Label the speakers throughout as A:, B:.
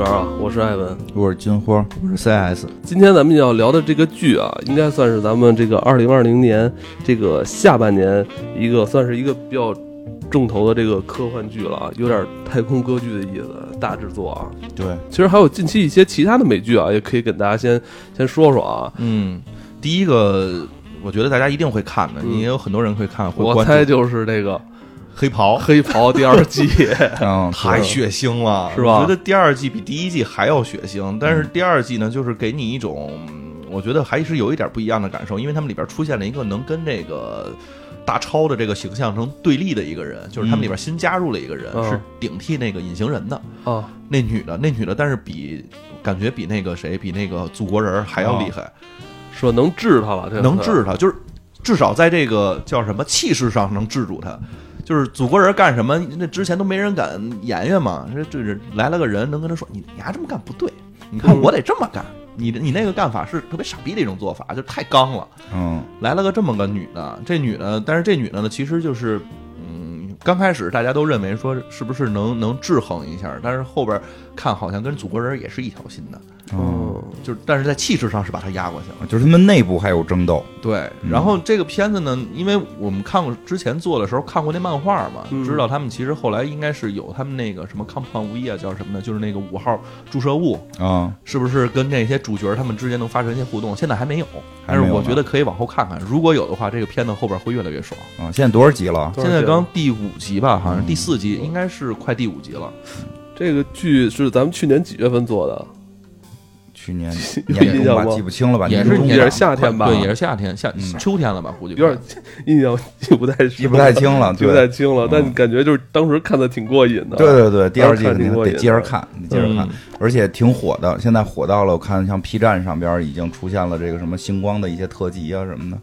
A: 啊我是艾文。
B: 我是金花，我是 CS，
A: 今天咱们要聊的这个剧啊，应该算是咱们这个二零二零年这个下半年一个算是一个比较重头的这个科幻剧了啊，有点太空歌剧的意思，大制作啊。
B: 对，
A: 其实还有近期一些其他的美剧啊，也可以跟大家先先说说啊。
C: 嗯，第一个我觉得大家一定会看的，
A: 嗯
C: 你也有很多人会看，会
A: 我
C: 关注
A: 猜就是这个
C: 黑
A: 《
C: 袍
A: 黑袍》第二 季，
B: 嗯，
C: 太血腥了，
A: 是吧嗯
C: 我觉得第二季比第一季还要血腥，但是第二季呢，就是给你一种嗯我觉得还是有一点不一样的感受，因为他们里边出现了一个能跟这个。大超的这个形象成对立的一个人，就是他们里边新加入了一个人，
A: 嗯
C: 是顶替那个隐形人的
A: 啊，
C: 那女的，那女的，但是比感觉比那个谁，比那个祖国人还
A: 啊
C: 要厉害，
A: 说能治他了，这
C: 能治他，就是至少在这个叫什么气势上能制住他。就是祖国人干什么，那之前都没人敢言语嘛，这这人来了个人能跟他说，你你丫这么干不对，你看
A: 嗯
C: 我得这么干，你你那个干法是特别傻逼的一种做法，就太刚了。
B: 嗯，
C: 来了个这么个女的，这女的，但是这女的呢，其实就是，嗯，刚开始大家都认为说是不是能能制衡一下，但是后边看好像跟祖国人也是一条心的，
B: 嗯，
A: 嗯
C: 就是但是在气势上是把她压过去了。
B: 就是他们内部还有争斗，
C: 对，
B: 嗯
C: 然后这个片子呢，因为我们看过之前做的时候看过那漫画嘛，
A: 嗯
C: 知道他们其实后来应该是有他们那个什么康胖无一啊，叫什么呢？就是那个五号注射物，
B: 啊，
C: 是不是跟这些主角他们之间能发生一些互动？现在还没有，
B: 还
C: 但
B: 没有
C: 是
B: 呢
C: 我觉得可以往后看看，如果有的话，这个片子后边会越来越爽。
B: 啊，现在多少集了？
A: 多
C: 现
A: 少
C: 在
A: 集
C: 刚
A: 了
C: 第五集吧，好像
B: 嗯
C: 第四集，应该是快第五集了。
A: 这个剧是咱们去年几月份做的？
B: 去年
A: 有
B: 年
A: 印
B: 中
A: 象
B: 吧，
A: 吗
B: 记不清了吧？
C: 也
B: 年
C: 是
B: 中
A: 也
B: 吧
A: 是夏天吧
C: 对，也是夏天，夏
B: 嗯
C: 秋天了吧？估计嗯
A: 有点 印象记不太
B: 记不太清了，
A: 记不太
B: 对，
A: 清了，但感觉就是当时看的挺过瘾的。
B: 对对对，第二季
A: 当时看
B: 肯
A: 挺
B: 定
A: 过
B: 得
A: 瘾
B: 接着看，得接着看
C: 嗯，
B: 而且挺火的，现在火到了，我看像 P 站上边已经出现了这个什么星光的一些特辑啊什么的，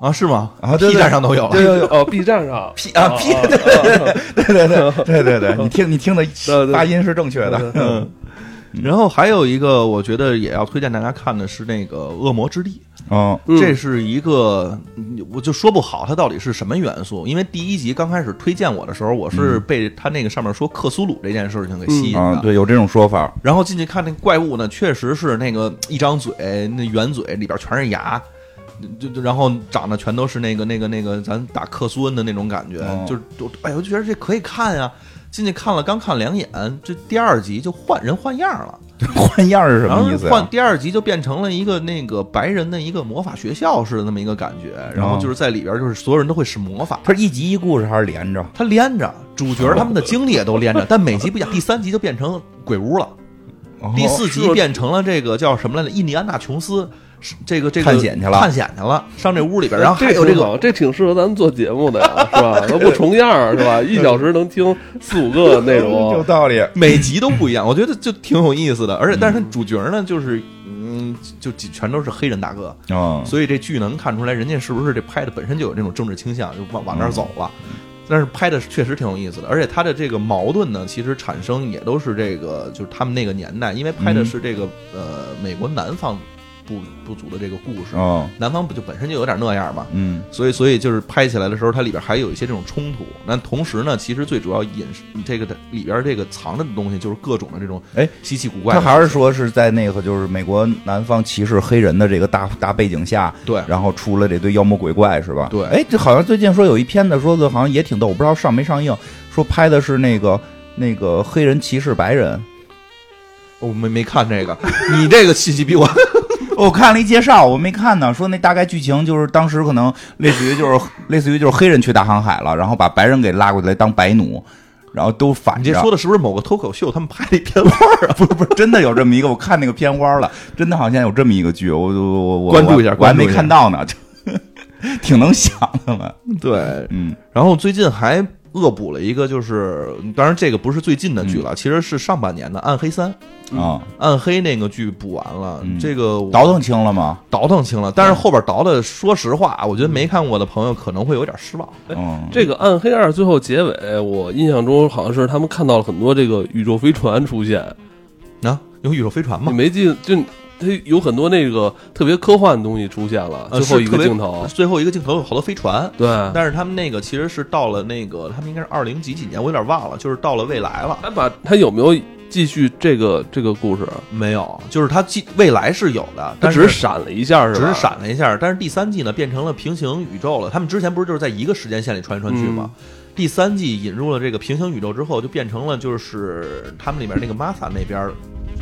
C: 啊，是吗？
B: 啊对
C: B
B: 对
C: 站上都有了。
A: 对对对哦，B 哦站上
B: P 啊 P
A: 对对
B: 对对对对对对，你听你听的
A: 对对
B: 发音是正确的，
A: 对，
C: 嗯，然后还有一个，我觉得也要推荐大家看的是那个《恶魔之地
B: 嗯》，
A: 嗯
C: 这是一个，嗯我就说不好它到底是什么元素，因为第一集刚开始推荐我的时候，我是被它那个上面说克苏鲁这件事情给吸引
B: 啊，
C: 的。
B: 对，有这种说法，
C: 然后进去看那怪物呢，确实是那个一张嘴，那圆嘴里边全是牙，就就然后长得全都是那个那个那个咱打克苏恩的那种感觉，
B: 哦
C: 就是就哎呀，我就觉得这可以看呀、进去看了，刚看两眼，这第二集就换人换样了。
B: 换样儿是什
C: 然后
B: 么意思
C: 换
B: 呀？
C: 第二集就变成了一个那个白人的一个魔法学校似的那么一个感觉，然后就是在里边就是所有人都会使魔法，
B: 它是一集一故事还是连着？
C: 他连着主角他们的经历也都
B: 哦
C: 连着，但每集不一样，第三集就变成鬼屋了，
B: 哦
C: 第四
A: 是
C: 集
A: 吗
C: 变成了这个叫什么来着？印第安纳琼斯。是这个这个
B: 探险去了
C: 探险去了，上这屋 里边，然后还
A: 这
C: 有这
A: 挺
C: 个
A: 好这挺适合咱们做节目的呀，是吧？都不重样儿，是吧？一小时能听四五个内
B: 哦有
A: 容，
B: 道理。
C: 每集都不一样，我觉得就挺有意思的，而且但是主角呢，就是嗯，就就全都是黑人大哥，
B: 嗯，
C: 所以这剧能看出来，人家是不是这拍的本身就有这种政治倾向，就往往那儿走了。
B: 嗯
C: 但是拍的确实挺有意思的，而且他的这个矛盾呢，其实产生也都是这个，就是他们那个年代，因为
B: 嗯
C: 拍的是这个、呃美国南方部部族的这个故事，
B: 哦，
C: 南方不就本身就有点那样嘛，
B: 嗯
C: 所以所以就是拍起来的时候，它里边还有一些这种冲突。但同时呢，其实最主要引这个的里边这个藏着的东西，就是各种的这种
B: 哎
C: 稀奇古，怪
B: 他
C: 的。
B: 还是说是在那个就是美国南方歧视黑人的这个大大背景下，
C: 对
B: 然后出了这堆妖魔鬼怪是吧？
C: 对
B: 哎，这好像最近说有一片子说的好像也挺逗，我不知道上没上映，说拍的是那个那个黑人歧视白人，
C: 我哦没没看这个，你这个信息比我
B: 我看了一介绍，我没看呢，说那大概剧情就是当时可能类似于就是类似于就是黑人去大航海了，然后把白人给拉过来当白奴，然后都反
C: 你
B: 着
C: 这。说的是不是某个脱口秀他们拍的一片花儿啊？
B: 不是不是， 真的有这么一个，我看那个片花了，真的好像有这么一个剧，我我我我
C: 关注一下
B: 我还
C: 关
B: 没
C: 注一下
B: 看到呢，就 挺能想的嘛，
C: 对，
B: 嗯
C: 然后最近还恶补了一个，就是当然这个不是最近的剧
A: 嗯
C: 了，其实是上半年的《暗黑三》，《
B: 啊，
C: 暗黑》那个剧补完了，
B: 嗯
C: 这个我
B: 倒腾清了吗？
C: 倒腾清了，但是后边倒的，说实话，啊我觉得
A: 嗯
C: 没看过的朋友可能会有点失望。
B: 嗯，
A: 这个《暗黑二》最后结尾，我印象中好像是他们看到了很多这个宇宙飞船出现，
C: 啊，有宇宙飞船
A: 你
C: 吗？
A: 没记就它有很多那个特别科幻的东西出现了，
C: 呃
A: 最后一个
C: 是特别
A: 镜头，啊
C: 最后一个镜头有好多飞船，
A: 对，
C: 但是他们那个其实是到了那个，他们应该是二零几几年，我有点忘了，就是到了未来了。
A: 他把他有没有继续这个这个故事，
C: 没有，就是它既未来是有的，
A: 它
C: 但
A: 只是闪了一下，是吧？
C: 只是闪了一下，但是第三季呢变成了平行宇宙了。他们之前不是就是在一个时间线里穿来穿去吗？
A: 嗯
C: 第三季引入了这个平行宇宙之后，就变成了就是他们里面那个玛萨那边儿，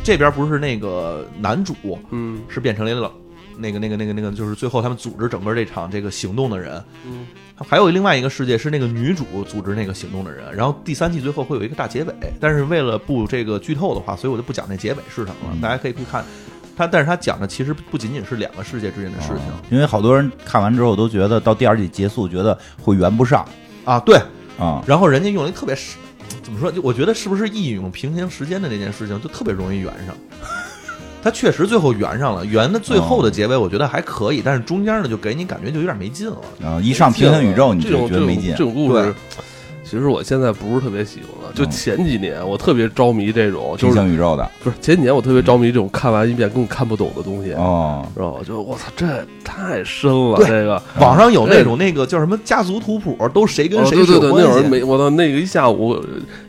C: 这边不是那个男主
A: 嗯，
C: 是变成了一个那个那个那个那个，就是最后他们组织整个这场这个行动的人。
A: 嗯，
C: 还有另外一个世界是那个女主组织那个行动的人。然后第三季最后会有一个大结尾，但是为了不这个剧透的话，所以我就不讲那结尾是什么了，
B: 嗯
C: 大家可以去看。他但是他讲的其实不仅仅是两个世界之间的事情。
B: 啊因为好多人看完之后都觉得到第二季结束，觉得会圆不上
C: 啊，对。
B: 啊。
C: 然后人家用了一个特别是怎么说？就我觉得是不是一语用平行时间的那件事情，就特别容易圆上。 他确实最后圆上了，圆的最后的结尾我觉得还可以，但是中间呢就给你感觉就有点没劲了。
B: 啊，一上平行宇宙你
A: 嗯这
B: 就
A: 种
B: 觉得没劲
A: 这种这种故
C: 对
A: 事，其实我现在不是特别喜欢了。就
B: 嗯
A: 前几年我特别着迷这种，就
B: 平
A: 是
B: 行宇宙的
A: 不是前几年我特别着迷这种看完一遍根本看不懂的东西，
B: 哦，
A: 知道吧？就我操，这太深了，
C: 对
A: 这个。
C: 网上有那种那个叫什么家族图谱，都谁跟
A: 哦，
C: 谁
A: 对
C: 是
A: 对对，
C: 有
A: 那会儿
C: 关系。
A: 没我到那个一下午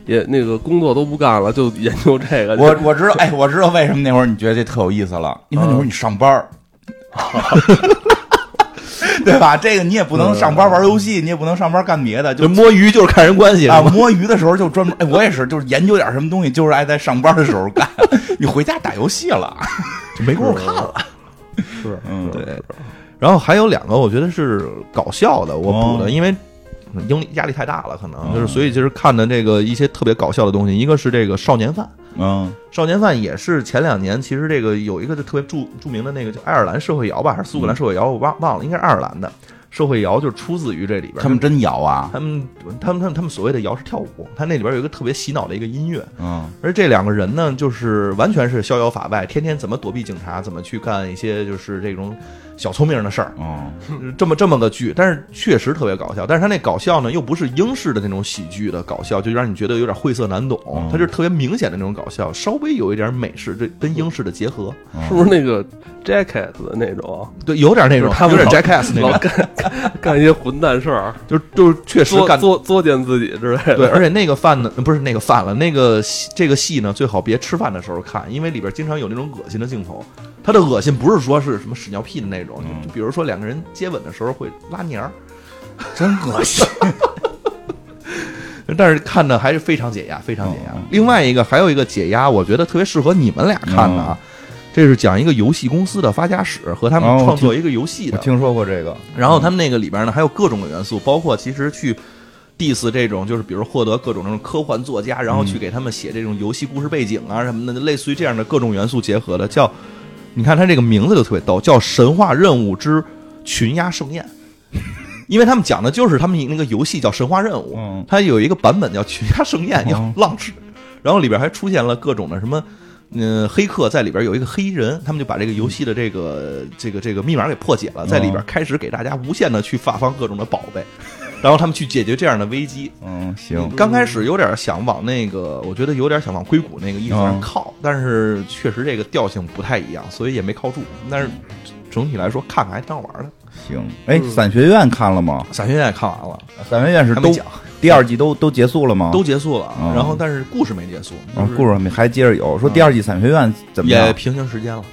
A: 也那个工作都不干了，就研究这个。
B: 我我知道，哎，我知道为什么那会儿你觉得这特有意思了，因为
C: 嗯
B: 那会儿你上班儿， 对吧？这个你也不
C: 嗯
B: 能上班玩游戏，你也不能上班干别的，就
C: 就摸鱼就是看人关系
B: 啊，
C: 是吧
B: 摸鱼的时候就专门，哎，我也是，就是研究点什么东西，就是爱在上班的时候干。 你回家打游戏了，
C: 就没工夫看了。
A: 是
B: 嗯，
C: 啊对然后还有两个我觉得是搞笑的，我补
B: 哦
C: 的，因为英力压力太大了，可能
B: 嗯
C: 就是所以就是看的这个一些特别搞笑的东西，一个是这个少年犯。
B: 嗯
C: 少年犯也是前两年，其实这个有一个就特别著著名的那个叫爱尔兰社会摇吧，还是苏格兰社会摇，我忘忘了，应该是爱尔兰的社会摇，就是出自于这里边。
B: 他们真摇啊，
C: 他们他们他们他们所谓的摇是跳舞，他那里边有一个特别洗脑的一个音乐，
B: 嗯
C: 而这两个人呢，就是完全是逍遥法外，天天怎么躲避警察，怎么去干一些就是这种小聪明的事儿，
B: 嗯
C: 这么这么个剧，但是确实特别搞笑。但是他那搞笑呢，又不是英式的那种喜剧的搞笑，就让你觉得有点晦涩难懂
B: 嗯，
C: 他就是特别明显的那种搞笑，稍微有一点美式，这跟英式的结合，
B: 嗯
A: 是不是那个 Jackass 的那种，
C: 对，有点那种，
A: 就是他们
C: 有点
A: 老
C: Jackass 那
A: 老
C: 种，
A: 干干一些混蛋事儿，
C: 就是就是确实
A: 作
C: 干
A: 作作践自己之类的。
C: 对，而且那个饭呢，不是那个饭了，那个戏这个戏呢，最好别吃饭的时候看，因为里边经常有那种恶心的镜头。他的恶心不是说是什么屎尿屁的那种，
B: 嗯
C: 就比如说两个人接吻的时候会拉黏儿，
B: 真恶心。啊
C: 但是看的还是非常解压，非常解压。
B: 嗯嗯
C: 另外一个还有一个解压，我觉得特别适合你们俩看的啊，这是讲一个游戏公司的发家史和他
B: 嗯哦
C: 们
B: 我
C: 创作一个游戏
B: 我
C: 的。
B: 听说过这个，
C: 然后他们那个里边呢还有各种的元素，包括其实去 diss 这种，就是比如获得各种那种科幻作家，然后去给他们写这种游戏故事背景啊什么的，类似于这样的各种元素结合的，叫你看它这个名字就特别逗，叫《神话任务之群鸦盛宴》。因为他们讲的就是他们那个游戏叫《神话任务》
B: 嗯，
C: 它有一个版本叫《群鸦盛宴》，叫
B: 哦
C: Launch，然后里边还出现了各种的什么，嗯、黑客在里边有一个黑衣人，他们就把这个游戏的这个这个这个密码给破解了，在里边
B: 嗯
C: 开始给大家无限的去发放各种的宝贝， 然后他们去解决这样的危机。
B: 嗯，行，
C: 刚开始有点想往那个，我觉得有点想往硅谷那个意思
B: 哦
C: 上靠，但是确实这个调性不太一样，所以也没靠住。但是整体来说，看看还挺好玩的。
B: 行。哎，散学院看了吗？
C: 散学院也看完了，
B: 散学院是
C: 还没
B: 都
C: 讲，
B: 第二季都都结束了吗？
C: 都结束了，
B: 嗯
C: 然后但是故事没结束，
B: 啊
C: 就，是
B: 故事还没还接着有说第二季散学院怎么
C: 也
B: 样？
C: 平行时间了，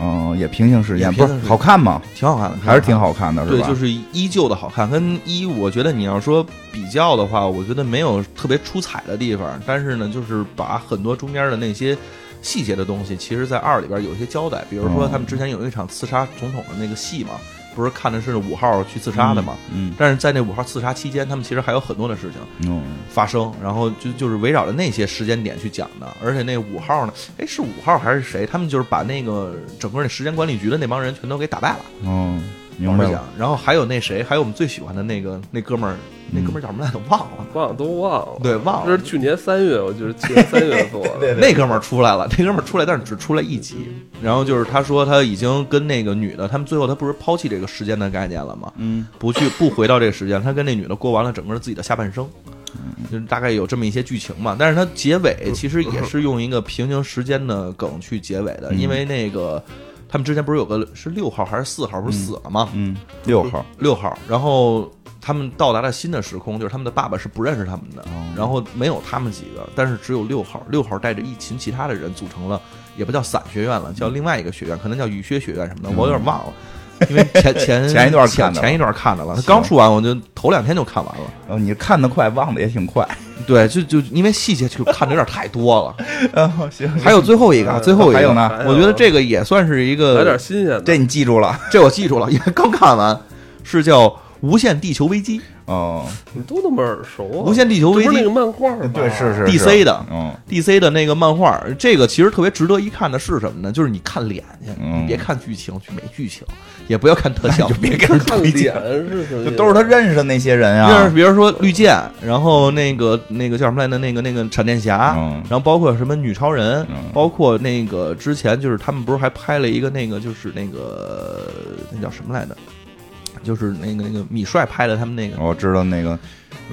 B: 嗯，也平行时间，
C: 也
B: 不
C: 平
B: 是
C: 行
B: 好看吗？
C: 挺好看的，
B: 还是挺。好看的，
C: 对，
B: 吧？
C: 就是依旧的好看，跟一我觉得你要说比较的话，我觉得没有特别出彩的地方，但是呢，就是把很多中间的那些细节的东西，其实在二里边有一些交代，比如说
B: 嗯
C: 他们之前有一场刺杀总统的那个戏嘛，不是看的是五号去刺杀的嘛，
B: 嗯
C: 但是在那五号刺杀期间，他们其实还有很多的事情
B: 嗯
C: 发生，然后就就是围绕着那些时间点去讲的，而且那五号呢，哎是五号还是谁？他们就是把那个整个那时间管理局的那帮人全都给打败了。
B: 嗯，明白
C: 老实
B: 了。
C: 讲。然后还有那谁，还有我们最喜欢的那个那哥们儿，
B: 嗯
C: 那哥们儿叫什么来着？忘了。
A: 忘了都忘了。
C: 对，忘
A: 这
C: 了
A: 是。去年三月，我觉得去年三月做 的。对
C: 那哥们儿出来了， 那哥们儿出来，但是只出来一集。然后就是他说他已经跟那个女的，他们最后他不是抛弃这个时间的概念了吗？
B: 嗯，
C: 不去不回到这个时间，他跟那女的过完了整个自己的下半生，就是大概有这么一些剧情嘛。但是他结尾其实也是用一个平行时间的梗去结尾的，
B: 嗯
C: 因为那个嗯他们之前不是有个是六号还是四号不是死了吗？
B: 嗯，六号，
C: 六号，然后他们到达了新的时空，就是他们的爸爸是不认识他们的，然后没有他们几个，但是只有六号，六号带着一群其他的人组成了，也不叫伞学院了，叫另外一个学院，可能叫雨靴学院什么的，我有点忘了，因为前前
B: 嗯 前一段看
C: 前
B: 的了
C: 前一段看的了，他
B: 行
C: 刚出完我就头两天就看完了，
B: 哦，你看得快，忘得也挺快。
C: 对，就就因为细节就看的有点太多了，
B: 嗯，行，
C: 还有最后一个啊，最后一
B: 呃
C: 个
B: 还有呢，
C: 我觉得这个也算是一个
A: 来点新鲜的。
B: 这你记住了
C: 这我记住了，因为刚看完，是叫《无限地球危机》
B: 哦。
A: 你都那么耳熟啊？
C: 无限地球
A: 这不
C: 危
A: 是
C: 机
A: 那个漫画吗？
B: 对，是是
C: DC 的
B: 嗯
C: DC 的那个漫画，这个其实特别值得一看的是什么呢？就是你看脸去，
B: 嗯
C: 你别看剧情，没剧情，也不要看特 效，别
A: 看脸是什么意思？
B: 就都是他认识的那些人
C: 就是
B: 啊。
C: 比如说绿箭，然后那个那个叫什么来着？那个那个闪电侠，
B: 嗯
C: 然后包括什么女超人，
B: 嗯
C: 包括那个之前就是他们不是还拍了一个那个就是那个那叫什么来着？就是那个那个米帅拍的他们那个
B: 我知道那个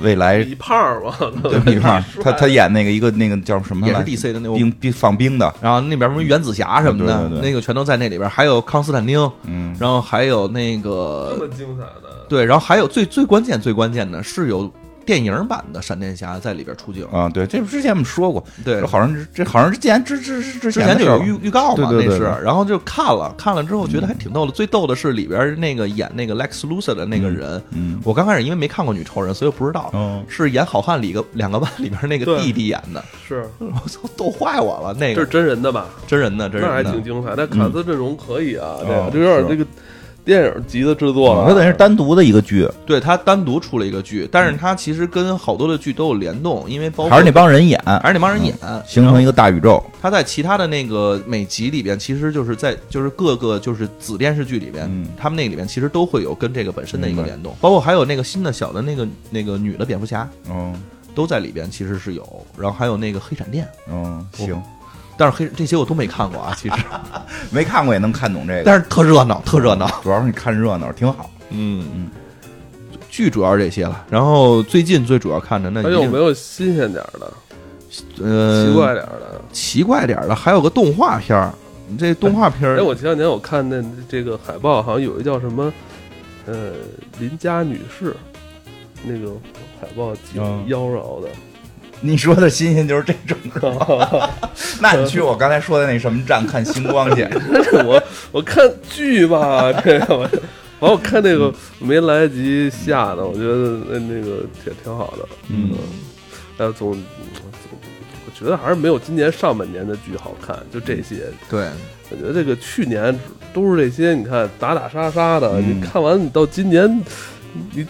B: 未来
A: 李胖儿嘛，
B: 对比 方，他他演那个一个那个叫什么
C: 也是
B: 来，
C: DC 的那
B: 冰
C: 种，
B: 冰放冰的，
C: 然后那边什么原子侠什么的，
B: 对对对
C: 那个全都在那里边，还有康斯坦丁，
B: 嗯，
C: 然后还有那
A: 这
C: 个
A: 么精彩的。
C: 对，然后还有最最关键最关键的是有电影版的闪电侠在里边出镜，
B: 啊，对，这之前我们说过，
C: 对
B: 这，好像是这好像是之前之之之之
C: 之前
B: 的
C: 就
B: 事儿
C: 有预预告嘛，
B: 对对对嗯
C: 那是，然后就看了看了之后觉得还挺逗的，最逗的是里边那个演那个 Lex Luthor 的那个人，
B: 嗯
C: 我刚开始因为没看过女超人，所以不知道。
B: 嗯，
C: 是演《好汉里个两个半》里边那个
A: 对
C: 弟弟演的，
A: 是，
C: 我操，逗坏我了！那
A: 这是
C: 个
A: 真人的吧？
C: 真人的，真
A: 那还
C: 人的
A: 挺，精彩。那卡斯阵容可以啊，这
B: 哦
A: 个这有点这个电影级的制作了。
B: 他等于是单独的一个剧，
C: 对他单独出了一个剧，但是他其实跟好多的剧都有联动，因为包括
B: 还是那嗯帮人演，
C: 还是那帮人演，
B: 形成一个大宇宙，
C: 他在其他的那个每集里边，其实就是在就是各个就是子电视剧里边，
B: 嗯
C: 他们那里边其实都会有跟这个本身的一
B: 明
C: 个
B: 白
C: 联动，包括还有那个新的小的那个那个女的蝙蝠侠
B: 嗯
C: 都在里边，其实是有，然后还有那个黑闪电，
B: 嗯，
C: 哦
B: 行，
C: 但是黑这些我都没看过啊，
A: 哎
C: 其实，
B: 没看过也能看懂这个，
C: 但是特热闹，特热闹，
B: 主要是你看热闹，挺好。
C: 嗯嗯。剧主要是这些了，然后最近最主要看的那
A: 还
C: 一
A: 有
C: 定
A: 没有新鲜点儿的、
B: 嗯
C: 呃
A: 奇怪点儿的？
C: 奇怪点儿的，还有个动画片儿，这动画片
A: 哎，
C: 儿
A: 我前两天我看那这个海报，好像有一叫什么，呃，邻家女士，那个海报挺
B: 嗯
A: 妖娆的。
B: 你说的新鲜就是这种， 那你去我刚才说的那什么站看星光去，
A: 我我看剧吧，这个我，完我看那个
B: 嗯
A: 没来得及下的，我觉得那那个挺挺好的。
B: 嗯
A: 但总总我觉得还是没有今年上半年的剧好看，就这些。
C: 对
A: 我觉得这个去年都是这些，你看打打杀杀的，
B: 嗯
A: 你看完你到今年，你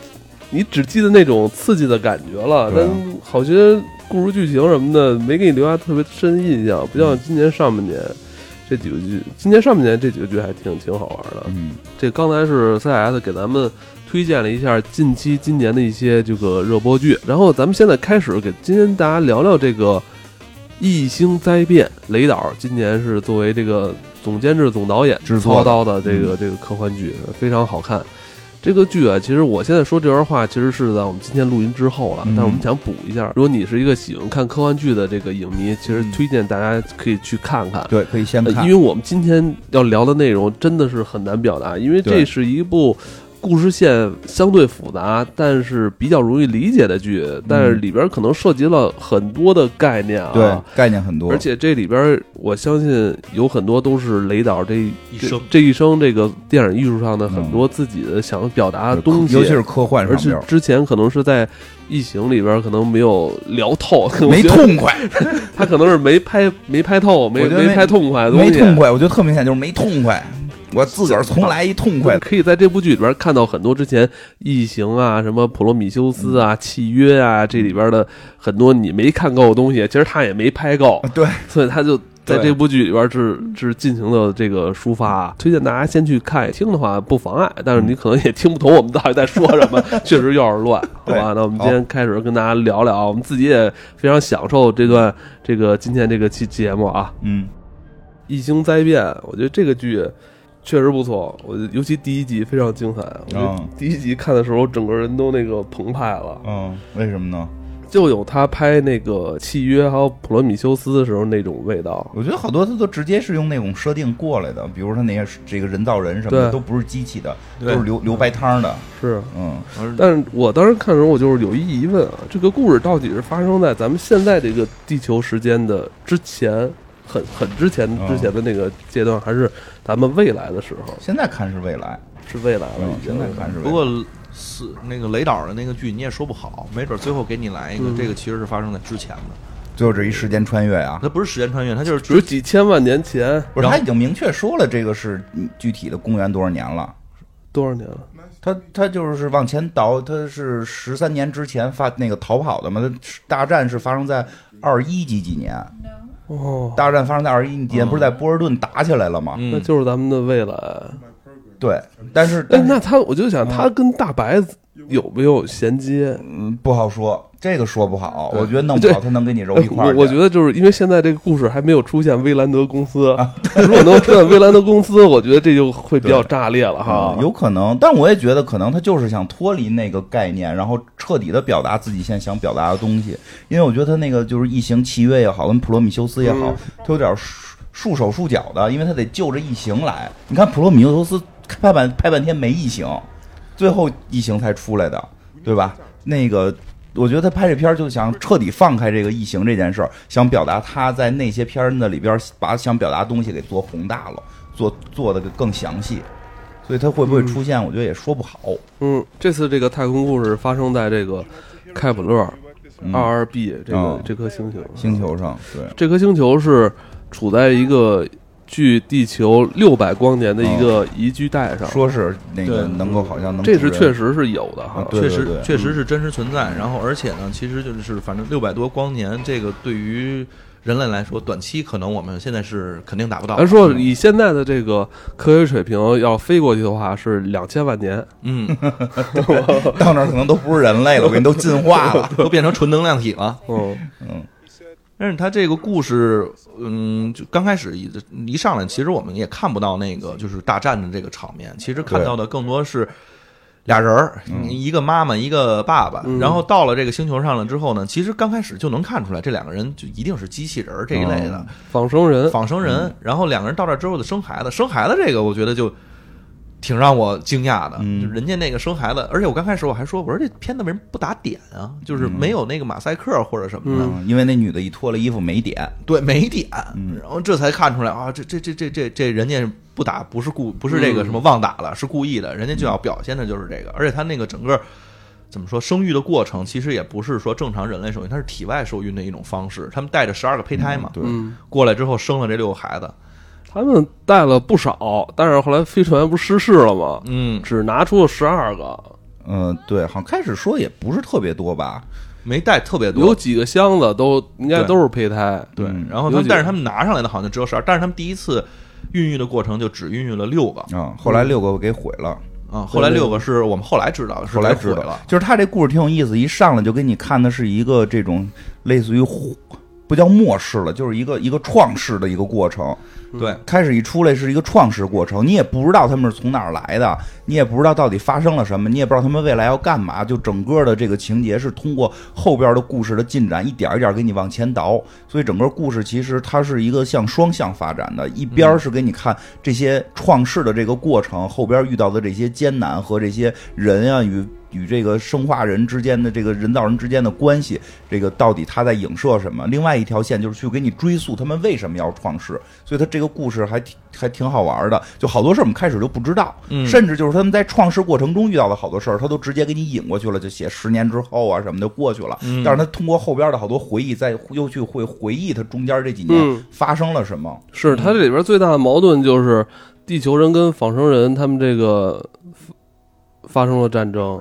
A: 你只记得那种刺激的感觉了，
B: 对啊
A: 但好些故事剧情什么的没给你留下特别深印象，不
B: 嗯
A: 像今年上半年。这几个剧，今年上半年这几个剧还挺挺好玩的。
B: 嗯
A: 这刚才是 CIS 给咱们推荐了一下近期今年的一些这个热播剧，然后咱们现在开始给今天大家聊聊这个《异星灾变》。雷导今年是作为这个总监制、总导演
B: 制
A: 操
B: 作的嗯
A: 刀的这个这个科幻剧，非常好看。这个剧啊，其实我现在说这段话，其实是在我们今天录音之后了，
B: 嗯
A: 但是我们想补一下。如果你是一个喜欢看科幻剧的这个影迷，其实
C: 嗯
A: 推荐大家可以去看看。
B: 对，可以先
A: 呃
B: 嗯看，
A: 因为我们今天要聊的内容真的是很难表达，因为
B: 对
A: 这是一部故事线相对复杂，但是比较容易理解的剧，但是里边可能涉及了很多的概念啊。
B: 对，概念很多，
A: 而且这里边，我相信有很多都是雷导这
C: 一
A: 这
C: 生
A: 这一生这个电影艺术上的很
B: 嗯
A: 多自己的想表达的
B: 科
A: 东西，
B: 尤其是科幻
A: 而
B: 上
A: 且
B: 边儿
A: 之前可能是在《异形》里边可能没有聊透，我
B: 没
A: 觉得
B: 痛快，
A: 他可能是没拍没拍透，没
B: 我觉得
A: 没拍痛快的东
B: 没
A: 西，
B: 痛快，我觉得特明显就是没痛快，我自个儿从来一 痛快，
A: 可以在这部剧里边看到很多之前《异形》啊、什么《普罗米修斯》
B: 嗯
A: 啊、《契约》啊这里边的很多你没看够的东西，其实他也没拍够，
B: 呃对，
A: 所以他就在
B: 对
A: 这部剧里边是是进行了这个抒
B: 嗯
A: 发。推荐大家先去看，听的话不妨碍，但是你可能也听不懂我们到底在说什 么，确实有点乱，好吧
B: 对？
A: 那我们今天开始跟大家聊聊，我们自己也非常享受这段这个今天这个期节目啊。
B: 嗯，
A: 《异星灾变》，我觉得这个剧确实不错，我觉得尤其第一集非常精彩。我觉得
B: 嗯
A: 第一集看的时候，整个人都那个澎湃了。
B: 嗯，为什么呢？
A: 就有他拍那个《契约》还有《普罗米修斯》的时候那种味道。
B: 我觉得好多他都直接是用那种设定过来的，比如说那些这个人造人什么
A: 对
B: 的，都不是机器的，都
C: 对
B: 是留留白汤的。
A: 是，
B: 嗯，
C: 而
A: 但是我当时看的时候，我就是有一疑问啊，这个故事到底是发生在咱们现在这个地球时间的之前，很很之前
B: 嗯
A: 之前的那个阶段，还是咱们未来的时候？
B: 现在看是未来，
A: 是未来了
B: 嗯，
A: 已经
B: 现。在看是未来。
C: 不过是那个雷导的那个剧你也说不好，没准最后给你来一个，
A: 嗯
C: 这个其实是发生在之前的，
B: 最后这一时间穿越啊，
C: 它不是时间穿越，它就是
A: 只有几千万年前，
B: 不是
C: 然
B: 他
C: 后
B: 已经明确说了这个是嗯具体的公元多少年了。
A: 多少年了？
B: 他他就是往前倒，他是十三年之前发那个逃跑的嘛。他大战是发生在二一几几年，
A: 哦，
B: 大战发生在二一几年，
C: 嗯
B: 不是在波士顿打起来了吗？
A: 那
C: 嗯，
A: 就是咱们的未来。
B: 对，但是
A: 哎
B: 但，是
A: 那他，我就想，他跟大白有没有衔接？
B: 嗯不好说，这个说不好，
C: 对
B: 我觉得弄不好
A: 对
B: 他能跟你揉
A: 哎
B: 一块
A: 我
B: 儿去。
A: 我觉得就是因为现在这个故事还没有出现威兰德公司，
B: 啊
A: 如果能出现威兰德公司，我觉得这就会比较炸裂了哈
B: 啊，。有可能，但我也觉得可能他就是想脱离那个概念，然后彻底的表达自己现在想表达的东西。因为我觉得他那个就是《异形契约》也好，跟《普罗米修斯》也好
A: 嗯，
B: 他有点束束手束脚的，因为他得就着异形来。你看《普罗米修斯》拍半拍半天没异形，最后异形才出来的，对吧？
A: 嗯
B: 那个。我觉得他拍这片儿就想彻底放开这个异形这件事儿，想表达他在那些片儿的里边儿把想表达的东西给做宏大了，做做的更详细。所以它会不会出现，我觉得也说不好。
A: 嗯，这次这个太空故事发生在这个开普勒
B: 嗯
A: 2RB 这个
B: 嗯
A: 这颗星球，
B: 星球上，对，
A: 这颗星球是处在一个距地球六百光年的一
B: 啊
A: 个宜居带上，
B: 说是那个
C: 对
B: 能够好像能，
A: 这是确，实是有的哈
B: 啊。对
C: 确
B: 对
C: 实
B: 对
C: 确
A: 嗯
C: 实是真实存在。然后而且呢，其实就是反正六百多光年，这个对于人类来说，短期可能我们现在是肯定达不到
A: 咱。说以现在的这个科学水平，要飞过去的话是两千万年，
C: 嗯，
B: 到那儿可能都不是人类了，我跟你都进化 了。
C: 都变成纯能量体了。
A: 嗯，
B: 嗯
C: 但是他这个故事，嗯，就刚开始一一上来，其实我们也看不到那个就是大战的这个场面，其实看到的更多是俩人儿，一个妈妈，一个爸爸。然后到了这个星球上了之后呢，其实刚开始就能看出来，这两个人就一定是机器人儿这一类的、
A: 仿生人，
C: 仿生人。然后两个人到这儿之后的生孩子，生孩子这个我觉得就。挺让我惊讶的，
B: 嗯
C: 就人家那个生孩子，而且我刚开始我还说，我说这片子为什么不打点啊？就是没有那个马赛克或者什么的，
B: 嗯，因为那女的一脱了衣服没点，
C: 对，没点，
B: 嗯
C: 然后这才看出来啊，这这这这这这人家不打不是故不
B: 嗯
C: 是这个什么忘打了，是故意的，人家就要表现的就是这个，而且他那个整个怎么说生育的过程，其实也不是说正常人类受孕，它是体外受孕的一种方式，他们带着十二个胚胎嘛，
B: 对，
A: 嗯，
C: 过来之后生了这六个孩子，
A: 他们带了不少，但是后来飞船不是失事了吗？
C: 嗯，
A: 只拿出了十二个，
B: 嗯对，好像开始说也不是特别多吧，
C: 没带特别
A: 有
C: 多，
A: 几个箱子都应该都是胚胎，
C: 对
B: 嗯，
C: 然后
A: 有
C: 他们
A: 几
C: 但是他们拿上来的好像只有十二，但是他们第一次孕育的过程就只孕育了六个
B: 啊，后来六个给毁了。
C: 啊，后来六个是我们后来知道的，是
B: 后来
C: 被
B: 知
C: 毁
B: 道
C: 了，
B: 就是他这故事挺有意思，一上来就给你看的是一个这种类似于不叫末世了，就是一个一个创世的一个过程。
C: 对。
B: 开始一出来是一个创世过程，你也不知道他们是从哪儿来的，你也不知道到底发生了什么，你也不知道他们未来要干嘛。就整个的这个情节是通过后边的故事的进展，一点一点给你往前倒。所以整个故事其实它是一个向双向发展的，一边是给你看这些创世的这个过程，后边遇到的这些艰难和这些人啊与。与这个生化人之间的这个人造人之间的关系，这个到底它在影射什么？另外一条线就是去给你追溯他们为什么要创世，所以它这个故事还挺还挺好玩的，就好多事儿我们开始就不知道，
C: 嗯
B: 甚至就是他们在创世过程中遇到的好多事儿，他都直接给你引过去了，就写十年之后啊什么的过去了。但是他通过后边的好多回忆，再又去会回忆他中间这几
A: 嗯
B: 年发生了什么。
A: 是它这里边最大的矛盾就是地球人跟仿生人他们这个发发生了战争，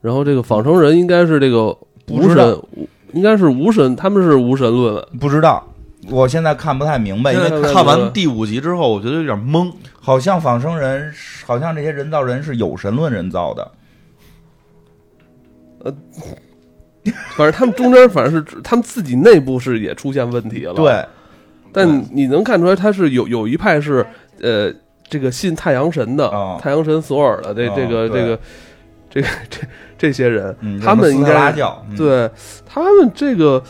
A: 然后这个仿生人应该是这个
B: 不
A: 无
B: 知道
A: 神，无应该是无神，他们是无神论，
B: 不知道，我现在看不太明白，因为
A: 对
C: 看完第五集之后，我觉得有点懵，
B: 好像仿生人，好像这些人造人是有神论人造的。
A: 反正他们中间反正是他们自己内部是也出现问题了，，
B: 对，
A: 但你能看出来他是有有一派是呃这个信太阳神的，
B: 哦
A: 太阳神索尔的这
B: 哦
A: 这个、
B: 对
A: 这个。这个这这些人，
B: 嗯，
A: 他们应该
B: 拉教，嗯，
A: 对他们这个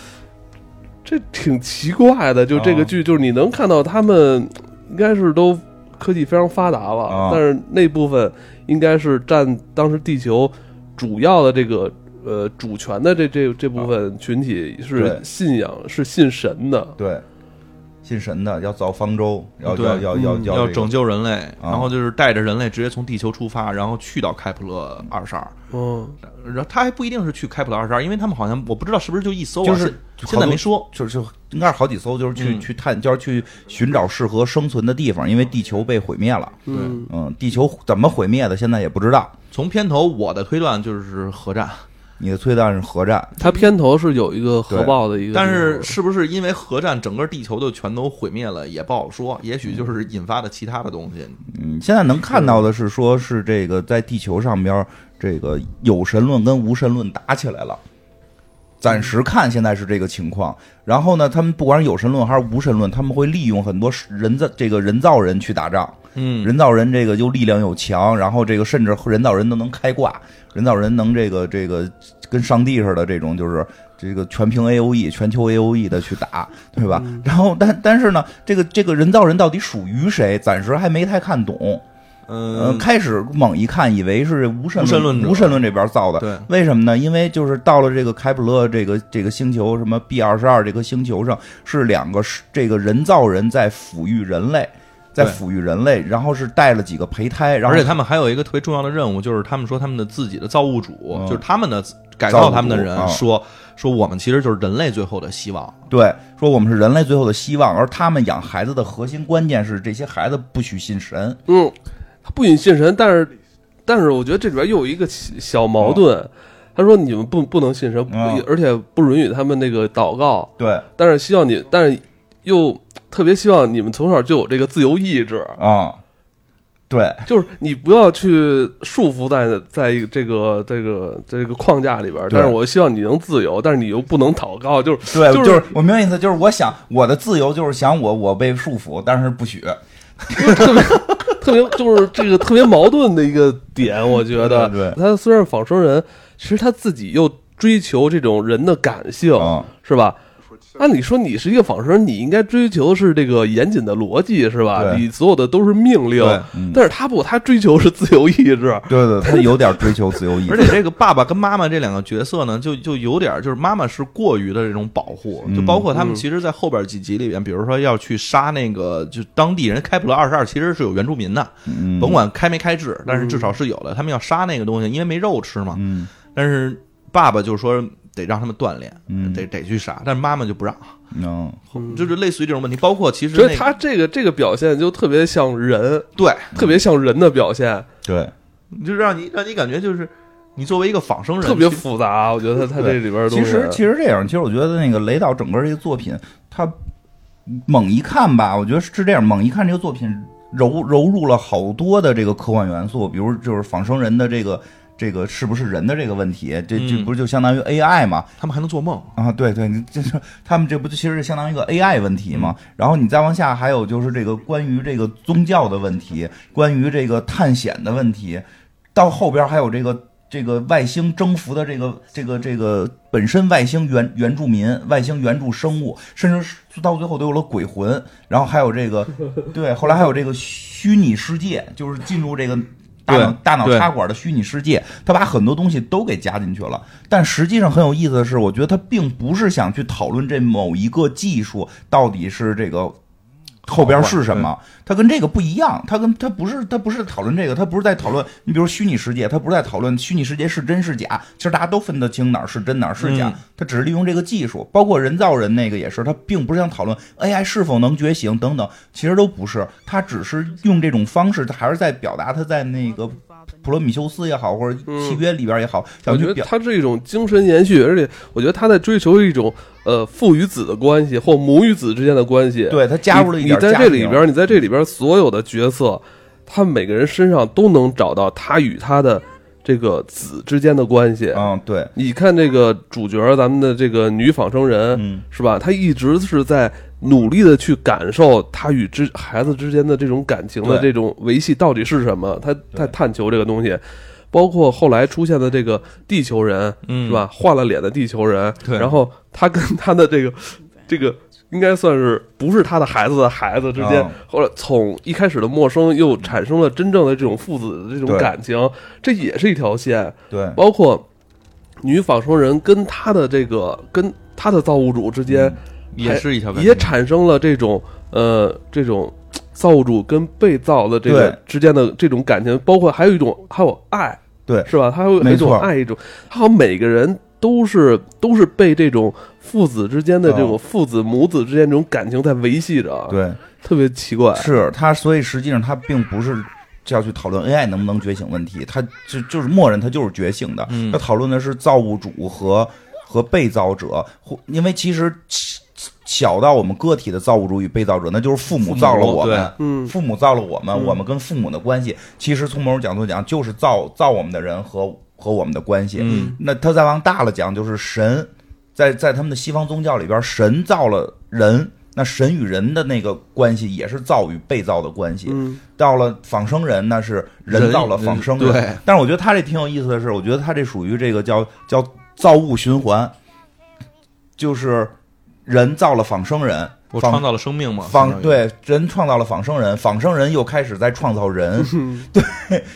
A: 这挺奇怪的，就这个
B: 哦
A: 剧，就是你能看到他们应该是都科技非常发达了，
B: 哦
A: 但是那部分应该是占当时地球主要的这个。呃，主权的这这这部分群体是
B: 对
A: 信仰，是信神的，
B: 对，信神的要造方舟，要
C: 对
B: 要要要
A: 嗯
B: 要
C: 要
B: 这个
C: 拯救人类，
B: 啊
C: 然后就是带着人类直接从地球出发，然后去到开普勒二十二。
A: 嗯，
C: 然后他还不一定是去开普勒二十二，因为他们好像我不知道是不是就一艘啊，
B: 就是
C: 现现在没说。
B: 就是应该是好几艘，就是去、
C: 嗯
B: 去探，就是去寻找适合生存的地方，因为地球被毁灭了。
A: 嗯，
B: 嗯，地球怎么毁灭的，现在也不知道。
C: 从片头我的推断就是核战，
B: 你的推断是核战，
A: 它片头是有一个核
B: 对
A: 爆的一个地方，
C: 但是是不是因为核战整个地球就全都毁灭了也不好说，也许就是引发的其他的东西。
B: 嗯，现在能看到的是，说是这个在地球上边儿，这个有神论跟无神论打起来了。暂时看现在是这个情况，然后呢，他们不管是有神论还是无神论，他们会利用很多人造这个人造人去打仗。
C: 嗯，
B: 人造人这个又力量又强，然后这个甚至人造人都能开挂，人造人能这个这个跟上帝似的这种就是。这个全屏 A O E、全球 A O E 的去打，对吧？
C: 嗯
B: 然后，但但是呢，这个这个人造人到底属于谁，暂时还没太看懂。呃，
C: 嗯，
B: 开始猛一看，以为是无神
C: 无神论者
B: 无神论这边造的，
C: 对，
B: 为什么呢？因为就是到了这个开普勒这个这个星球，什么 B 二十二这颗星球上，是两个是这个人造人在抚育人类，在
C: 对
B: 抚育人类，然后是带了几个胚胎，然后
C: 而且他们还有一个特别重要的任务，就是他们说他们的自己的造物主，
B: 嗯
C: 就是他们的改造他们的人
B: 造物主啊
C: 说说我们其实就是人类最后的希望。
B: 对说我们是人类最后的希望，而他们养孩子的核心关键是这些孩子不许信神，
A: 嗯，他不允信神，但是但是我觉得这里边又有一个小小矛盾。他说：“你们不不能信神，不
B: 嗯
A: 而且不允许他们那个祷告，
B: 对啊、
A: 但是希望你，但是又特别希望你们从小就有这个自由意 志，
B: 啊对，
A: 就是你不要去束缚在在一个这个这个这个框架里边。
B: 对
A: 但是我希望你能自由，但是你又不能祷告，就是
B: 对，
A: 就是
B: 就是我明白意思，就是我想我的自由就是想我我被束缚，但是不许，
A: 特别特别就是这个特别矛盾的一个点，我觉得。
B: 对对
A: 他虽然是仿生人，其实他自己又追求这种人的感性，
B: 嗯
A: 是吧？按理说你是一个仿生人，你应该追求是这个严谨的逻辑，是吧？
B: 对
A: 你所有的都是命令
C: 对，
B: 嗯
A: 但是他不，他追求是自由意志。
B: 对对，他有点追求自由意
C: 而
B: 志，
C: 且这个爸爸跟妈妈这两个角色呢，就就有点儿就是妈妈是过于的这种保护，就包括他们其实，在后边几集里边，比如说要去杀那个就当地人开普勒二十二，其实是有原住民的，
B: 嗯
C: 甭管开没开智，但是至少是有的。他们要杀那个东西，因为没肉吃嘛。
B: 嗯
C: 但是爸爸就说得让他们锻炼，
B: 嗯
C: 得得去杀，但是妈妈就不让，
B: 嗯
C: 就是类似于这种问题。包括其实
A: 所
C: 那
A: 以
C: 个
A: 他这个这个表现就特别像人，
C: 对，
A: 特别像人的表现，
B: 对。
C: 就让你让你感觉就是你作为一个仿生人，
A: 特别
C: 其实
A: 复杂。我觉得他他这里边的东
B: 其
A: 西，
B: 实其实这样，其实我觉得那个雷导整个这个作品，他猛一看吧，我觉得是这样，猛一看这个作品揉揉入了好多的这个科幻元素，比如就是仿生人的这个这个是不是人的这个问题，这这
C: 嗯
B: 不是就相当于 AI 嘛？
C: 他们还能做梦，
B: 啊，对对，你这是他们这不就其实是相当于一个 AI 问题
C: 嗯
B: 嘛？然后你再往下还有就是这个关于这个宗教的问题，关于这个探险的问题，到后边还有这个这个外星征服的这个这个这个本身外星原原住民、外星原住生物，甚至是到最后都有了鬼魂，然后还有 这个对，后来还有这个虚拟世界，就是进入这个。大脑
C: 对
B: 大脑
C: 对
B: 插管的虚拟世界，他把很多东西都给加进去了。但实际上很有意思的是，我觉得他并不是想去讨论这某一个技术到底是这个后边是什么，它跟这个不一样，它跟它不是它不是讨论这个，它不是在讨论你比如虚拟世界，它不是在讨论虚拟世界是真是假，其实大家都分得清哪儿是真哪儿是假
C: 嗯，
B: 它只是利用这个技术，包括人造人那个也是，它并不是想讨论 AI 是否能觉醒等等，其实都不是，它只是用这种方式，它还是在表达它在那个普罗米修斯也好，或者
A: 嗯
B: 契约里边也好，
A: 我
B: 想
A: 觉
B: 去
A: 得
B: 表。
A: 他是一种精神延续，而且我觉得他在追求一种呃父与子的关系或母与子之间的关系。，
B: 对，它加入了一
A: 你
B: 点
A: 你在
B: 家
A: 这里
B: 庭
A: 边，你在这里边所有的角色，他每个人身上都能找到他与他的这个子之间的关系。
B: 嗯，对，
A: 你看这个主角，咱们的这个女仿生人，
B: 嗯
A: 是吧？她一直是在努力的去感受她与之孩子之间的这种感情的这
B: 对
A: 种维系到底是什么，她在
B: 对
A: 探求这个东西。包括后来出现的这个地球人，
C: 嗯
A: 是吧？换了脸的地球人，
C: 对
A: 然后他跟他的这个这个。应该算是不是他的孩子的孩子之间
B: 哦，
A: 后来从一开始的陌生，又产生了真正的这种父子的这种
B: 对
A: 感情，这也是一条线。
B: 对，
A: 包括女仿生人跟她的这个跟她的造物主之
B: 嗯
A: 间，
C: 也是一条感
A: 也
C: 情
A: 产生了这种呃这种造物主跟被造的这个
B: 对
A: 之间的这种感情，包括还有一种还有爱，
B: 对
A: 是吧？还有
B: 没
A: 一种
B: 错
A: 爱，一种还有每个人都是都是被这种父子之间的这种
B: 哦
A: 父子母子之间这种感情在维系着，，啊
B: 对，
A: 特别奇怪，
B: 是他，所以实际上他并不是要去讨论 AI 能不能觉醒问题，他就就是默认他就是觉醒的，
C: 嗯
B: 他讨论的是造物主和和被造者，或因为其实小小到我们个体的造物主与被造者，那就是父母造了我
C: 对
B: 们。
A: 嗯，
B: 父母造了我们，我们跟父母的关系，其实从某种角度讲，就是造造我们的人和和我们的关系。
C: 嗯
B: 那他再往大了讲，就是神，在在他们的西方宗教里边，神造了人，那神与人的那个关系也是造与被造的关系。
A: 嗯
B: 到了仿生人，那是人造了仿生人。
C: 人嗯对
B: 但是我觉得他这挺有意思的是，我觉得他这属于这个叫叫造物循环，就是人造了仿生人，
C: 我
B: 仿
C: 创造了生命嘛，相
B: 仿
C: 当于，
B: 对人创造了仿生人，仿生人又开始在创造 人，
A: 嗯
B: 对，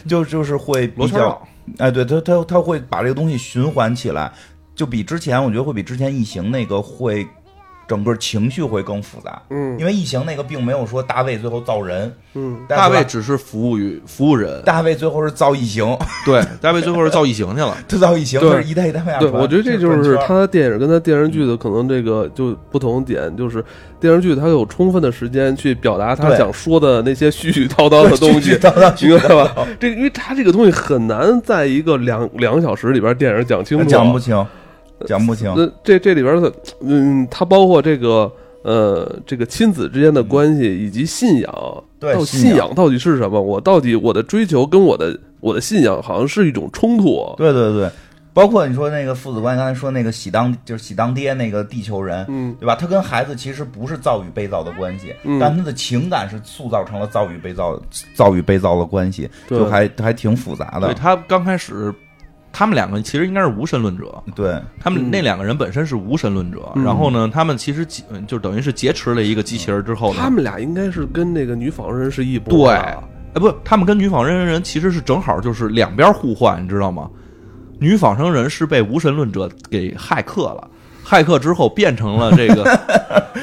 B: 就就是会比
C: 罗圈
B: 较
C: 绕，
B: 哎，对他他他会把这个东西循环起来，就比之前我觉得会比之前异形那个会整个情绪会更复杂，
A: 嗯
B: 因为异形那个并没有说大卫最后造人，
A: 嗯，
B: 但
C: 大
B: 是吧
C: 卫只是服务于服务人，
B: 大卫最后是造异形，
C: 对，大卫最后是造异形去了，
B: 他造异形
A: 对
B: 就是一代一代往下
A: 对，
B: 传
A: 我觉得这就
B: 转圈
A: 是
B: 儿
A: 他的电影跟他电视剧的可能这个就不同点，就是电视剧他有充分的时间去表达他
B: 对
A: 想说的那些絮絮叨 叨的东西，
B: 叨叨
A: 明白吧？这个因为他这个东西很难在一个两两小时里边电影讲清楚，啊
B: 讲不清，讲不清，
A: 那这这里边的，嗯，它包括这个呃，这个亲子之间的关系以及信仰，
B: 嗯对
A: 到
B: 信仰
A: 信仰到底是什么？我到底我的追求跟我的我的信仰好像是一种冲突，啊
B: 对对对，包括你说那个父子关系，刚才说那个喜当就是喜当爹那个地球人，
A: 嗯，
B: 对吧？他跟孩子其实不是造与被造的关系，
A: 嗯
B: 但他的情感是塑造成了造与被造、造与被造的关系，
A: 对
B: 就还还挺复杂
C: 对
B: 的。
C: 他刚开始，他们两个其实应该是无神论者，
B: 对
C: 他们
A: 嗯
C: 那两个人本身是无神论者，
A: 嗯
C: 然后呢，他们其实几嗯就等于是劫持了一个机器人之后呢，
A: 他们俩应该是跟那个女仿生人是一波啊
C: 对，
A: 的，
C: 哎不，他们跟女仿生人其实是正好就是两边互换，你知道吗？女仿生人是被无神论者给骇客了。骇客之后变成了这个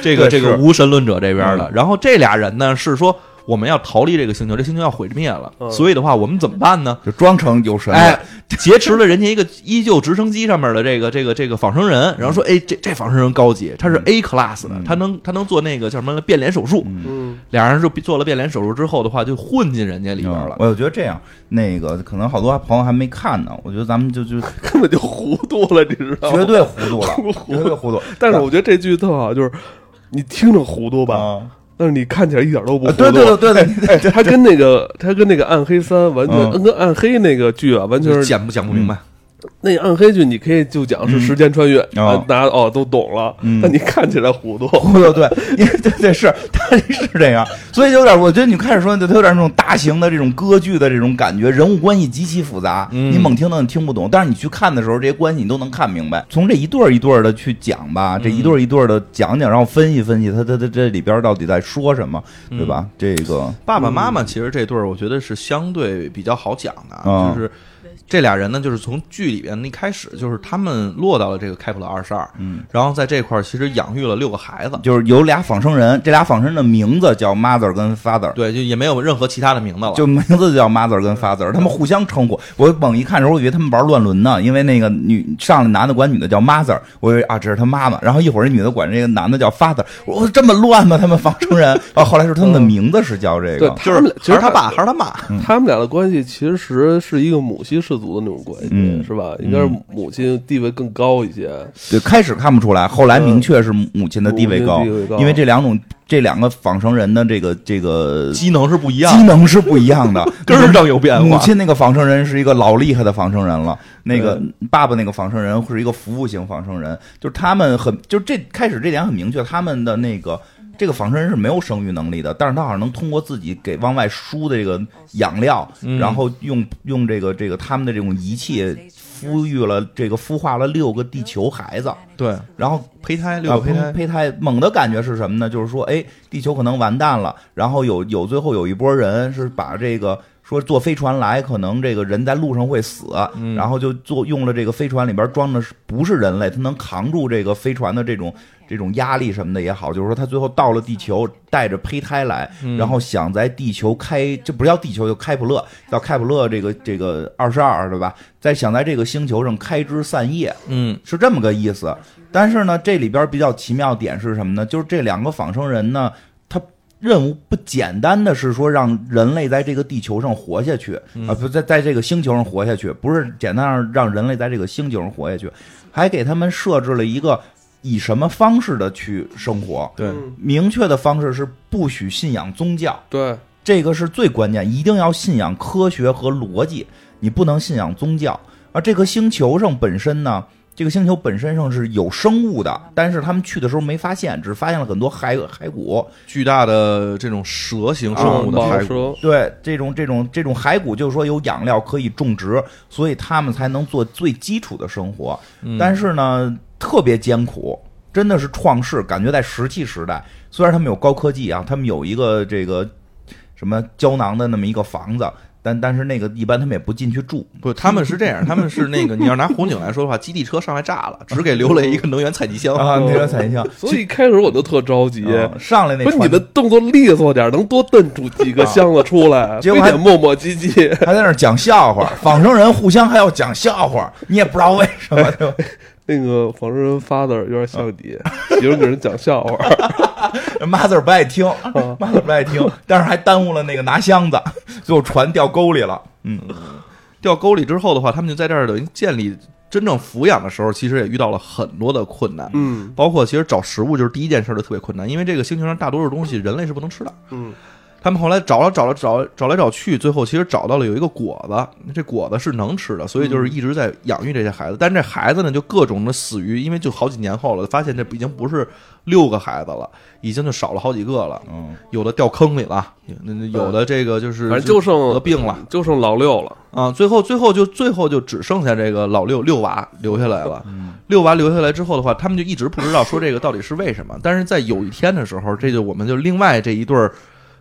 C: 这个
B: 对
C: 这
B: 是
C: 个无神论者这边的，然后这俩人呢是说我们要逃离这个星球，这星球要毁灭了，
A: 嗯
C: 所以的话我们怎么办呢？
B: 就装成有神了，
C: 哎，劫持了人家一个依旧直升机上面的这个这个这个仿生人，然后说，哎，这这仿生人高级，他是 A class 的，他能他能做那个叫什么变脸手术。
A: 嗯
C: 俩人就做了变脸手术之后的话，就混进人家里边了。
B: 嗯我觉得这样，那个可能好多朋友还没看呢，我觉得咱们 就就
A: 根本就糊涂了，你知道
B: 绝
A: 吗？
B: 对糊涂了，
A: 糊
B: 绝对糊涂。
A: 但是我觉得这剧特好，就是你听着糊涂吧，
B: 啊，
A: 但是你看起来一点都不糊涂。
B: 对对对对对对 对，
A: 他跟那个，他跟那个《暗黑三》完全，
B: 嗯
A: 跟《暗黑》那个剧啊，完全
C: 就是讲不讲不明白，
A: 那暗黑剧你可以就讲是时间穿越，
B: 嗯
A: 啊
B: 哦
A: 大家哦都懂了，
B: 嗯
A: 但你看起来糊涂，
B: 糊涂， 对，因为对对是，他是这样，所以有点，我觉得你开始说，他有点那种大型的这种歌剧的这种感觉，人物关系极其复杂，
C: 嗯
B: 你猛听到你听不懂，但是你去看的时候，这些关系你都能看明白。从这一对儿一对儿的去讲吧，这一对儿一对儿的讲讲，然后分析分析，他他他这里边到底在说什么，对吧？这个
C: 爸爸妈妈其实这对儿，我觉得是相对比较好讲的，
B: 嗯
C: 就是这俩人呢，就是从剧里边一开始，就是他们落到了这个开普勒二十二，
B: 嗯，
C: 然后在这块儿其实养育了六个孩子，
B: 就是有俩仿生人，这俩仿生人的名字叫 mother 跟 father。
C: 对，就也没有任何其他的名字了，
B: 就名字就叫 mother 跟 father，他们互相称呼。我猛一看的时候，我以为他们玩乱伦呢，因为那个女上来男的管女的叫 mother，我以为啊这是他妈妈，然后一会儿那女的管这个男的叫 father，我说这么乱吗？他们仿生人啊，后来是他们的名字是叫这
A: 对
B: 个，，
C: 就
A: 他
C: 是
A: 们俩嗯其
C: 还
A: 实
C: 是他爸还是他妈，
B: 嗯
A: 他们俩的关系其实是一个母系氏族的那种关系，
B: 嗯
A: 是吧？应该是母亲地位更高一些，
B: 对，开始看不出来，后
C: 嗯
B: 来明确是母亲的地位高
A: 母亲地位高，
B: 因为这两种这两个仿生人的这个这个
C: 机能是不一样
B: 机
C: 的，
B: 能是不一样的，
C: 根儿上有变化
B: 母亲那个仿生人是一个老厉害的仿生人了，那个爸爸那个仿生人是一个服务型仿生人，就是他们很，就是这开始这点很明确，他们的那个这个仿生人是没有生育能力的，但是他好像能通过自己给往外输的这个养料，
C: 嗯
B: 然后用用这个这个他们的这种仪器孵育了这个孵化了六个地球孩子，
C: 对，
B: 然后
C: 胚胎六
B: 啊，
C: 个胚胎，
B: 胚胎猛的感觉是什么呢？就是说，哎，地球可能完蛋了。然后有有最后有一波人是把这个说坐飞船来，可能这个人在路上会死，
C: 嗯
B: 然后就做用了这个飞船里边装的是不是人类，它能扛住这个飞船的这种这种压力什么的也好，就是说它最后到了地球，带着胚胎来，
C: 嗯
B: 然后想在地球开，这不叫地球，就开普勒，叫开普勒这个这个二十二对吧？在想在这个星球上开枝散叶，
C: 嗯，
B: 是这么个意思。但是呢，这里边比较奇妙的点是什么呢？就是这两个仿生人呢，他任务不简单的是说让人类在这个地球上活下去啊、不在在这个星球上活下去，不是简单让让人类在这个星球上活下去，还给他们设置了一个以什么方式的去生活。
C: 对，
A: 嗯
B: 明确的方式是不许信仰宗教，
A: 对，
B: 这个是最关键，一定要信仰科学和逻辑，你不能信仰宗教。而这个星球上本身呢，这个星球本身上是有生物的，但是他们去的时候没发现，只发现了很多骸骸骨。
C: 巨大的这种蛇形生物
A: 嗯
C: 的
B: 啊
A: 蟒
C: 骸骨，
A: 蛇，
B: 对，这种这种这种骸骨，就是说有养料可以种植，所以他们才能做最基础的生活。
A: 嗯
C: 嗯
B: 但是呢，特别艰苦，真的是创世，感觉在石器时代。虽然他们有高科技啊，他们有一个这个什么胶囊的那么一个房子，但但是那个一般他们也不进去住。
C: 不，他们是这样，他们是那个，你要拿红警来说的话， 基地车上来炸了，只给留了一个能源采集箱。
B: 啊，
A: 哦
B: 那个彩 像，
A: 所以一开始我就特着急，
B: 嗯上来那
A: 不是
B: 船
A: 你们动作利索点儿，能多蹬出几个箱子出 来，
B: 结
A: 非
B: 果还
A: 得磨磨唧唧。
B: 还在那儿讲笑话，仿生人互相还要讲笑话，你也不知道为什么， 对吧？
A: 那个仿生人 father 有点像 你，喜欢给人讲笑话。
B: mother 不爱听，mother
A: 哦
B: 不爱听，但是还耽误了那个拿箱子， 最后船掉沟里了。嗯，
C: 掉沟里之后的话，他们就在这儿等于建立真正抚养的时候，其实也遇到了很多的困难，
A: 嗯
C: 包括其实找食物就是第一件事儿就特别困难，因为这个星球上大多数东西人类是不能吃的。
A: 嗯，
C: 他们后来找了找了找找来找去，最后其实找到了有一个果子，这果子是能吃的，所以就是一直在养育这些孩子。但是这孩子呢，就各种的死于，因为就好几年后了，发现这已经不是六个孩子了，已经就少了好几个了。
B: 嗯，
C: 有的掉坑里了，有那有的这个就 是
A: 嗯反正就剩
C: 得病了
A: 就剩老六了。
C: 啊。最后最后就最后就只剩下这个老六六娃留下来了。
A: 嗯
C: 六娃留下来之后的话，他们就一直不知道说这个到底是为什么。但是在有一天的时候，这就我们就另外这一对儿。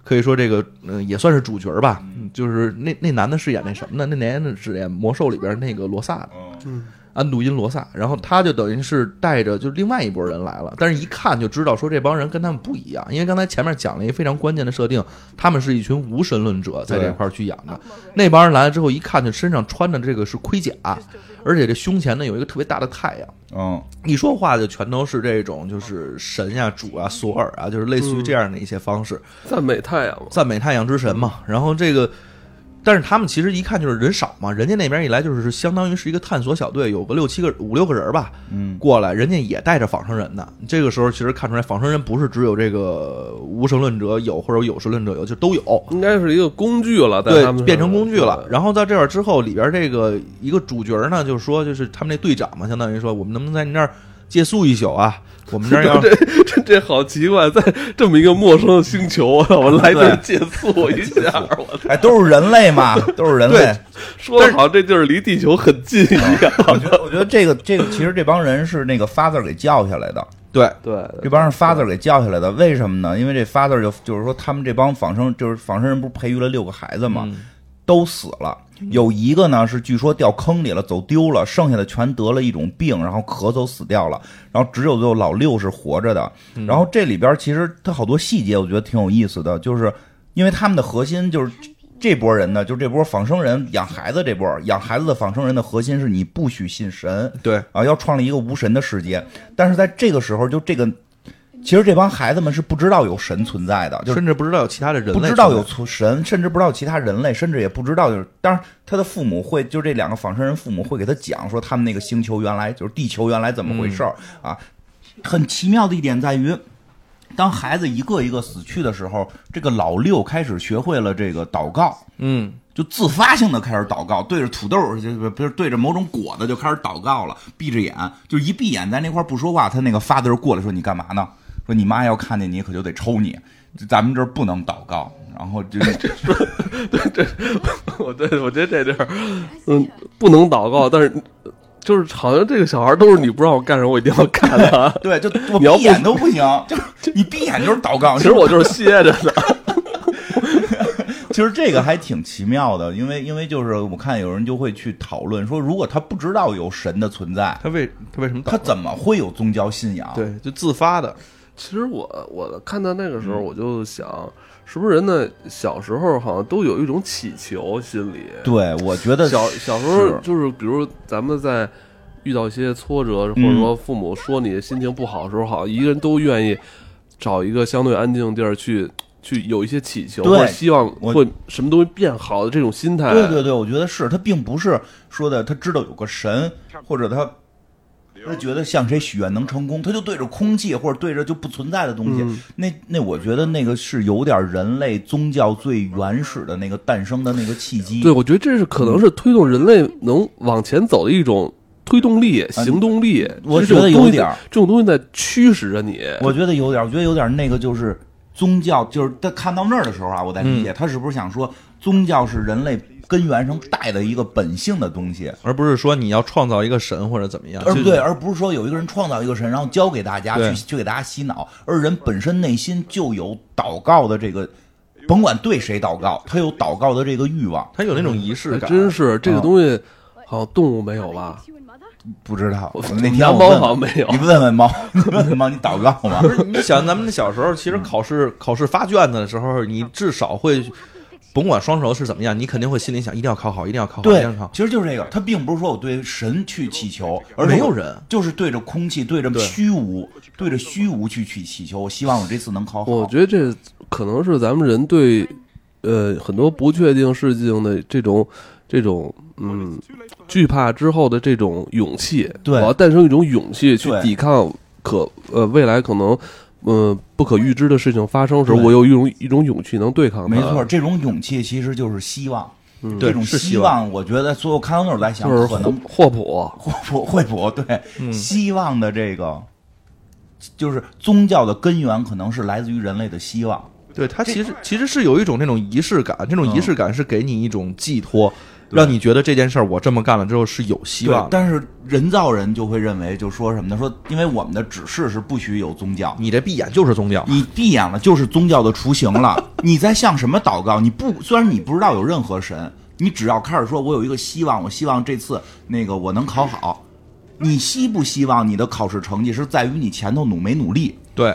C: 可以说这个，嗯、也算是主角吧，
A: 嗯
C: 就是那那男的饰演那什么呢？那男的饰演魔兽里边那个罗萨的
A: 嗯，
C: 安度因罗萨，然后他就等于是带着就另外一拨人来了，但是一看就知道说这帮人跟他们不一样，因为刚才前面讲了一个非常关键的设定，他们是一群无神论者在这块儿去养的，那帮人来了之后一看就身上穿的这个是盔甲，而且这胸前呢有一个特别大的太阳。
B: 嗯，
C: 一说话就全都是这种，就是神呀、主啊、索尔啊，就是类似于这样的一些方式，
A: 赞美太阳嘛。
C: 赞美太阳之神嘛。然后这个，但是他们其实一看就是人少嘛，人家那边一来就是相当于是一个探索小队，有个六七个、五六个人吧，
B: 嗯，
C: 过来，人家也带着仿生人呢。这个时候其实看出来，仿生人不是只有这个无神论者有，或者有神论者有，就都有。
A: 应该是一个工具了，在他
C: 对，
A: 们呃
C: 变成工具了。
A: 对
C: 然后到这儿之后，里边这个一个主角呢，就是说，就是他们那队长嘛，相当于说，我们能不能在您这儿借宿一宿啊？我们这 儿 要
A: 这这这好奇怪，在这么一个陌生的星球， 我来这儿借宿一下，我
B: 哎，都是人类嘛，都是人类
C: 对。
A: 说的好像这地儿离地球很近一
B: 我
A: 样。
B: 觉得，我觉得这个这个其实这帮人是那个 father 给叫下来的，
C: 对，
A: 对，
B: 这帮人 father 给叫下来的，为什么呢？因为这 father 就就是说他们这帮仿生就是仿生人不是培育了六个孩子嘛，都死了，有一个呢是据说掉坑里了，走丢了，剩下的全得了一种病，然后咳嗽死掉了，然后只有最后老六是活着的。然后这里边其实它好多细节我觉得挺有意思的，就是因为他们的核心就是。这波人呢，就这波仿生人养孩子这波养孩子的仿生人的核心是你不许信神，
C: 对
B: 啊，要创立一个无神的世界。但是在这个时候，就这个，其实这帮孩子们是不知道有神存在的，就是
C: 甚至不知道有其他的人类
B: 不
C: 存
B: 知
C: 在，
B: 道有存神，甚至不知道其他人类，甚至也不知道就是，当然他的父母会，就这两个仿生人父母会给他讲说他们那个星球原来就是地球原来怎么回事儿、
C: 嗯
B: 啊。很奇妙的一点在于，当孩子一个一个死去的时候，这个老六开始学会了这个祷告，
C: 嗯，
B: 就自发性的开始祷告，对着土豆儿，就不不是对着某种果子就开始祷告了，闭着眼，就一闭眼在那块儿不说话，他那个 father 过来说你干嘛呢？说你妈要看见你可就得抽你，咱们这儿不能祷告。然后 就
A: 我对我觉得这地儿，嗯，不能祷告，但是就是好像这个小孩都是你不让我干什么，我一定要干的、 啊。
B: 对，就我
A: 你要
B: 闭
A: 不
B: 眼都 不行，就是你闭眼就是祷告。
A: 其实我就是歇着的，
B: 其实这个还挺奇妙的，因为因为就是我看有人就会去讨论说，如果他不知道有神的存在，
C: 他为他为什么
B: 他
C: 祷告？
B: 怎么会有宗教信仰？，
C: 对，就自发的，
A: 其实我我看到那个时候，我就想，是不是人的小时候好像都有一种祈求心理？
B: 对我觉得
A: 小
B: 是
A: 小时候就是，比如咱们在遇到一些挫折，或
B: 嗯
A: 者说父母说你心情不好的时候，好像一个人都愿意找一个相对安静的地儿去去有一些祈求，
B: 对
A: 或者希望
B: 我
A: 会什么东西变好的这种心态。
B: 对对对，我觉得是他并不是说的他知道有个神，或者他他觉得向谁许愿能成功，他就对着空气或者对着就不存在的东西，那那我觉得那个是有点人类宗教最原始的那个诞生的那个契机。
A: 对，我觉得这是可能是推动人类能往前走的一种推动力、行动力。
B: 嗯我
A: 就是这
B: 觉得
A: 种东
B: 有
A: 西
B: 点儿
A: 在这种东西在驱使着你。
B: 我觉得有点，我觉得有点那个就是宗教，就是他看到那儿的时候啊，我在理解、他是不是想说宗教是人类根源上带的一个本性的东西，
C: 而不是说你要创造一个神或者怎么样。
B: 而
C: 就
B: 对，而不是说有一个人创造一个神，然后教给大家
C: 对
B: 去去给大家洗脑，而人本身内心就有祷告的这个，甭管对谁祷告，他有祷告的这个欲望。
C: 他有那种仪式
A: 还
C: 感，
A: 真是这个
B: 啊
A: 东西，好像动物没有吧？
B: 不知道
A: 我
B: 那天
A: 家
B: 我
A: 猫
B: 问
A: 好像没有
B: 你问问猫，你问问猫，你祷告吗？
C: 不是你想，咱们小时候其实考试考试发卷子的时候，你至少会，甭管双手是怎么样，你肯定会心里想，一定要考好，一定要考好，一定
B: 对
C: 要考，好。
B: 其实就是这个，他并不是说我对神去祈求，而
C: 没
B: 是
C: 有
B: 我
C: 人，
B: 就是对着空气，对着虚无，对着虚无去去祈求。我希望我这次能考好。
A: 我觉得这可能是咱们人对呃很多不确定事情的这种这种嗯惧怕之后的这种勇气，
B: 对
A: 我要诞生一种勇气去
B: 对
A: 抵抗可呃未来可能嗯、呃不可预知的事情发生时，
B: 对
A: 我有一种一种勇气能对抗它。
B: 没错，，这种勇气其实就是希望，这
C: 对
B: 种
C: 是希
B: 希望，我觉得，所以我看到那儿我在想，
A: 就是
B: 可
A: 霍
B: 能
A: 霍普，
B: 霍 普惠普对、
C: 嗯
B: 希望的这个，就是宗教的根源，可能是来自于人类的希望。
C: 对他其实其实是有一种那种仪式感，这种仪式感是给你一种寄
B: 嗯
C: 托，让你觉得这件事儿我这么干了之后是有希
B: 对
C: 望，的。
B: 但是人造人就会认为，就说什么呢？说因为我们的指示是不许有宗教，
C: 你这闭眼就是宗教，
B: 你闭眼了就是宗教的雏形了。 你在向什么祷告？你不，虽然你不知道有任何神，你只要开始说，我有一个希望，我希望这次那个我能考好。你希不希望你的考试成绩是在于你前头努没努力？
C: 对，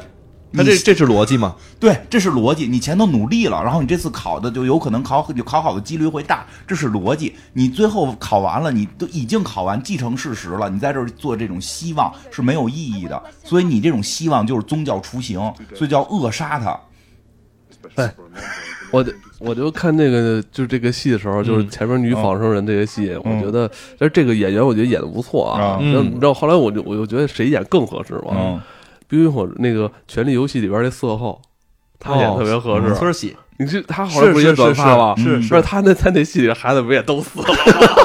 C: 他这
B: 你
C: 这是逻辑嘛？
B: 对，这是逻辑。你前头努力了，然后你这次考的就有可能考就考好的几率会大，这是逻辑。你最后考完了，你都已经考完，既成事实了。你在这儿做这种希望是没有意义的，所以你这种希望就是宗教雏形，所以叫扼杀它。
A: 我就我就看那个就是这个戏的时候，就是前面女仿生人这个戏，我觉得但是这个演员我觉得演的不错啊。
B: 嗯
A: 然后你知道后来我就我就觉得谁演更合适吗？冰与火那个《权力游戏》里边那色后，他演得特别合
C: 哦
A: 适。
C: 村喜，
A: 你这他后来不是也短发嗯吗？
C: 是是是是
A: 不是他那在那戏里孩子不也都死了吗？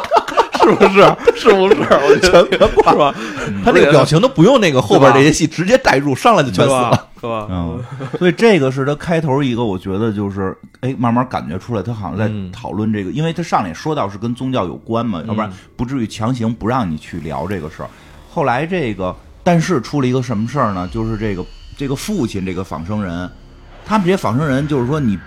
A: 是 不是？是不是？我觉得嗯是吧？
C: 他那个表情都嗯不用那个后边这些戏，直接带入，上来就全
A: 对
C: 死了。
A: 吧？对吧？
B: 嗯， 所以这个是他开头一个，我觉得就是哎，慢慢感觉出来，他好像在
C: 嗯
B: 讨论这个，因为他上来也说到是跟宗教有关嘛，要不然不至于强行不让你去聊这个事儿。后来这个，但是出了一个什么事儿呢？就是这个这个父亲这个仿生人，他们这些仿生人就是说你。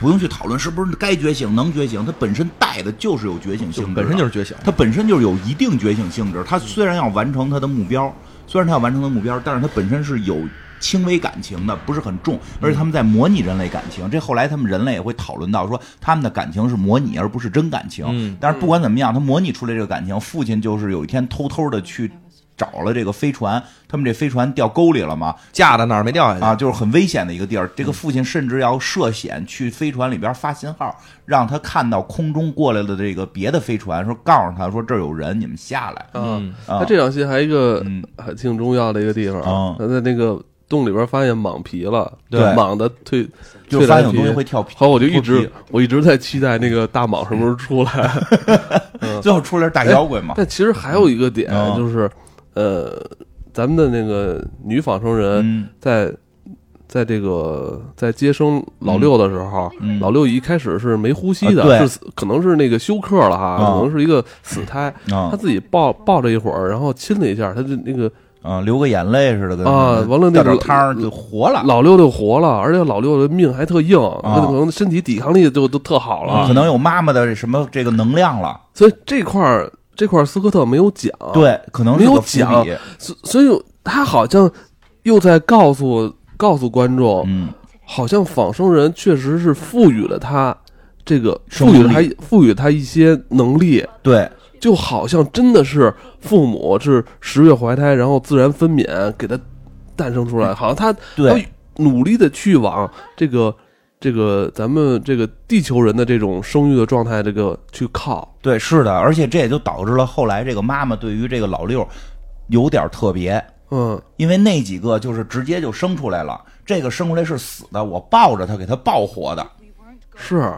B: 不用去讨论是不是该觉醒能觉醒，他本身带的就是有觉醒性质的，
C: 本身就是觉醒，嗯
B: 它本身就是有一定觉醒性质。它虽然要完成它的目标，虽然它要完成它的目标，但是它本身是有轻微感情的，不是很重。而且他们在模拟人类感情，这后来他们人类也会讨论到说，他们的感情是模拟而不是真感情。
C: 嗯
B: 但是不管怎么样，他模拟出来这个感情，父亲就是有一天偷偷的去找了这个飞船，他们这飞船掉沟里了嘛，
C: 架在那儿没掉
A: 哎
C: 下去
B: 啊，就是很危险的一个地儿。
A: 嗯
B: 这个父亲甚至要涉险去飞船里边发信号，让他看到空中过来的这个别的飞船，说告诉他说这儿有人，你们下来。
A: 嗯，
B: 啊
A: 他这场戏还有一个
B: 嗯
A: 还挺重要的一个地方
B: 啊
A: 他在那个洞里边发现蟒皮了，
B: 对
A: 蟒的蜕
B: 就
A: 蜕
B: 发
A: 来
B: 现有
A: 皮
B: 东西会跳皮
A: 好，我就一
B: 脱
A: 直
B: 皮
A: 我一直在期待那个大蟒什么时候出来。嗯
B: 最后出来是大妖怪嘛？
A: 但其实还有一个点
B: 嗯啊
A: 就是，呃，咱们的那个女仿生人
B: 嗯
A: 在在这个在接生老六的时候，
B: 嗯
A: 老六一开始是没呼吸
B: 啊对
A: 的，是可能是那个休克了哈，
B: 啊
A: 可能是一个死胎，
B: 啊
A: 他自己抱抱着一会儿，然后亲了一下，他就那个
B: 啊，流个眼泪似的跟
A: 啊完了那
B: 掉
A: 个
B: 点汤儿就活了，
A: 老六就活了，而且老六的命还特硬，他可能身体抵抗力就都特好了，
B: 啊可能有妈妈的什么这个能量了，
A: 所以这块儿这块儿斯科特没有讲，，
B: 对，可能是
A: 嗯没有
B: 个伏
A: 讲
B: 笔，
A: 所所以他好像又在告诉告诉观众，
B: 嗯，
A: 好像仿生人确实是赋予了他这个
B: 生
A: 赋予
B: 命
A: 了他赋予他一些能力，
B: 对，
A: 就好像真的是父母是十月怀胎，然后自然分娩给他诞生出来，好像他
B: 嗯对
A: 他努力的去往这个这个咱们这个地球人的这种生育的状态这个去靠。
B: 对，是的，而且这也就导致了后来这个妈妈对于这个老六有点特别，
A: 嗯，
B: 因为那几个就是直接就生出来了，这个生出来是死的，我抱着他给他抱活的，
A: 是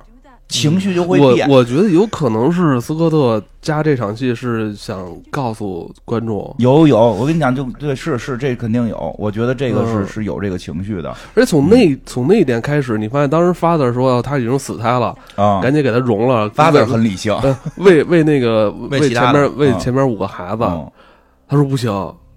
B: 情绪就
A: 嗯
B: 会
A: 我
B: 变。
A: 我觉得有可能是斯科特加这场戏是想告诉观众，
B: 有有，我跟你讲，就对，是是，这肯定有。我觉得这个是、
A: 嗯
B: 是有这个情绪的
A: 而且从那
B: 嗯
A: 从那一点开始，你发现当时 father 说啊他已经死胎了，
B: 啊。
A: 赶紧给他融了。
B: 发字
A: 为
B: 很理性，
A: 呃为为那个
C: 为
A: 为
C: 其他
A: 前
C: 的
A: 面为
B: 嗯
A: 前面五个孩子，
B: 嗯
A: 他说不行，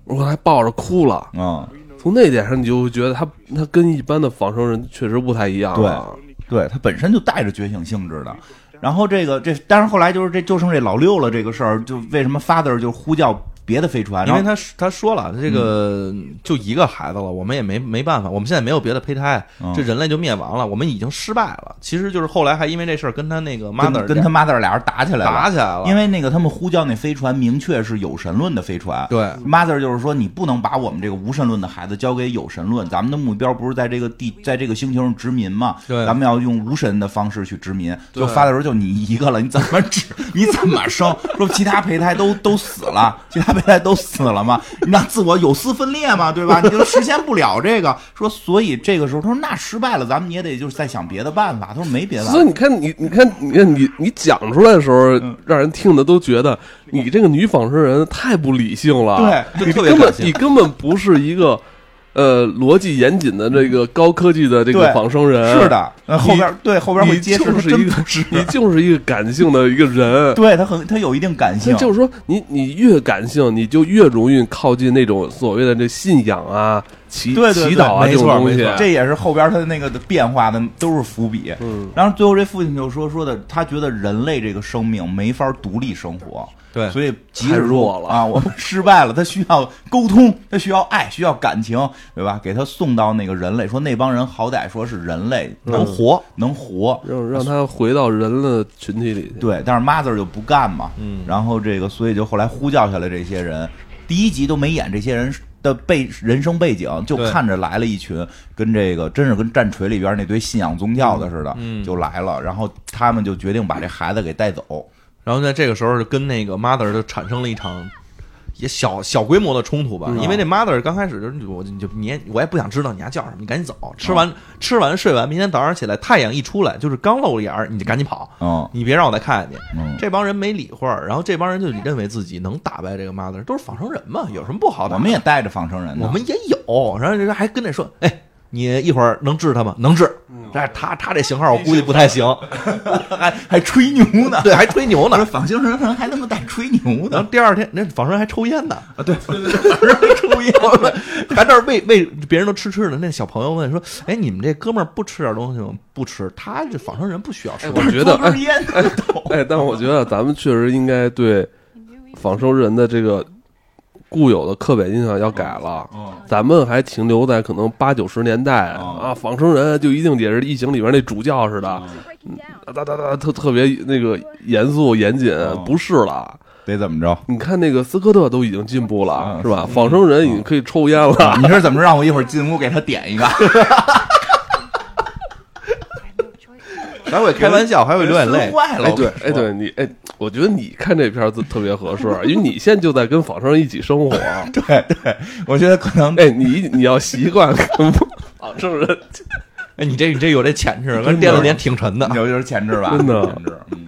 A: 我还抱着哭了。
B: 嗯，
A: 从那点上，你就会觉得他他跟一般的仿生人确实不太一样啊了。
B: 嗯对他本身就带着觉醒性质的。然后这个这，但是后来就是这就剩这老六了这个事儿，就为什么 father 就呼叫别的飞船？
C: 因为
B: 然后
C: 他他说了，这个就一个孩子了，我们也没没办法，我们现在没有别的胚胎
B: 嗯，
C: 这人类就灭亡了，我们已经失败了。其实就是后来还因为这事儿跟他那个
B: 跟
C: mother
B: 跟他 mother 俩人打起来了，
C: 打起来了，
B: 因为那个他们呼叫那飞船明确是有神论的飞船。
C: 对
B: Mother 就是说，你不能把我们这个无神论的孩子交给有神论。咱们的目标不是在这个地，在这个星球上殖民吗？
C: 对
B: 咱们要用无神的方式去殖民。
C: 对
B: 就 Father 就你一个了，你怎么治？你怎么生？说其他胚胎都 都死了，其他胚胎都死了吗？你让自我有丝分裂嘛， 对吧？你就实现不了这个。说，所以这个时候他说那失败了，咱们也得就是再想别的办法。他说没别的办法
A: 所以。你看，你你看，你看你你讲出来的时候，
B: 嗯
A: 让人听的都觉得你这个女仿生人太不理性了。
B: 对
A: 你
C: 啊特别
A: 根本
C: 感性
A: 你根本不是一个呃逻辑严谨的这个高科技的这个
B: 嗯对
A: 仿生人。
B: 是，的，呃后边对后边会
A: 你
B: 揭示，
A: 就
B: 他
A: 是一
B: 真
A: 个
B: 不是，
A: 你就是一个感性的一个人。
B: 对他很他有一定感
A: 那
B: 性，
A: 就是说你，你越感性，你就越容易靠近那种所谓的这信仰啊、祈
B: 对对对
A: 祈祷啊
C: 没
A: 这种
C: 错
A: 东
C: 没
A: 西
C: 错。
B: 这也是后边他的那个的变化的都是伏笔。
A: 嗯，
B: 然后最后这父亲就说说的，他觉得人类这个生命没法独立生活，
C: 对
B: 所以即
A: 太
B: 使
A: 弱
B: 说
A: 了
B: 啊，我们失败了，他需要沟通，他需要爱，需要感情，对吧？给他送到那个人类，说那帮人好歹说是人类能活能活，
A: 让让他回到人的群体里去。
B: 对，但是 mother 就不干嘛，嗯，然后这个，所以就后来呼叫下来这些人，第一集都没演这些人的背人生背景，就
C: 对
B: 看着来了一群跟这个真是跟战锤里边那堆信仰宗教
A: 嗯
B: 的似的，就来了，然后他们就决定把这孩子给带走，
C: 然后在这个时候就跟那个 mother 就产生了一场也小小规模的冲突吧，
B: 嗯
C: 因为这 mother 刚开始就是我你就你也我也不想知道你还叫什么，你赶
B: 嗯
C: 紧走，吃完、吃完睡完，明天早上起来太阳一出来就是刚露眼儿你就赶紧跑，
B: 嗯
C: 你别让我再看见你。
B: 嗯，
C: 这帮人没理会儿，然后这帮人就认为自己能打败这个 mother，都是仿生人嘛，有什么不好的？
B: 我们也带着仿生人呢，
C: 我们也有，然后人家还跟那说，哎，你一会儿能治他吗？能治，但是他他这型号我估计不太行，
B: 还还吹牛呢，
C: 对，还吹牛
B: 我说
C: 呢。
B: 仿生人可能还他妈带吹牛
C: 然
B: 呢
C: 后，第二天，那仿生人还抽烟呢，
B: 抽烟，
C: 还那儿喂喂别人都吃吃的。那小朋友问说：“哎，你们这哥们儿不吃点东西吗？”不吃，他这仿生人不需要吃
A: 哎，。我觉得，
B: 抽根
A: 哎
B: 烟都懂，
A: 哎，但我觉得咱们确实应该对仿生人的这个固有的刻板印象要改了。
B: 嗯
A: 咱们还停留在可能八九十年代
C: 哦
B: 嗯
A: 啊，仿生人就一定也是《异形》里边那主教似
B: 啊
A: 的，哒哒哒，特特别那个严肃严谨，
C: 哦
A: 不是了。
B: 得怎么着？
A: 你看那个斯科特都已经进步了
C: 啊
B: 嗯，
A: 是吧？仿生人已经可以抽烟
C: 嗯
A: 了。
B: 你是怎么让我一会儿进屋给他点 一个？
C: 还会开玩笑，还会流眼 泪
B: 说。坏了，
A: 哎，
B: 我跟
A: 对
B: 你，说
A: 哎，对你，哎，我觉得你看这片儿特特别合 适，因为你现在就在跟仿生人一起生活。
B: 对对，我觉得可能
A: 哎，你你要习惯跟 仿生人，
C: 哎，你这你这有这潜质，跟电子年挺 沉的。
B: 有有点潜质吧，
A: 真的
B: 潜质。嗯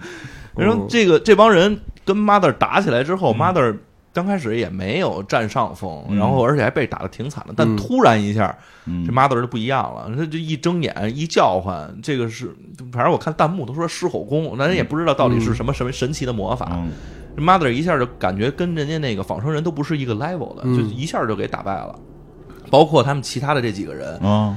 C: 然后这个这帮人跟 mother 打起来之后，mother 刚开始也没有占上风，
B: 嗯
C: 然后而且还被打的挺惨的，但
A: 嗯
C: 突然一下，
B: 嗯
C: 这 mother 就不一样了，他就一睁眼一叫唤，这个是反正我看弹幕都说狮吼功，咱也不知道到底是什么什么神奇的魔法。
B: 嗯，
C: 这 mother 一下就感觉跟人家那个仿生人都不是一个 level 的，
A: 嗯
C: 就一下就给打败了。包括他们其他的这几个人，
B: 嗯，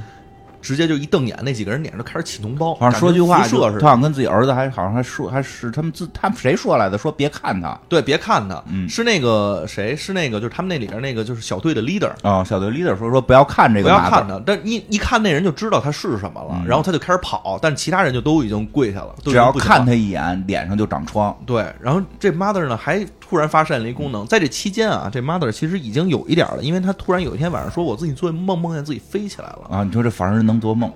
C: 直接就一瞪眼，那几个人脸上就开始起脓包，
B: 好像说句话
C: 感觉
B: 就，
C: 辐射似
B: 他
C: 的。
B: 好像跟自己儿子还好像还说还是他们自他们谁说来的，说别看他
C: 对，别看他，
B: 嗯
C: 是那个谁，是那个，就是他们那里边那个，就是小队的 leader，
B: 啊。小队 leader 说说不要看这
C: 不
B: 个
C: 要
B: 麻
C: 看
B: 子，
C: 他，但一一看那人就知道他是什么了，
B: 嗯
C: 然后他就开始跑，但其他人就都已经跪下了，都已经
B: 只要
C: 不行
B: 看
C: 了
B: 他一眼，脸上就长疮。
C: 对，然后这 mother 呢还突然发现了一功能，在这期间啊，这 mother 其实已经有一点了，因为她突然有一天晚上说，我自己做梦梦见自己飞起来了，
B: 啊，你说这凡人能做梦？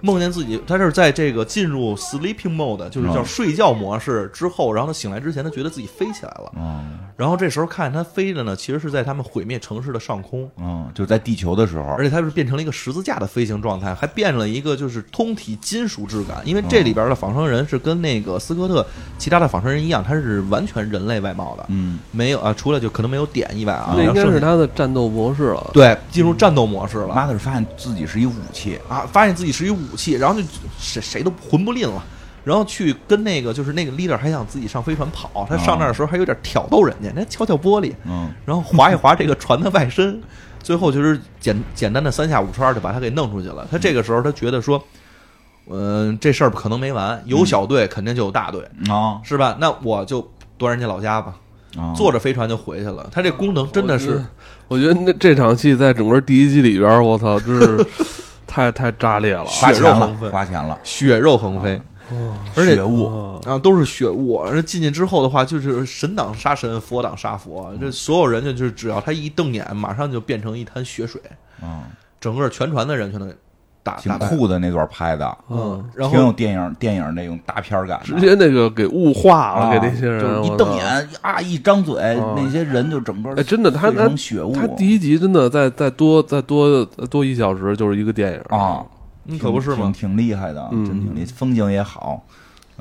C: 梦见自己，她是在这个进入 sleeping mode，就是叫
B: 嗯
C: 睡觉模式之后，然后她醒来之前，她觉得自己飞起来了，
B: 嗯
C: 然后这时候看见她飞着呢，其实是在他们毁灭城市的上空。
B: 嗯，就在地球的时候
C: 而，且它是变成了一个十字架的飞行状态，还变了一个就是通体金属质感，因为这里边的仿生人是跟那个斯科特其他的仿生人一样，他是完全人类外貌的，
B: 嗯
C: 没有啊，除了就可能没有点以外啊，
A: 那应该
C: 然后
A: 是
C: 剩下
A: 他的战斗模式了。
C: 对进入战斗模式了
B: 妈的，发现自己是一武器，
C: 啊，发现自己是一武器，然后就谁谁都魂不吝了。然后去跟那个就是那个 leader 还想自己上飞船跑，他上那儿的时候还有点挑逗人家，人家敲敲玻璃，
B: 嗯
C: 然后划一划这个船的外身，最后就是简简单的三下五除二就把他给弄出去了。他这个时候他觉得说，嗯、这事儿可能没完，有小队肯定就有大队，
B: 啊
C: 是吧？那我就端人家老家吧，
B: 啊，
C: 坐着飞船就回去了。他这功能真的是，
A: 嗯我觉得那这场戏在整个第一季里边儿，我操，真是太太炸 裂了。
B: 花钱
C: 血肉
B: 了
C: 横，飞
B: 花钱了，
C: 血肉横飞，而且
B: 血雾，
A: 哇
C: 啊，都是血雾。而进去之后的话，就是神挡杀神，佛挡杀佛，这所有人就就是只要他一瞪眼，马上就变成一滩血水，
B: 嗯，
C: 整个全船的人全都给打
B: 挺
C: 打败。
B: 酷的那段拍的，
C: 嗯，然
B: 挺
C: 后
B: 有电影电影那种大片儿感的，
A: 直接那个给雾化了，
B: 啊
A: 给那些人
B: 就是一
A: 我
B: 瞪
A: 操
B: 眼啊，一张嘴，那些人就整个
A: 哎，真的，他
B: 碎
A: 他
B: 成血雾，
A: 他第一集真的再再多再多再多一小时就是一个电影
B: 啊，
C: 嗯可不是
B: 挺？
C: 吗
B: 挺厉害的，
A: 嗯
B: 真挺厉害，风景也好，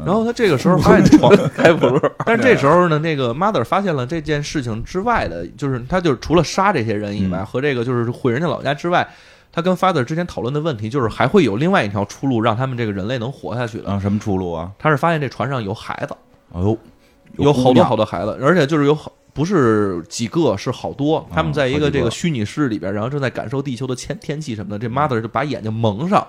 C: 然后他这个时候发现床，
A: 开普勒，
C: 但是这
B: 啊
C: 时候呢，那个 mother 发现了这件事情之外的，就是他就是除了杀这些人以外，
B: 嗯
C: 和这个就是毁人家老家之外，他跟 father 之前讨论的问题就是还会有另外一条出路，让他们这个人类能活下去的。
B: 然后什么出路啊？
C: 他是发现这船上有孩子，
B: 哎呦，
C: 有好多好
B: 多，
C: 多孩子，而且就是有好不是几个，是好多。他们在一
B: 嗯好
C: 个
B: 几个
C: 这个虚拟室里边，然后正在感受地球的天天气什么的。这 mother 就把眼睛蒙上，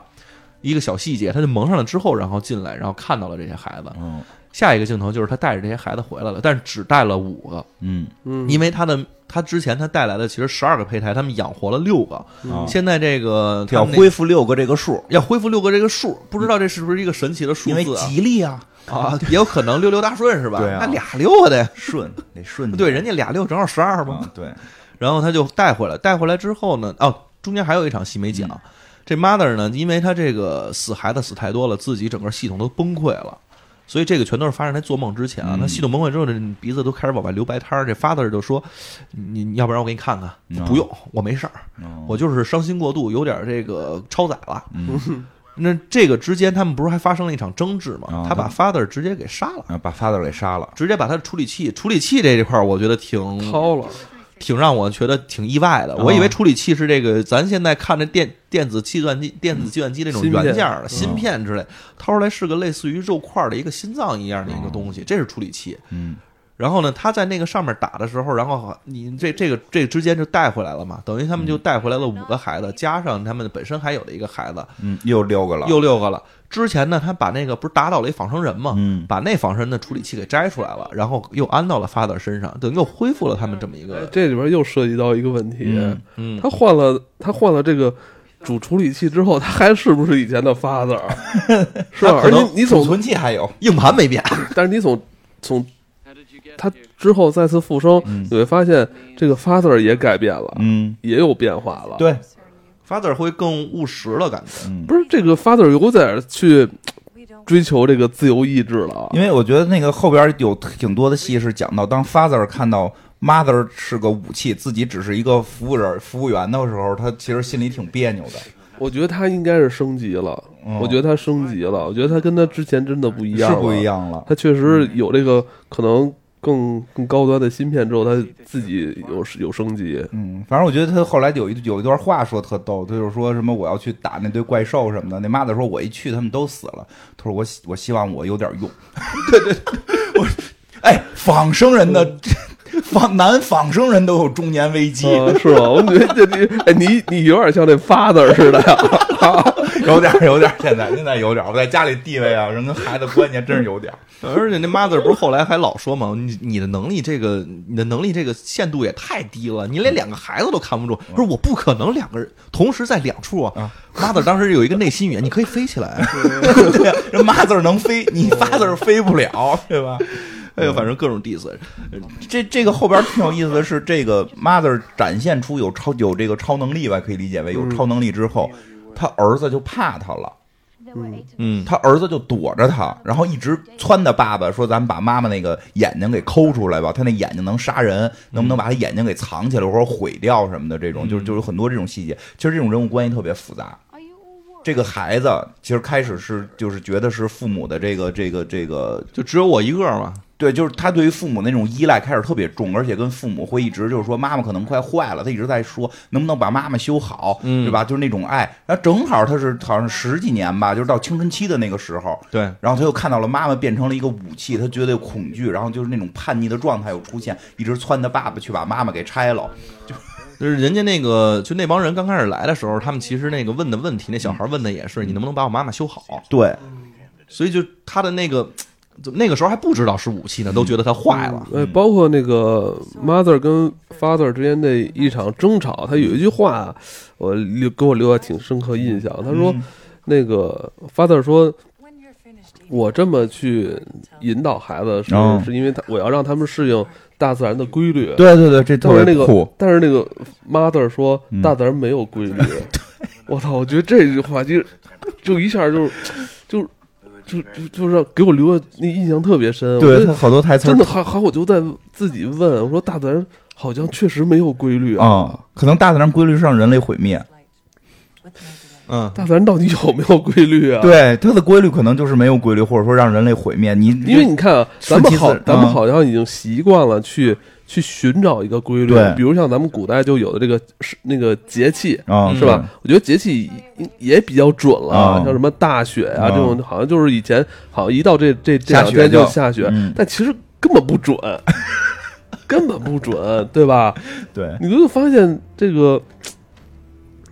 C: 一个小细节，他就蒙上了之后，然后进来，然后看到了这些孩子。
B: 嗯
C: 下一个镜头就是他带着这些孩子回来了，但是只带了五个，
B: 嗯，
A: 嗯，
C: 因为他的他之前他带来的其实十二个胚胎，他们养活了六个，
A: 嗯
B: 啊
C: 现在这个他
B: 要
C: 们那
B: 恢复六个这个数，
C: 要恢复六个这个数，不知道这是不是一个神奇的数
B: 因为
C: 字啊？
B: 吉利啊，
C: 啊，也有可能六六大顺是吧？
B: 对啊
C: 那俩六啊得，
B: 顺得顺，
C: 对，人家俩六正好十二嘛
B: 啊。，对，
C: 然后他就带回来，带回来之后呢，哦，中间还有一场戏没
B: 嗯
C: 讲，这 mother 呢，因为他这个死孩子死太多了，自己整个系统都崩溃了。所以这个全都是发生在做梦之前啊，
B: 嗯
C: 他系统崩溃之后，这鼻子都开始往外流白汤儿。这 father 就说：“你你要不然我给你看看？”
B: 嗯
C: 不用，我没事儿，
B: 嗯
C: 我就是伤心过度，有点这个超载了。
B: 嗯
C: 那这个之间，他们不是还发生了一场争执吗
B: 啊？
C: 他把 father 直接给杀了，
B: 啊把 father 给杀了，
C: 直接把他的处理器，处理器这一块，我觉得挺
A: 掏了，
C: 挺让我觉得挺意外的。我以为
A: 嗯
C: 处理器是这个咱现在看的电电子计算机、电子计算机那种
A: 芯片嗯
C: 元件儿、芯片之类，掏出来是个类似于肉块儿的一个心脏一样的一
A: 嗯
C: 个东西，这是处理器。
B: 嗯
C: 然后呢，他在那个上面打的时候，然后你这这个这之间就带回来了嘛，等于他们就
A: 嗯
C: 带回来了五个孩子，加上他们本身还有的一个孩子，
B: 嗯，又六个了，
C: 又六个了。之前呢，他把那个不是打倒了一仿生人嘛，
B: 嗯
C: 把那仿生人的处理器给摘出来了，然后又安到了 father 身上，等于又恢复了他们这么一个，
A: 这里边又涉及到一个问题，
B: 嗯
C: 嗯，
A: 他换了他换了这个主处理器之后，他还是不是以前的 father？是吧？
C: 可
A: 而
C: 能
A: 且你
B: 储
A: 从
B: 存器还有，
C: 硬盘没变。
A: 但是你从从他之后再次复生，你会发现这个 father 也改变了，
B: 嗯，
A: 也有变化了。
B: 对，
C: father 会更务实了，感觉。
B: 嗯
A: 不。是这个 father 有点去追求这个自由意志了啊
B: 因。为我觉得那个后边有挺多的戏是讲到，当 father 看到 mother 是个武器，自己只是一个服务人、服务员的时候，他其实心里挺别扭的。
A: 我觉得他应该是升级了，
B: 嗯
A: 我觉得他升级了，我觉得他跟他之前真的不一样，
B: 是不一。样了。
A: 他确实有这个可能更更高端的芯片之后，它自己有有升级。
B: 嗯，反正我觉得他后来有一有一段话说特逗，他就是说什么我要去打那堆怪兽什么的。那妈的说，我一去他们都死了。他说我希我希望我有点 用。对对， 我哎，仿生人的 仿男仿生人都有中年危机，
A: 啊，是吗？我觉得你哎，你你有点像那 father 似的呀。
B: 有点儿有点儿，现在现在有点儿，我在家里地位啊，人跟孩子关系真是有点儿。
C: 而且那 mother 不是后来还老说嘛，你你的能力这个你的能力这个限度也太低了，你连两个孩子都看不住。不是我不可能两个人同时在两处啊。mother 当时有一个内心语言，你可以飞起来。
B: 对，人妈字儿能飞，你发字儿飞不了，对吧？
C: 哎呦，反正各种 diss。
B: 这这个后边挺有意思的是，这个 mother 展现出有超有这个超能力吧，可以理解为有超能力之后，哦他儿子就怕他了，
C: 嗯，
B: 他儿子就躲着他，然后一直撺掇爸爸说：“咱们把妈妈那个眼睛给抠出来吧，他那眼睛能杀人，能不能把他眼睛给藏起来或者毁掉什么的？”这种就是就是很多这种细节。其实这种人物关系特别复杂。这个孩子其实开始是就是觉得是父母的这个这个这个
C: 就只有我一个嘛。
B: 对，就是他对于父母那种依赖开始特别重，而且跟父母会一直就是说妈妈可能快坏了，他一直在说能不能把妈妈修好，
C: 嗯
B: 对吧？就是那种爱。然后正好他是好像十几年吧，就是到青春期的那个时候，嗯
C: 对，
B: 然后他又看到了妈妈变成了一个武器，他觉得有恐惧，然后就是那种叛逆的状态又出现，一直撺掇爸爸去把妈妈给拆了。
C: 就是人家那个就那帮人刚开始来的时候，他们其实那个问的问题，那小孩问的也是你能不能把我妈妈修好。
B: 对，
C: 所以就他的那个。怎么那个时候还不知道是武器呢，都觉得他坏了。
A: 哎，包括那个 mother 跟 father 之间的一场争吵，他有一句话，我留给我留下挺深刻印象。他
B: 嗯
A: 说，那个 father 说，我这么去引导孩子是、
B: 哦
A: 是因为他我要让他们适应大自然的规律。
B: 对对对，这
A: 但是那个，但是那个 mother 说，
B: 嗯
A: 大自然没有 规律。我操！我觉得这句话就就一下就就就就就让给我留下那印象特别深。我觉得
B: 好多台
A: 真的还还我就在自己问，我说大自然好像确实没有规律啊，
B: 啊，可能大自然规律是让人类毁灭。
C: 嗯，
A: 大自然到底有没有规律啊？，
B: 对，它的规律可能就是没有规律，或者说让人类毁灭。你
A: 因为你看啊，咱们好
B: 顺其自然，
A: 咱们
B: 啊
A: 好像已经习惯了去去寻找一个规律
B: 对，
A: 比如像咱们古代就有的这个是那个节气。
B: 啊，
A: 嗯是吧？我觉得节气也也比较准了，
B: 啊
A: 像什么大雪啊、
B: 啊
A: 这种，好像就是以前好像一到这这这
B: 下
A: 两
B: 雪
A: 天
B: 就
A: 下雪，
B: 嗯
A: 但其实根本不准， 根本不准，对吧？
B: 对，
A: 你就发现这个，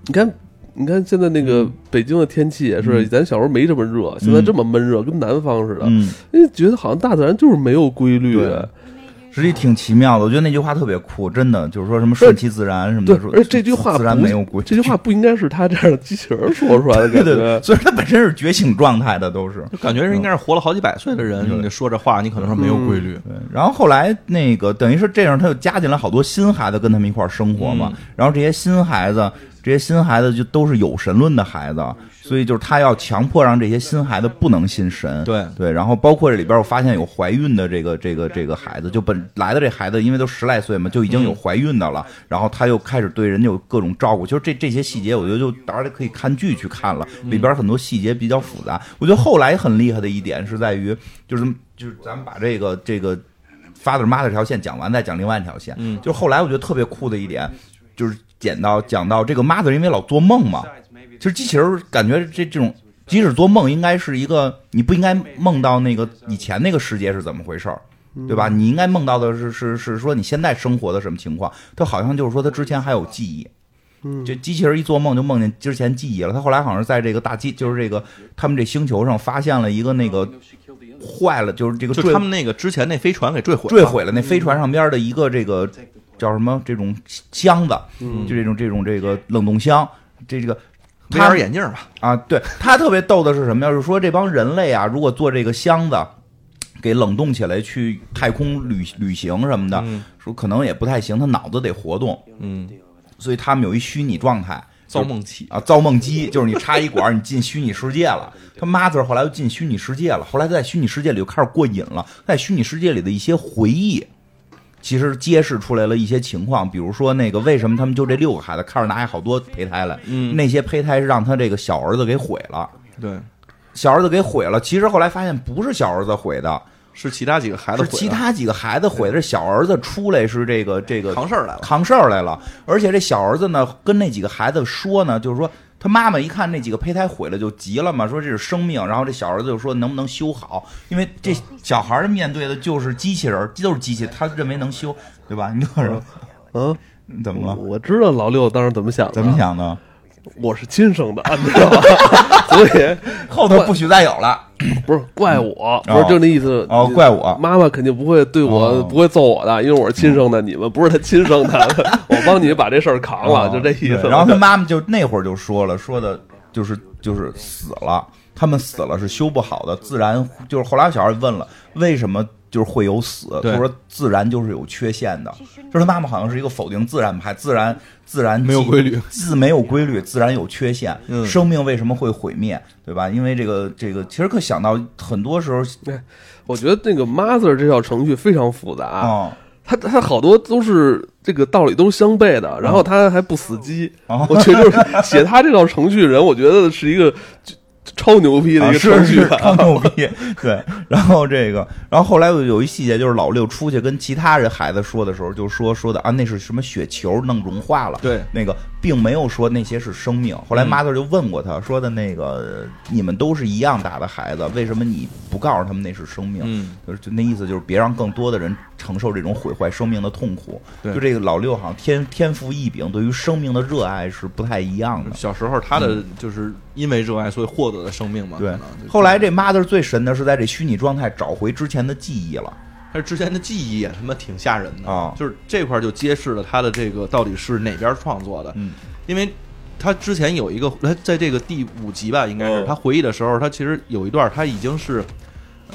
A: 你看，你看现在那个北京的天气也是，
B: 嗯
A: 咱小时候没这么热，现在这么闷热，跟南方似的，
B: 嗯，
A: 就觉得好像大自然就是没有规律。啊
B: 对嗯实际挺奇妙的。我觉得那句话特别酷，真的就是说什么顺其自然什么
A: 对
B: 的。说，
A: 而且这句话
B: 自然
A: 不
B: 没有规律，
A: 这句话不应该是他这样的机器人说出来的感 觉。
B: 对对对，所以它本身是觉醒状态的，都是。
C: 就感觉是应该是活了好几百岁的人，
B: 嗯
C: 你说这话，你可能说没有规律。
B: 对，然后后来那个等于是这样，他又加进来好多新孩子跟他们一块儿生活嘛。
A: 嗯
B: 然后这些新孩子，这些新孩子就都是有神论的孩子，所以就是他要强迫让这些新孩子不能信神。
C: 对
B: 对，然后包括这里边我发现有怀孕的这个这个这个孩子，就本来的这孩子因为都十来岁嘛，就已经有怀孕的了，然后他又开始对人家有各种照顾。其实这这些细节，我觉得就当然可以看剧去看了，里边很多细节比较复杂。我觉得后来很厉害的一点是在于，就是就是咱们把这个这个 father mother 这条线讲完，再讲另外一条线。
C: 嗯
B: 就是后来我觉得特别酷的一点，就是讲到讲到这个 mother，因为老做梦嘛，其实机器人感觉这这种。即使做梦，应该是一个你不应该梦到那个以前那个世界是怎么回事儿，
A: 嗯
B: 对吧？你应该梦到的是是是说你现在生活的什么情况。他好像就是说他之前还有记忆，
A: 嗯
B: 这机器人一做梦就梦见之前记忆了。他后来好像是在这个大机，就是这个他们这星球上发现了一个那个坏了，就是这个
C: 就
B: 坠
C: 他们那个之前那飞船给坠毁
B: 坠
C: 了，
B: 毁了那飞船上边的一个这个叫什么这种箱子，
A: 嗯
B: 就这种这种这个冷冻箱，这这个
C: 戴
B: 他
C: 尔眼镜吧，
B: 啊，对他特别逗的是什么呀？就是说这帮人类啊，如果做这个箱子。给冷冻起来去太空旅旅行什么的，
C: 嗯
B: 说可能也不太行，他脑子得活动，
C: 嗯，
B: 所以他们有一虚拟状态，
C: 造梦器，
B: 啊，造梦机就是你插一管儿，你进虚拟世界了。他妈字儿后来又进虚拟世界了，后来他在虚拟世界里就开始过瘾了，在虚拟世界里的一些回忆。其实揭示出来了一些情况，比如说那个为什么他们就这六个孩子，开始拿下好多胚胎来，
C: 嗯
B: 那些胚胎是让他这个小儿子给毁了，
C: 对，
B: 小儿子给毁了。其实后来发现不是小儿子毁的，
C: 是其他几个孩子
B: 是
C: 毁的
B: 其他几个孩子毁的，是小儿子出来是这个这个
C: 扛事儿来了。
B: 扛事儿来了，而且这小儿子呢，跟那几个孩子说呢，就是说他妈妈一看那几个胚胎毁了就急了嘛，说这是生命，然后这小儿子就说能不能修好，因为这小孩儿面对的就是机器人儿，都是机器，他认为能修，对吧？你说说
A: 啊，
B: 怎么
A: 我
B: 了？
A: 我知道老六当时怎么想的，
B: 怎么？想的？
A: 我是亲生的，你知道 吧？所以
B: 后头不许再有了
A: 不是怪我，不是就那意思
B: 哦，怪我。
A: 妈妈肯定不会对我
B: 哦嗯
A: 不会揍我的，因为我是亲生的，你们不是他亲生的， 我帮你把这事儿扛了，就这意
B: 哦对
A: 思。
B: 然后他妈妈就那会儿就说了，说的就是就是死了，他们死了是修不好的，自然就是后来小孩问了，为什么就是会有死？
C: 对
B: 他说自然就是有缺陷的，就是他妈妈好像是一个否定自然派，自然自然
C: 没有
B: 既
C: 规律，
B: 自没有规律，自然有缺陷，
C: 嗯
B: 生命为什么会毁灭？对吧？因为这个这个，其实可想到很多时候
A: 我觉得那个 mother 这套程序非常复杂，
B: 啊。
A: 他他好多都是这个道理都是相悖的，然后他还不死机，
B: 哦
A: 我觉得就是写他这套程序人，我觉得是一个就超牛逼的一
B: 啊
A: 个
B: 是
A: 程
B: 是
A: 序员。
B: 超牛逼。对，然后这个，然后后来有一细节，就是老六出去跟其他人孩子说的时候，就说说的啊，那是什么雪球弄融化了，
C: 对
B: 那个并没有说那些是生命。后来
C: 嗯
B: mother 就问过他说的那个，你们都是一样大的孩子，为什么你不告诉他们那是生命？
C: 嗯，
B: 就是就那意思，就是别让更多的人承受这种毁坏生命的痛苦。
C: 对
B: 就这个老六好像天天赋异禀，对于生命的热爱是不太一样的。
C: 嗯小时候他的就是因为热爱，所以获得了生命嘛。
B: 对
C: 啊可能，就
B: 后来这 mother 最神的是在这虚拟状态找回之前的记忆了。
C: 他之前的记忆也他妈挺吓人的
B: 啊
C: 就是这块儿就揭示了他的这个到底是哪边儿创作的，
B: 嗯
C: 因为他之前有一个，他在这个第五集吧，应该是
A: 嗯
C: 他回忆的时候，他其实有一段他已经是。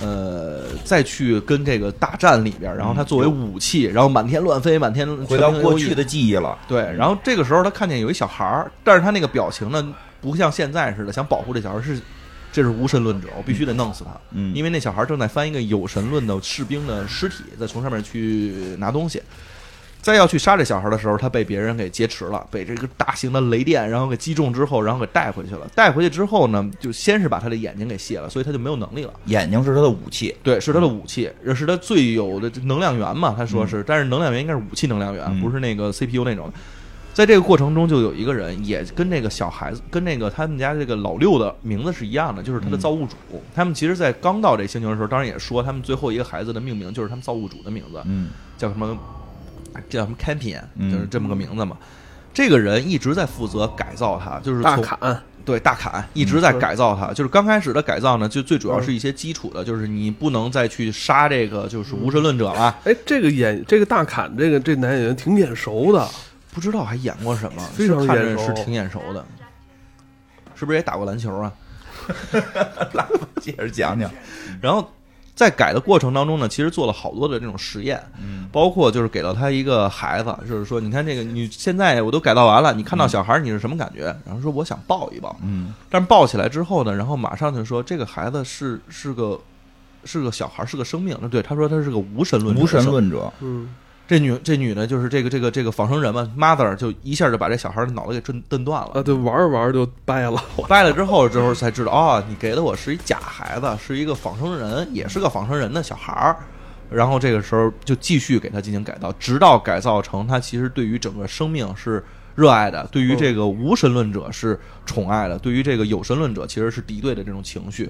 C: 呃，再去跟这个大战里边儿，然后他作为武器，然后满天乱飞，满天
B: 回到过去的记忆了。
C: 对，然后这个时候他看见有一小孩儿，但是他那个表情呢，不像现在似的想保护这小孩儿，是这是无神论者，我必须得弄死他，
B: 嗯
C: 因为那小孩儿正在翻一个有神论的士兵的尸体，再从上面去拿东西。再要去杀这小孩儿的时候，他被别人给劫持了，被这个大型的雷电然后给击中之后，然后给带回去了。带回去之后呢，就先是把他的眼睛给卸了，所以他就没有能力了。
B: 眼睛是他的武器。
C: 对，是他
B: 嗯
C: 的武器，也是他最有的能量源嘛。他说是，但是能量源应该是武器能量源，
B: 嗯
C: 不是那个 CPU 那种的。在这个过程中，就有一个人也跟那个小孩子，跟那个他们家这个老六的名字是一样的，就是他
B: 嗯
C: 的造物主。他们其实，在刚到这星球的时候，当然也说他们最后一个孩子的命名就是他们造物主的名字，
B: 嗯
C: 叫什么叫什么 Campion，
B: 嗯
C: 就是这么个名字嘛。这个人一直在负责改造他，就是
A: 大
C: 从
A: 砍，
C: 对大砍一
A: 嗯
C: 直在改造它，就是刚开始的改造呢，就最主要是一些基础的，就是你不能再去杀这个就是无神论者了。
A: 哎，这个演这个大砍，这个这男演员挺眼熟的，
C: 不知道还演过什么，
A: 非常
C: 是看着
A: 眼熟
C: 是挺眼熟的，是不是也打过篮球啊？
B: 接着讲讲。
A: 嗯
C: 然后在改的过程当中呢，其实做了好多的这种实验，
B: 嗯
C: 包括就是给了他一个孩子，就是说，你看这个你现在我都改造完了，
A: 嗯
C: 你看到小孩儿你是什么感觉？然后说我想抱一抱，
B: 嗯
C: 但是抱起来之后呢，然后马上就说这个孩子是是个是个小孩儿，是个生命。对，他说他是个无神论者，
B: 无神。论者。
A: 嗯，
C: 这女这女呢，就是这个这个这个仿生人嘛，mother 就一下就把这小孩儿的脑袋给震震断了。
A: 啊，对，玩着玩着就掰了，
B: 哦
C: 掰了之后，之后才知道啊、你给的我是一假孩子，是一个仿生人，也是个仿生人的小孩儿。然后这个时候就继续给他进行改造，直到改造成他其实对于整个生命是热爱的，对于这个无神论者是宠爱的，对于这个有神论者其实是敌对的这种情绪。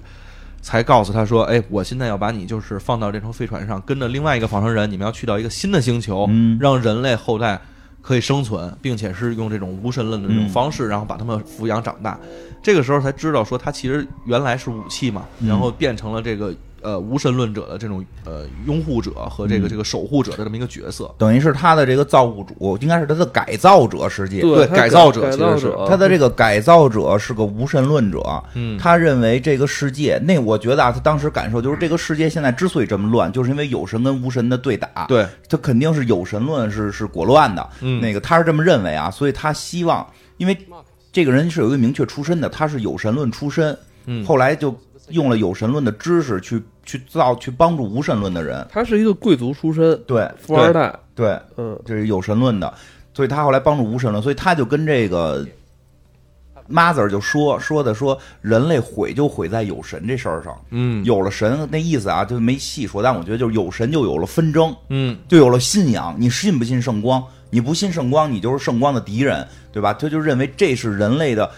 C: 才告诉他说：“哎，我现在要把你就是放到这艘飞船上，跟着另外一个仿生人，你们要去到一个新的星球，
B: 嗯
C: 让人类后代可以生存，并且是用这种无神论的这种方式，然后把他们抚养长大。这个时候才知道说，他其实原来是武器嘛，
B: 嗯
C: 然后变成了这个呃无神论者的这种呃拥护者和这个
B: 嗯
C: 这个守护者的这么一个角色。
B: 等于是他的这个造物主，应该是他的改造者，实际
A: 对他
C: 改造者
A: 改
C: 其
A: 造
C: 实是
A: 者
B: 他的这个改造者是个无神论者，
C: 嗯
B: 他认为这个世界，那我觉得啊，他当时感受就是这个世界现在之所以这么乱，就是因为有神跟无神的对打，
C: 对，
B: 他肯定是有神论是是裹乱的，
C: 嗯
B: 那个他是这么认为啊，所以他希望，因为这个人是有一个明确出身的，他是有神论出身，
C: 嗯
B: 后来就用了有神论的知识去去造去帮助无神论的人，
A: 他是一个贵族出身，
B: 对
A: 富二代，
B: 对，
A: 嗯，
B: 这是有神论的，所以他后来帮助无神论，所以他就跟这个 Mother 就说说的说人类毁就毁在有神这事儿上，
C: 嗯
B: 有了神那意思啊，就没细说，但我觉得就是有神就有了纷争，
C: 嗯，
B: 就有了信仰。你信不信圣光？你不信圣光，你就是圣光的敌人，对吧？他就认为这是人类的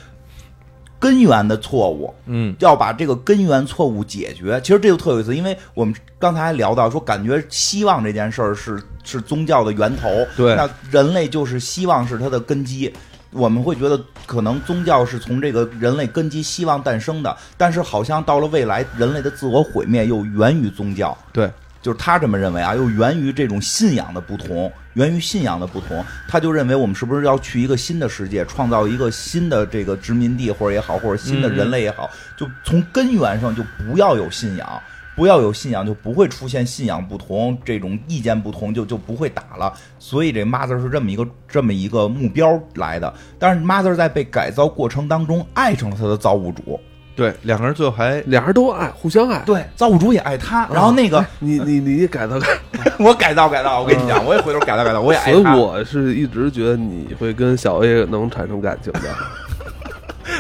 B: 根源的错误，
C: 嗯，
B: 要把这个根源错误解决。其实这就特有意思，因为我们刚才还聊到说，感觉希望这件事儿是是宗教的源头，
C: 对
B: 那人类就是希望是它的根基。我们会觉得可能宗教是从这个人类根基希望诞生的，但是好像到了未来，人类的自我毁灭又源于宗教。
C: 对，
B: 就是他这么认为啊，又源于这种信仰的不同，源于信仰的不同，他就认为我们是不是要去一个新的世界，创造一个新的这个殖民地或者也好，或者新的人类也好，就从根源上就不要有信仰，不要有信仰就不会出现信仰不同这种意见不同，就就不会打了。所以这 mother 是这么一个这么一个目标来的，但是 mother 在被改造过程当中爱上了他的造物主，
C: 对，两个人最后还
A: 俩人都爱，互相爱。
B: 对，造物主也爱他，然后那个、
A: 哎你你你改造改，
B: 我改造改造，我跟你讲，我也回头改造改造，我也爱
A: 所以
B: 他。
A: 我是一直觉得你会跟小 A 能产生感情的。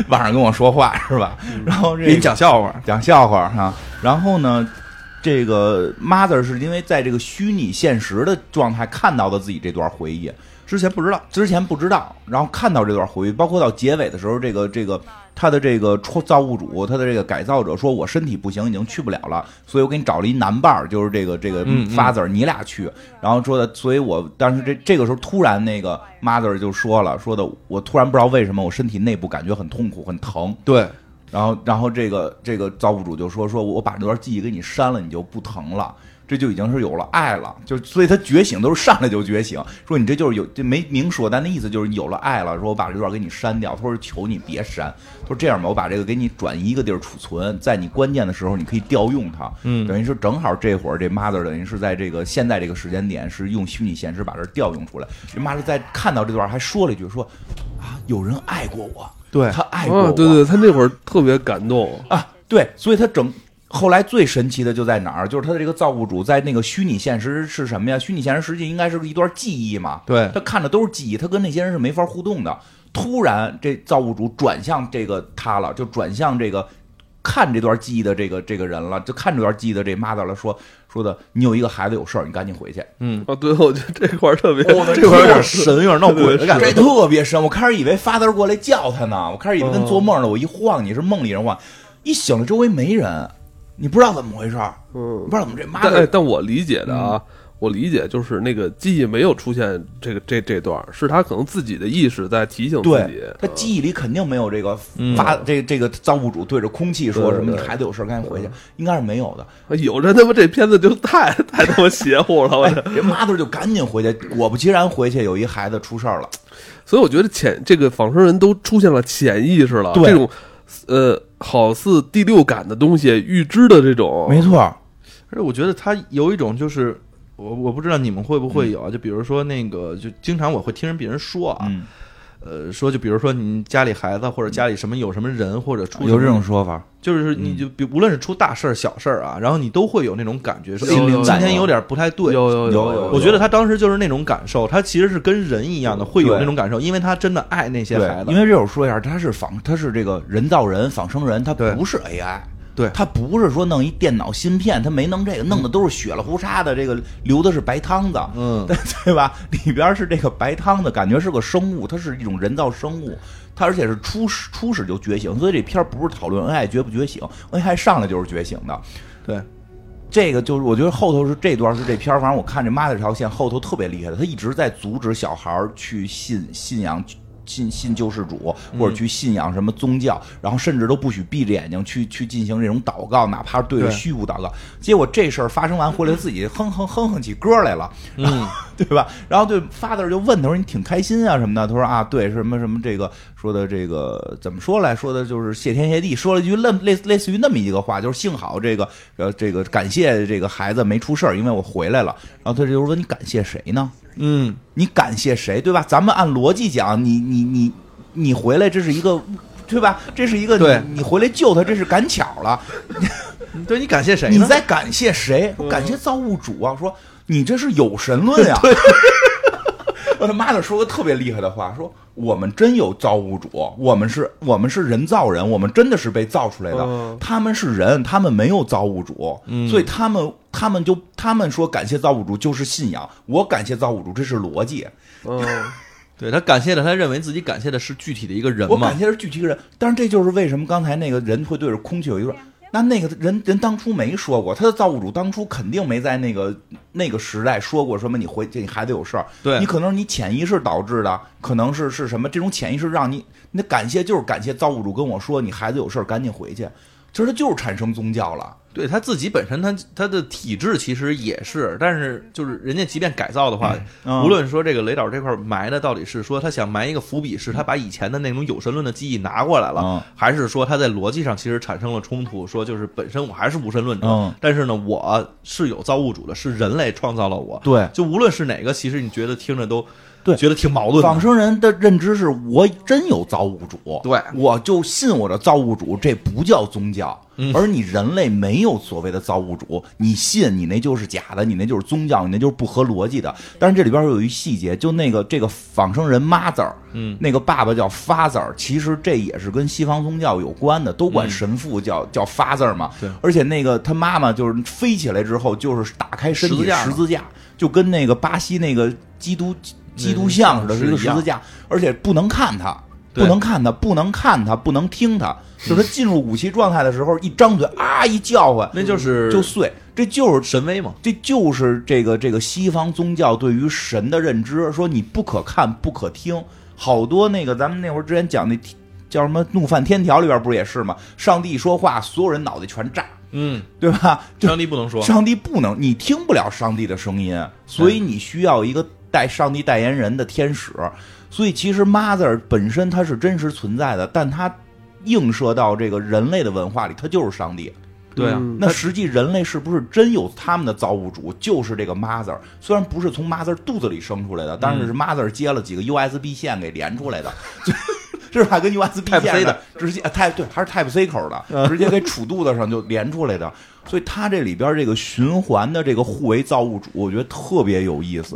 B: 晚上跟我说话是吧？
C: 嗯
B: 然后这
C: 给你讲笑话，
B: 讲笑话哈、然后呢，这个 mother 是因为在这个虚拟现实的状态看到的自己这段回忆，之前不知道，之前不知道，然后看到这段回忆，包括到结尾的时候，这个这个他的这个创造物主，他的这个改造者说，我身体不行，已经去不了了，所以我给你找了一男伴儿，就是这个这个
C: 嗯嗯
B: father，、你俩去。然后说的，所以我当时这这个时候突然那个 mother 就说了，说的我突然不知道为什么我身体内部感觉很痛苦，很疼。
C: 对，
B: 然后，然后这个这个造物主就说：“说我把这段记忆给你删了，你就不疼了。”这就已经是有了爱了，就所以他觉醒都是上来就觉醒，说你这就是有这没明说，但那意思就是有了爱了。说我把这段给你删掉，他说求你别删，他说这样吧，我把这个给你转移一个地儿储存，在你关键的时候你可以调用它。
C: 嗯
B: 等于是正好这会儿这 mother 等于是在这个现在这个时间点是用虚拟现实把这调用出来。这 mother 在看到这段还说了一句说啊，有人爱过我，
C: 对
B: 他爱过我，
A: 啊，对对，他那会儿特别感动。
B: 啊，对，所以他整后来最神奇的就在哪儿？就是他的这个造物主在那个虚拟现实是什么呀？虚拟现实实际应该是一段记忆嘛，
C: 对
B: 他看的都是记忆，他跟那些人是没法互动的。突然，这造物主转向这个他了，就转向这个看这段记忆的这个这个人了，就看这段记忆的这 mother 了，说说的，你有一个孩子有事儿，你赶紧回去。
C: 嗯，
A: 啊，对，我觉得这块儿特别，
C: 这块儿有点
A: 是
C: 神，有点闹鬼的感
B: 这
C: 觉。
B: 特别深。我开始以为 father 过来叫他呢，我开始以为
A: 嗯
B: 跟做梦呢。我一晃你是梦里人晃，一醒了周围没人，你不知道怎么回事儿，
A: 嗯
B: 不知道怎么这妈
A: 但哎
B: 的。
A: 但我理解的啊，我理解就是那个记忆没有出现这个这这段儿，是他可能自己的意识在提醒自己
B: 对。他记忆里肯定没有这个发、这这个造物主对着空气
A: 嗯
B: 说
A: 对
B: 什么“
A: 对
B: 你孩子有事儿赶紧回去”，应该是没有的。
A: 啊有这他妈这片子就太太他妈邪乎了，我觉得。
B: 这 mother 就赶紧回去，果不其然回去有一孩子出事儿了。
A: 所以我觉得潜这个仿生人都出现了潜意识了，
B: 对
A: 这种呃好似第六感的东西预知的这种，
B: 错，
C: 而且我觉得他有一种就是，我我不知道你们会不
B: 嗯
C: 会有啊，就比如说那个，就经常我会听人别人说啊，
B: 嗯，
C: 呃，说就比如说你家里孩子或者家里什么有什么人或者出
B: 有
C: 什
B: 这
C: 么
B: 种，嗯说法。
C: 就是你就比无论是出大事儿小事儿啊，然后你都会有那种感觉，说哎
A: 心灵
C: 今
A: 感
C: 天有点不太对，
A: 有有
B: 有有
A: 有，
C: 我觉得他当时就是那种感受，他其实是跟人一样的，会有
B: 对
C: 那种感受，因为他真的爱那些
B: 对
C: 孩，子。
B: 因为这会儿说一下，他是仿，他是这个人造人、仿生人，他
C: 对
B: 不是 AI。
C: 对
B: 他不是说弄一电脑芯片，他没弄这个，弄的都是血了胡沙的，这个流的是白汤子，
C: 嗯
B: 对， 对吧？里边是这个白汤子，感觉是个生物，它是一种人造生物，它而且是初始初始就觉醒，所以这片儿不是讨论 AI 觉不觉醒，AI 上来就是觉醒的，
C: 对，
B: 这个就是我觉得后头是这段是这片儿，反正我看这妈的这条线后头特别厉害的，他一直在阻止小孩儿去信信仰。信信救世主，或者去信仰什么宗教，然后甚至都不许闭着眼睛去去进行这种祷告，哪怕是对着
C: 对
B: 虚无祷告。结果这事儿发生完回来，自己哼哼哼哼起歌来了，
C: 嗯，
B: 对吧？然后对 father 就问他说：“你挺开心啊什么的？”他说：“啊，对，什么什么这个说的这个怎么说来说的，就是谢天谢地，说了一句类类类似于那么一个话，就是幸好这个呃这个感谢这个孩子没出事儿，因为我回来了。”然后他就说：“你感谢谁呢？
C: 嗯，
B: 你感谢谁？对吧？咱们按逻辑讲，你你你你回来，这是一个。”对吧？这是一个
C: 对
B: 你，你回来救他，这是赶巧了。
C: 对你感谢谁呢？嗯
B: 你在感谢 谁？感谢造物主啊！说你这是有神论呀、 我他妈的说个特别厉害的话，说我们真有造物主，我们是，我们是人造人，我们真的是被造出来的。
A: 嗯
B: 他们是人，他们没有造物主，
C: 嗯
B: 所以他们他们就他们说感谢造物主就是信仰，我感谢造物主这是逻辑，
A: 嗯，
C: 对他感谢的，他认为自己感谢的是具体的一个人
B: 我
C: 嘛
B: 感，谢的是具体一个人。但是这就是为什么刚才那个人会对着空气有一段。那那个人人当初没说过，他的造物主当初肯定没在那个那个时代说过什么你回这你孩子有事儿，
C: 对
B: 你可能是你潜意识导致的，可能是是什么？这种潜意识让你，那感谢就是感谢造物主跟我说你孩子有事儿赶紧回去，其实他就是产生宗教了。
C: 对他自己本身他他的体质其实也是，但是就是人家即便改造的话，
B: 嗯
C: 无论说这个雷导这块埋的到底是说他想埋一个伏笔，是他把以前的那种有神论的记忆拿过来了，
B: 嗯
C: 还是说他在逻辑上其实产生了冲突？说就是本身我还是无神论者，
B: 嗯
C: 但是呢，我是有造物主的，是人类创造了我。
B: 对
C: 就无论是哪个，其实你觉得听着都
B: 对
C: 觉得挺矛盾
B: 仿
C: 的。
B: 生人的认知是我真有造物主，
C: 对
B: 我就信我的造物主，这不叫宗教。
C: 嗯
B: 而你人类没有所谓的造物主，你信你那就是假的，你那就是宗教，你那就是不合逻辑的。但是这里边有一细节，就那个这个仿生人 mother，
C: 嗯，
B: 那个爸爸叫 father，其实这也是跟西方宗教有关的，都管神父叫、叫 father 嘛。
C: 嗯对
B: 而且那个他妈妈就是飞起来之后，就是打开身体
C: 十字架嘛
B: 十字架，就跟那个巴西那个基督基督像似的，是一个十字架，而且不能看他。
C: 对
B: 不能看他，不能看他，不能听他。就是他进入武器状态的时候，一张嘴啊，一叫唤
C: 那就是
B: 就碎。这就是
C: 神威嘛。
B: 这就是这个这个西方宗教对于神的认知，说你不可看不可听，好多那个咱们那会儿之前讲那叫什么《怒犯天条》里边不是也是吗？上帝说话，所有人脑袋全炸，
C: 嗯，
B: 对吧？就
C: 上帝不能说。
B: 上帝不能，你听不了上帝的声音，所以你需要一个代上帝代言人的天使。所以其实 Mother 本身它是真实存在的，但它映射到这个人类的文化里，它就是上帝。
C: 对啊，
A: 嗯
B: 那实际人类是不是真有他们的造物主，就是这个 mother？虽然不是从 mother 肚子里生出来的，但是是 mother 接了几个 USB 线给连出来的，就是吧？跟 USB
C: Type C
B: 线
C: 的嗯
B: 直接呃 Type 对，还是 Type C 口的，直接给杵肚子上就连出来的。所以它这里边这个循环的这个互为造物主，我觉得特别有意思。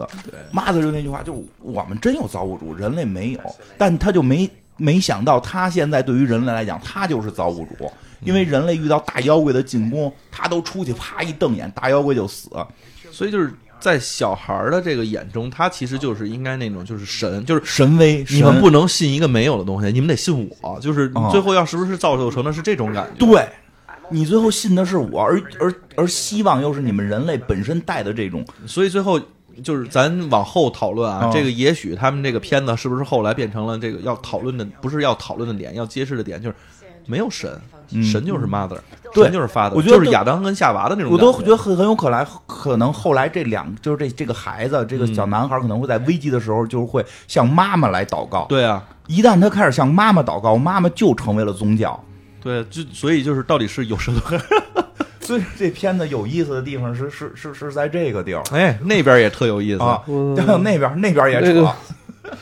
B: mother 就那句话，就是我们真有造物主，人类没有，但他就没没想到，他现在对于人类来讲，他就是造物主，因为人类遇到大妖怪的进攻，他都出去啪一瞪眼，大妖怪就死。
C: 所以就是在小孩儿的这个眼中，他其实就是应该那种就是神，就是
B: 神威，
C: 你们
B: 嗯神
C: 不能信一个没有的东西，你们得信我。就是
B: 哦
C: 最后要是不是造就成的是这种感觉？
B: 对，你最后信的是我，而而而希望又是你们人类本身带的这种
C: 所以最后就是咱往后讨论啊，
B: 哦
C: 这个也许他们这个片子是不是后来变成了这个要讨论的，不是要讨论的点，要揭示的点就是没有神，
B: 嗯
C: 神就是 mother，
B: 对
C: 神就是 father，
B: 我觉得
C: 就是
B: 都
C: 亚当跟夏娃的那种
B: 我
C: 感觉。
B: 都觉得很很有可来，可能后来这两就是这这个孩子，这个小男孩可能会在危机的时候，就是会向妈妈来祷告。
C: 对啊，
B: 一旦他开始向妈妈祷告，妈妈就成为了宗教。
C: 对，啊就所以就是到底是有神 论，
B: 所以这片子有意思的地方是是是是在这个地儿
C: 哎， 那边也特有意思
B: 啊，
A: 嗯
B: 还有那边那边也
A: 那
B: 扯
A: 个，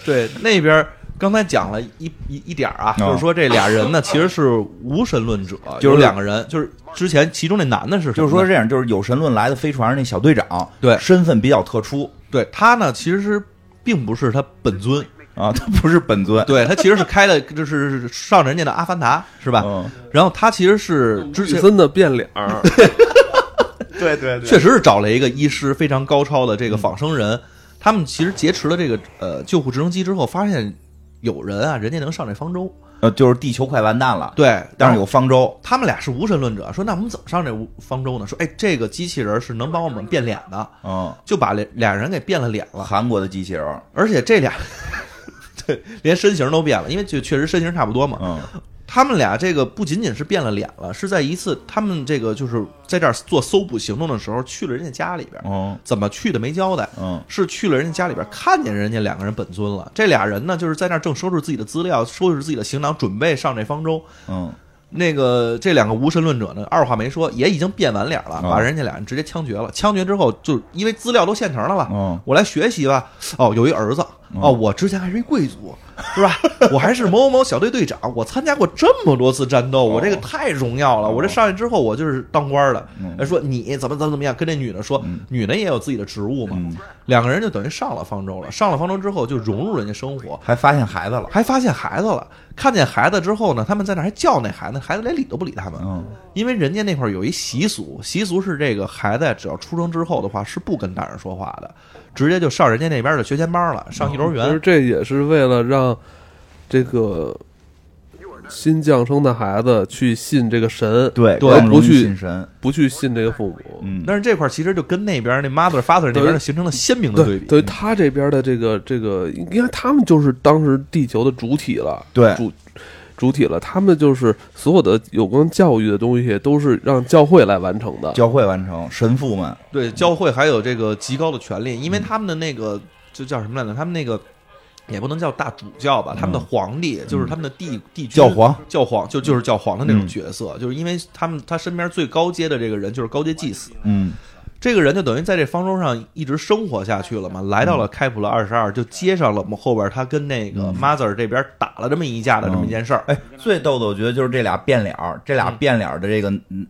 C: 对，那边儿刚才讲了一一一点儿啊，
B: 哦
C: 就是说这俩人呢其实是无神论者，
B: 就是
C: 有两个人，就是之前其中那男的是什么呢，
B: 就是说这样，就是有神论来的飞船上那小队长，
C: 对
B: 身份比较特殊
C: 对他呢其实是并不是他本尊，
B: 啊，他不是本尊，
C: 对他其实是开的 就是上人家的阿凡达是吧？
B: 嗯，
C: 然后他其实是之
A: 许
C: 前
A: 森的变脸 儿，
B: 对对
C: 确实是找了一个医师非常高超的这
B: 嗯
C: 个仿生人，他们其实劫持了这个呃救护直升机之后，发现有人啊人家能上这方舟，
B: 呃，就是地球快完蛋了，
C: 对，
B: 但是
C: 有。
B: 有方舟，
C: 他们俩是无神论者，说那我们怎么上这无方舟呢？说哎，这个机器人是能帮我们变脸的，
B: 嗯，
C: 就把俩俩人给变了脸了，
B: 韩国的机器人，
C: 而且这俩 对连身形都变了，因为就确实身形差不多嘛。
B: 嗯
C: 他们俩这个不仅仅是变了脸了，是在一次他们这个就是在这儿做搜捕行动的时候去了人家家里边，
B: 嗯
C: 怎么去的没交代。
B: 嗯
C: 是去了人家家里边，看见人家两个人本尊了。这俩人呢，就是在那儿正收拾自己的资料，收拾自己的行囊，准备上这方舟。
B: 嗯，
C: 那个这两个无神论者呢，二话没说，也已经变完脸了，
B: 嗯
C: 把人家俩人直接枪决了。枪决之后，就因为资料都现成的了，
B: 嗯
C: 我来学习吧。哦，有一儿子，哦，我之前还是一贵族，是吧？ 我还是某某某小队队长，我参加过这么多次战斗，我这个太荣耀了。我这上去之后，我就是当官的。说你怎么怎么怎么样，跟这女的说，女的也有自己的职务
B: 嗯
C: 嘛。两个人就等于上了方舟了，上了方舟之后就融入人家生活，
B: 还发现孩子了，
C: 还发现孩子了。看见孩子之后呢，他们在那儿还叫那孩子，孩子连理都不理他们，
B: 嗯
C: 因为人家那块儿有一习俗，习俗是这个孩子只要出生之后的话是不跟大人说话的，直接就上人家那边的学前班了，上幼儿
A: 其实
C: 园。
A: 这也是为了让这个新降生的孩子去信这个神，哎
B: 对
C: 对
B: 更容
A: 不
B: 易
A: 去
B: 信神，
A: 不去信这个父母。
B: 嗯，
C: 但是这块儿其实就跟那边那 mother father 那边就形成了鲜明的
A: 对，
C: 比。
A: 等于他这边的这个这个，应该他们就是当时地球的主体了，
B: 对
A: 主主体了。他们就是所有的有关教育的东西，都是让教会来完成的。
B: 教会完成，神父们，
C: 对，教会还有这个极高的权利，因为他们的那个就叫什么来着？他们那个也不能叫大主教吧，他们的皇帝就是他们的地地区
B: 教皇，
C: 教皇就就是教皇的那种
B: 嗯
C: 角色，就是因为他们他身边最高阶的这个人就是高阶祭司，
B: 嗯，
C: 这个人就等于在这方舟上一直生活下去了嘛，来到了开普勒二十二，就接上了我们后边他跟那个 mother 这边打了这么一架的这么一件事儿。
B: 哎，最逗的我觉得就是这俩变脸儿，这俩变脸儿的这个，嗯，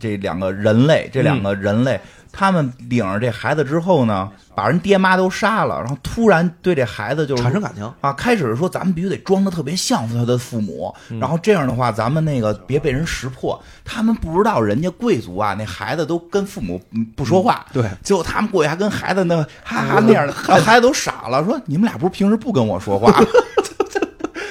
B: 这两个人类，这两个人类，他们领着这孩子之后呢，把人爹妈都杀了，然后突然对这孩子就是
C: 产生感情，
B: 啊，开始说咱们必须得装的特别像他的父母，
C: 嗯
B: 然后这样的话，咱们那个别被人识破。他们不知道人家贵族啊，那孩子都跟父母嗯不说话，
C: 对嗯
B: 结果他们过去还跟孩子那哈哈那样的，孩孩子都傻了，说你们俩不是平时不跟我 说话，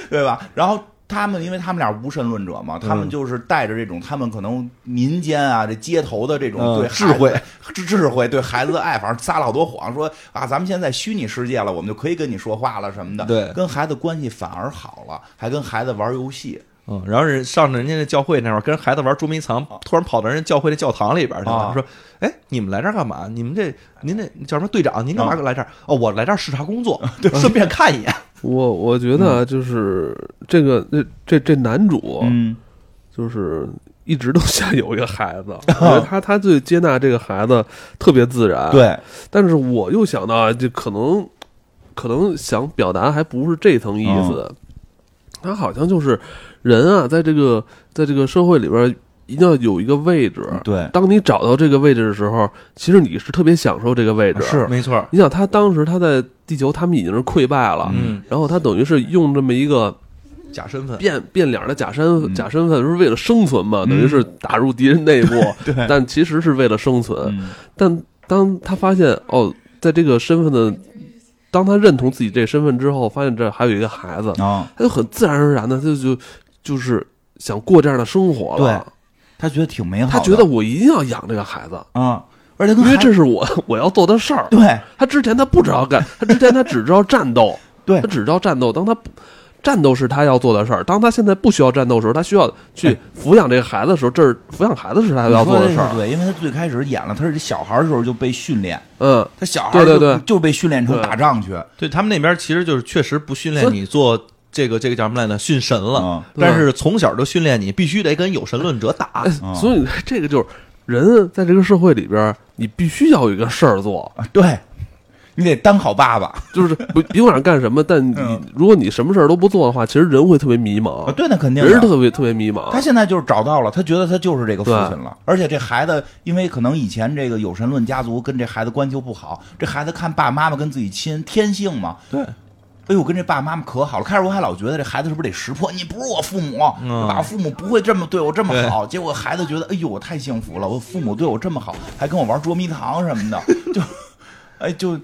B: 对吧？然后。他们因为他们俩无神论者嘛，
C: 嗯
B: 他们就是带着这种他们可能民间啊这街头的这种
C: 嗯
B: 对
C: 智
B: 孩子
C: 慧
B: 智智慧对孩子的爱，反正撒了好多谎，说啊，咱们现在虚拟世界了，我们就可以跟你说话了什么的。
C: 对
B: 跟孩子关系反而好了，还跟孩子玩 游戏
C: 嗯，然后人上人家那教会那块儿跟孩子玩捉迷藏，突然跑到人家教会那教堂里边去了
B: 啊，
C: 说：“哎，你们来这儿干嘛？你们这您这叫什么队长？您干嘛
B: 啊
C: 来这儿？哦，我来这儿视察工作， 对，顺便看一眼。
A: 我我觉得啊，就是这个这这这男主，啊
B: 嗯，
A: 就是一直都想有一个孩 子，我觉得他他对接纳这个孩子特别自然。，
B: 对，
A: 但是我又想到，啊就可能可能想表达还不是这层意思，
B: 哦
A: 他好像就是人啊，在这个在这个社会里边。一定要有一个位置，
B: 对
A: 当你找到这个位置的时候，其实你是特别享受这个位置。，
C: 没错儿，
A: 你想他当时他在地球，他们已经是溃败了，
C: 嗯，
A: 然后他等于是用这么一个
C: 假身份，
A: 变变脸的假身假身份是为了生存嘛，等于是打入敌人内部，
B: 对
A: 但其实是为了生存。
B: 嗯
A: 但当他发现哦，在这个身份的，当他认同自己这身份之后，发现这还有一个孩子，
B: 啊，
A: 他就很自然而然的，他就就就是想过这样的生活了。
B: 他觉得挺美好的，
A: 他觉得我一定要养这个孩子，
B: 啊，而且跟
A: 因为
B: 孩
A: 这是我 我要做的事儿。
B: 对
A: 他之前他不知道干，他之前他只知道战斗，
B: 对
A: 他只知道战斗。当他不战斗是他要做的事儿，当他现在不需要战斗的时候，他需要去抚养这个孩子的时候，这是抚养孩子是他
B: 哎你
A: 要做
B: 说
A: 的
B: 这
A: 事
B: 是
A: 儿。
B: 对，因为他最开始演了，他是小孩儿的时候就被训练，
A: 嗯，
B: 他小孩儿
A: 对
B: 就
A: 对对
B: 就被训练成
A: 对
B: 打仗去，啊
C: 对他们那边其实就是确实不训练
A: 所以
C: 你做这个这个叫什么来着？训神了
B: 嗯，
C: 但是从小就训练你必须得跟有神论者打
A: 哎。
B: 嗯
A: 所以这个就是人在这个社会里边儿，你必须要有一个事儿 做，
B: 啊对，你得当好爸爸
A: 就是不不管干什么，但你
B: 嗯
A: 如果你什么事儿都不做的话，其实人会特别迷
B: 啊，
A: 茫，
B: 对，那肯定
A: 哦人
B: 的
A: 是特别特别迷茫。
B: 他现在就是找到了，他觉得他就是这个父亲
A: 啊对
B: 了。而且这孩子，因为可能以前这个有神论家族跟这孩子关系就不好，这孩子看爸妈妈跟自己亲，天性嘛。
C: 对，
B: 哎呦，跟这爸妈妈可好了。开始我还老觉得这孩子是不是得识破，你不是我父母，我
C: 嗯
B: 爸父母不会这么对我这么好。结果孩子觉得，哎呦，我太幸福了，我父母对我这么好，还跟我玩捉迷藏什么的，就，哎，就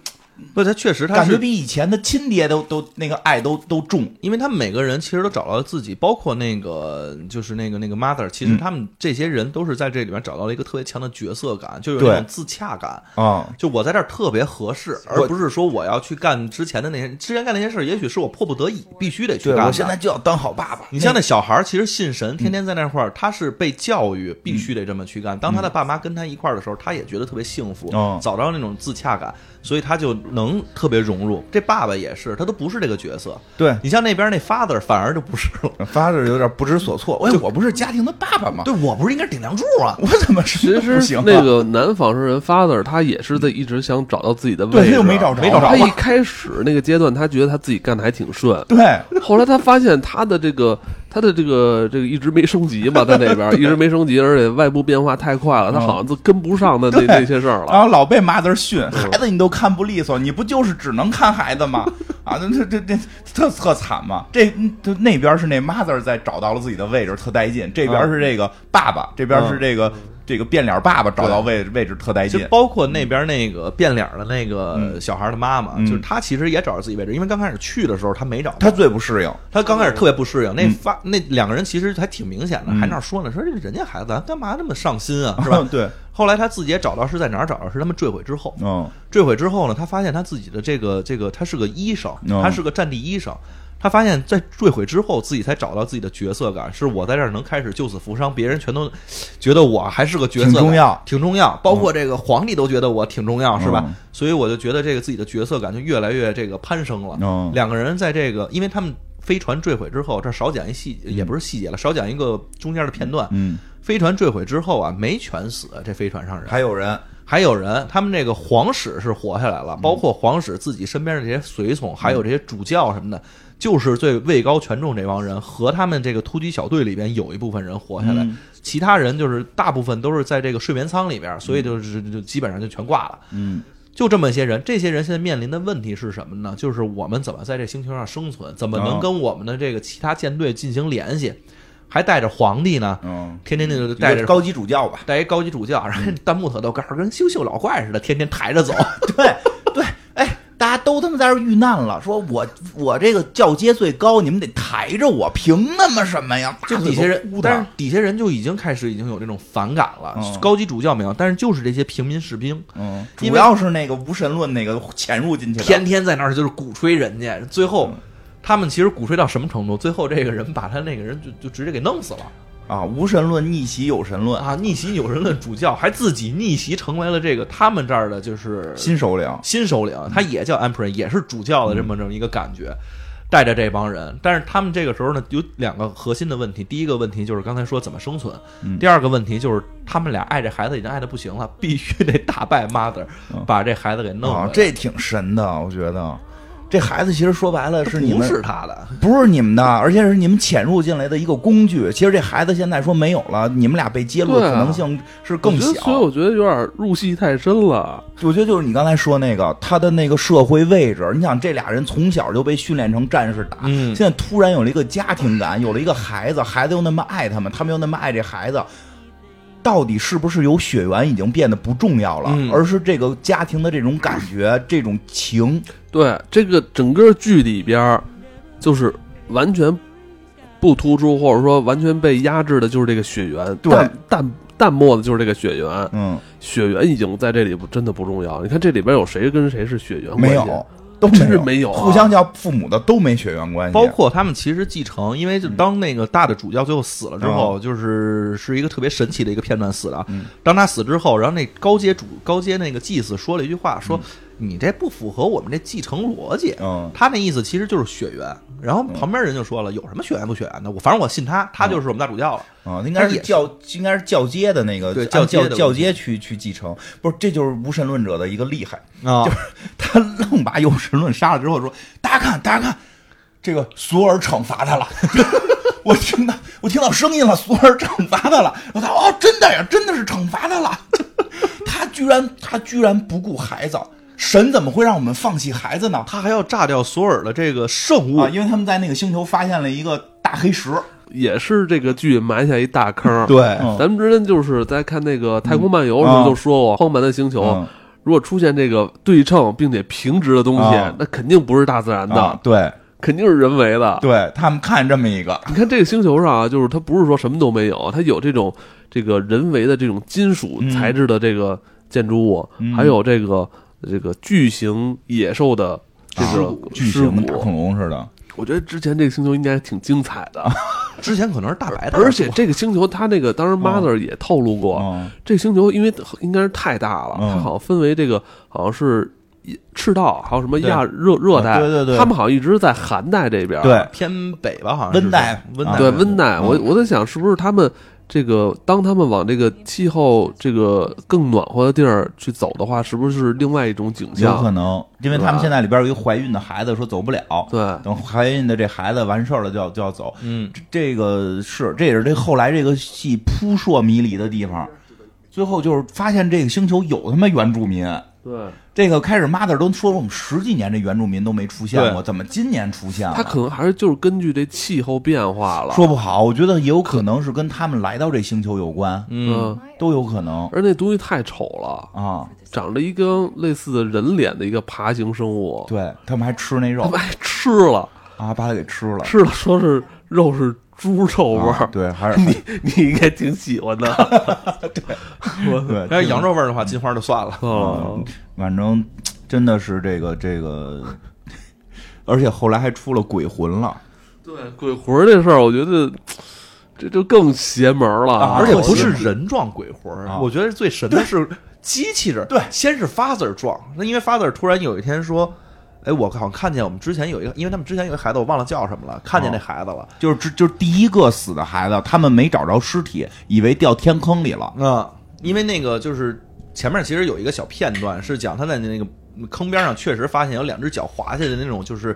C: 不，他确实他
B: 感觉
C: 是。
B: 比以前的亲爹都都那个爱都都重。
C: 因为他们每个人其实都找到了自己，包括那个就是那个那个 mother，其实
B: 嗯
C: 他们这些人都是在这里面找到了一个特别强的角色感，就有
B: 对
C: 那种自洽感。
B: 啊、
C: 就我在这儿特别合适，而
B: 我
C: 不是说我要去干之前的那些，之前干那些事儿，也许是我迫不得已必须得去
B: 对
C: 干
B: 我
C: 的。
B: 现在就要当好爸爸。
C: 你像那小孩儿，其实信神，天天在那块儿，他是被教育必须得这么嗯去干。当他的爸妈跟他一块儿的时候，他也觉得特别幸福
B: 哦，
C: 找到那种自洽感，所以他就能特别融入。这爸爸也是，他都不是这个角色。
B: 对，
C: 你像那边那 father 反而就不是了。
B: 发的有点不知所措。哎，我不是家庭的爸爸吗？
C: 对我不是应该顶梁柱啊？
B: 我怎么是
A: 其
B: 不
A: 实
B: 行啊？
A: 那个男仿生人 father 他也是在一直想找到自己的位置，啊
B: 对他又没找着
A: 没找
B: 没
A: 他
B: 找着
A: 一开始那个阶段，他觉得他自己干的还挺 顺，
B: 对，
A: 后来他发现他的这个他的这个这个一直没升级嘛，在那 边一直没升级，而且外部变化太快了，他好像就跟不上 的那
B: 嗯对啊
A: 那些事儿
B: 然
A: 了。
B: 后老被 mother 训，孩子你都看不利索，你不就是只能看孩子吗？啊，那这这这特特惨嘛！这这那边是那 mother 在找到了自己的位置，特带劲；这边是这个爸爸，这边是这个这个变脸爸爸找到位位置特带
C: 就
B: 劲。
C: 包括那边那个变脸的那个小孩的妈妈，
B: 嗯
C: 就是她其实也找着自己位置，因为刚开始去的时候她没找到，
B: 他最不适应，？
C: 她刚开始特别不适应。那发那两个人其实还挺明显的，还那儿说呢，说这人家孩子咱干嘛那么上心啊，是吧
B: 对，
C: 后来她自己也找到是在哪儿找到，是他们坠毁之后。
B: 嗯
C: 坠毁之后呢，他发现他自己的这个这个，他是个医生，
B: 哦
C: 他是个战地医生。他发现，在坠毁之后，自己才找到自己的角色感，是我在这儿能开始救死扶伤，别人全都觉得我还是个角色感
B: 挺重要
C: 挺重要。包括这个皇帝都觉得我挺重要，是吧？
B: 嗯
C: 所以我就觉得这个自己的角色感就越来越这个攀升了。
B: 嗯
C: 两个人在这个，因为他们飞船坠毁之后，这儿少讲一细，也不是细节了，少讲一个中间的片段。
B: 嗯，
C: 飞船坠毁之后啊，没全死，这飞船上人
B: 还有人
C: 还有人，他们这个皇室是活下来
B: 嗯
C: 了，包括皇室自己身边的这些随从，还有这些主教什么的，就是最位高权重这帮人和他们这个突击小队里边有一部分人活下来，
B: 嗯
C: 其他人就是大部分都是在这个睡眠舱里边，所以就是就基本上就全挂了。
B: 嗯，
C: 就这么些人，这些人现在面临的问题是什么呢？就是我们怎么在这星球上生存，怎么
B: 哦
C: 能跟我们的这个其他舰队进行联系，还带着皇帝呢？
B: 嗯，
C: 天天就带
B: 带
C: 着
B: 着高级主教吧。
C: 带一高级主教，然后弹幕特逗，告诉 跟修修老怪似的，天天抬着走。
B: 对对，哎，大家都他妈在这儿遇难了，说我我这个教阶最高，你们得抬着我，凭那么什么呀？
C: 就
B: 大
C: 底
B: 嘴
C: 下
B: 巴
C: 人
B: 呼，他
C: 但是底下人就已经开始已经有这种反感了。
B: 嗯
C: 高级主教没有，但是就是这些平民士兵，
B: 嗯，主
C: 因为
B: 要是那个无神论那个潜入进去的，
C: 天天在那儿就是鼓吹人家， 嗯最后。他们其实鼓吹到什么程度？最后这个人把他那个人就就直接给弄死了
B: 啊，无神论逆袭有神论，
C: 啊！逆袭有人论主教，还自己逆袭成为了这个他们这儿的就是
B: 新首领，
C: 新首领，他也叫 emperor，也是主教的这么这么一个感觉，带着这帮人。但是他们这个时候呢，有两个核心的问题。第一个问题就是刚才说怎么生存，
B: 嗯
C: 第二个问题就是他们俩爱这孩子已经爱的不行了，必须得打败 mother，、
B: 嗯
C: 把这孩子给弄了。
B: 啊，这挺神的，我觉得。这孩子其实说白了是你
C: 不
B: 们
C: 是他的，
B: 不是你们的，而且是你们潜入进来的一个工具。其实这孩子现在说没有了，你们俩被揭露的
A: 对
B: 可
A: 啊
B: 能性是更
A: 我觉
B: 小。
A: 得所以我觉得有点入戏太深了。
B: 我觉得就是你刚才说那个，他的那个社会位置，你想这俩人从小就被训练成战士打，
C: 嗯
B: 现在突然有了一个家庭感，有了一个孩子，孩子又那么爱他们，他们又那么爱这孩子，到底是不是有血缘已经变得不重要了，
C: 嗯
B: 而是这个家庭的这种感觉、这种情，
A: 对这个整个剧里边儿，就是完全不突出，或者说完全被压制的，就是这个血缘，
B: 对
A: 淡淡淡漠的就是这个血缘，
B: 嗯，
A: 血缘已经在这里不真的不重要。你看这里边有谁跟谁是血缘关系？
B: 没有，都
A: 真是
B: 没
A: 没有啊
B: 互相叫父母的都没血缘关系，
C: 包括他们其实继承，因为就当那个大的主教最后死了之后，就是是一个特别神奇的一个片段死的啊
B: 嗯。
C: 当他死之后，然后那高阶主高阶那个祭司说了一句话，说你这不符合我们这继承逻辑。
B: 嗯
C: 他那意思其实就是血缘，然后旁边人就说了，有什么血缘不血缘的？我反正我信他，他就是我们大主教了。
B: 啊，应该
C: 他
B: 是
C: 也是
B: 教，应该是教阶的那个，
C: 对
B: 按
C: 教
B: 教
C: 阶的
B: 教
C: 问题
B: 阶去去继承，不是，这就是无神论者的一个厉害。
C: 啊
B: 就是他愣把有神论杀了之后说：“大家看，大家看，这个索尔惩罚他了。” 我听到我听到声音了，索尔惩罚他了。我操，哦，真的呀，真的是惩罚他了。 他居然他居然不顾孩子，神怎么会让我们放弃孩子呢？
C: 他还要炸掉索尔的这个圣物
B: 啊，，因为他们在那个星球发现了一个大黑石。
A: 也是这个剧埋下一大坑。，
C: 对
B: 嗯
A: 咱们之前就是在看那个《太空漫游》的时
B: 嗯啊
A: 候就说过，荒蛮的星球。
B: 嗯
A: 如果出现这个对称并且平直的东西，
B: 啊
A: 那肯定不是大自然的，
B: 啊，对
A: 肯定是人为的。
B: 对，他们看这么一个，
A: 你看这个星球上啊，就是它不是说什么都没有，它有这种这个人为的这种金属材质的这个建筑物，
B: 嗯
A: 还有这个这个巨型野兽的这个
B: 啊巨
A: 尸
B: 型跟大
A: 骨。
B: 恐龙似的。
A: 我觉得之前这个星球应该挺精彩的，
C: 之前可能是大白的，
A: 而且这个星球它那个当时
B: 嗯
A: Mother 也透露过，
B: 哦
A: 这个星球因为应该是太大了，
B: 嗯
A: 它好像分为这个好像是赤道，还有什么
C: 对
A: 亚热热带，
B: 对对对
A: 他们好像一直在寒带这边，
B: 对
C: 偏北吧，好像
B: 温
C: 是
B: 带
C: 温
B: 啊
C: 带
A: 对温带，
B: 嗯
A: 我我在想是不是他们这个，当他们往这个气候这个更暖和的地儿去走的话，是不是另外一种景
B: 有可
A: 象？
B: 能，因为
A: 是吧
B: 他们现在里边有一怀孕的孩子说走不了，
A: 对，
B: 等怀孕的这孩子完事儿了就要就要走，
C: 嗯，
B: 这这个是这也是这后来这个戏扑朔迷离的地方，最后就是发现这个星球有他妈原住民。
A: 对，
B: 这个开始妈的都说我们十几年这原住民都没出现过，怎么今年出现了？
A: 他可能还是就是根据这气候变化了，
B: 说不好，我觉得也有可能是跟他们来到这星球有关，
A: 嗯，
B: 都有可能
A: 而那东西太丑了，
B: 啊。
A: 长着一根类似的人脸的一个爬行生物，
B: 对他们还吃那
A: 他
B: 肉
A: 们还吃了，
B: 啊，把它给吃了，
A: 吃了说是肉是猪肉味
B: 啊
A: 儿，
B: 对，还是
A: 你应该挺喜欢的。
B: 对，
C: 要是羊肉味儿的话，金花就算了。
A: 哦，
B: 反正真的是这个这个，而且后来还出了鬼魂了，
A: 对，鬼魂儿这事儿，我觉得这就更邪门儿了，
B: 啊
C: 而且
B: 特
C: 不
B: 邪
C: 是
B: 门
C: 人撞鬼魂儿，
B: 啊
C: 我觉得最神的是机器人。
B: 对
C: 先是 Father 撞，那因为 Father 突然有一天说：“哎，我好像看见我们之前有一个，因为他们之前有一个孩子，我忘了叫什么了，看见那
B: 啊
C: 孩子了。
B: 就是这就是第一个死的孩子，他们没找着尸体，以为掉天坑里了。
C: 啊，因为那个就是前面其实有一个小片段是讲他在那个坑边上确实发现有两只脚滑下去的那种就是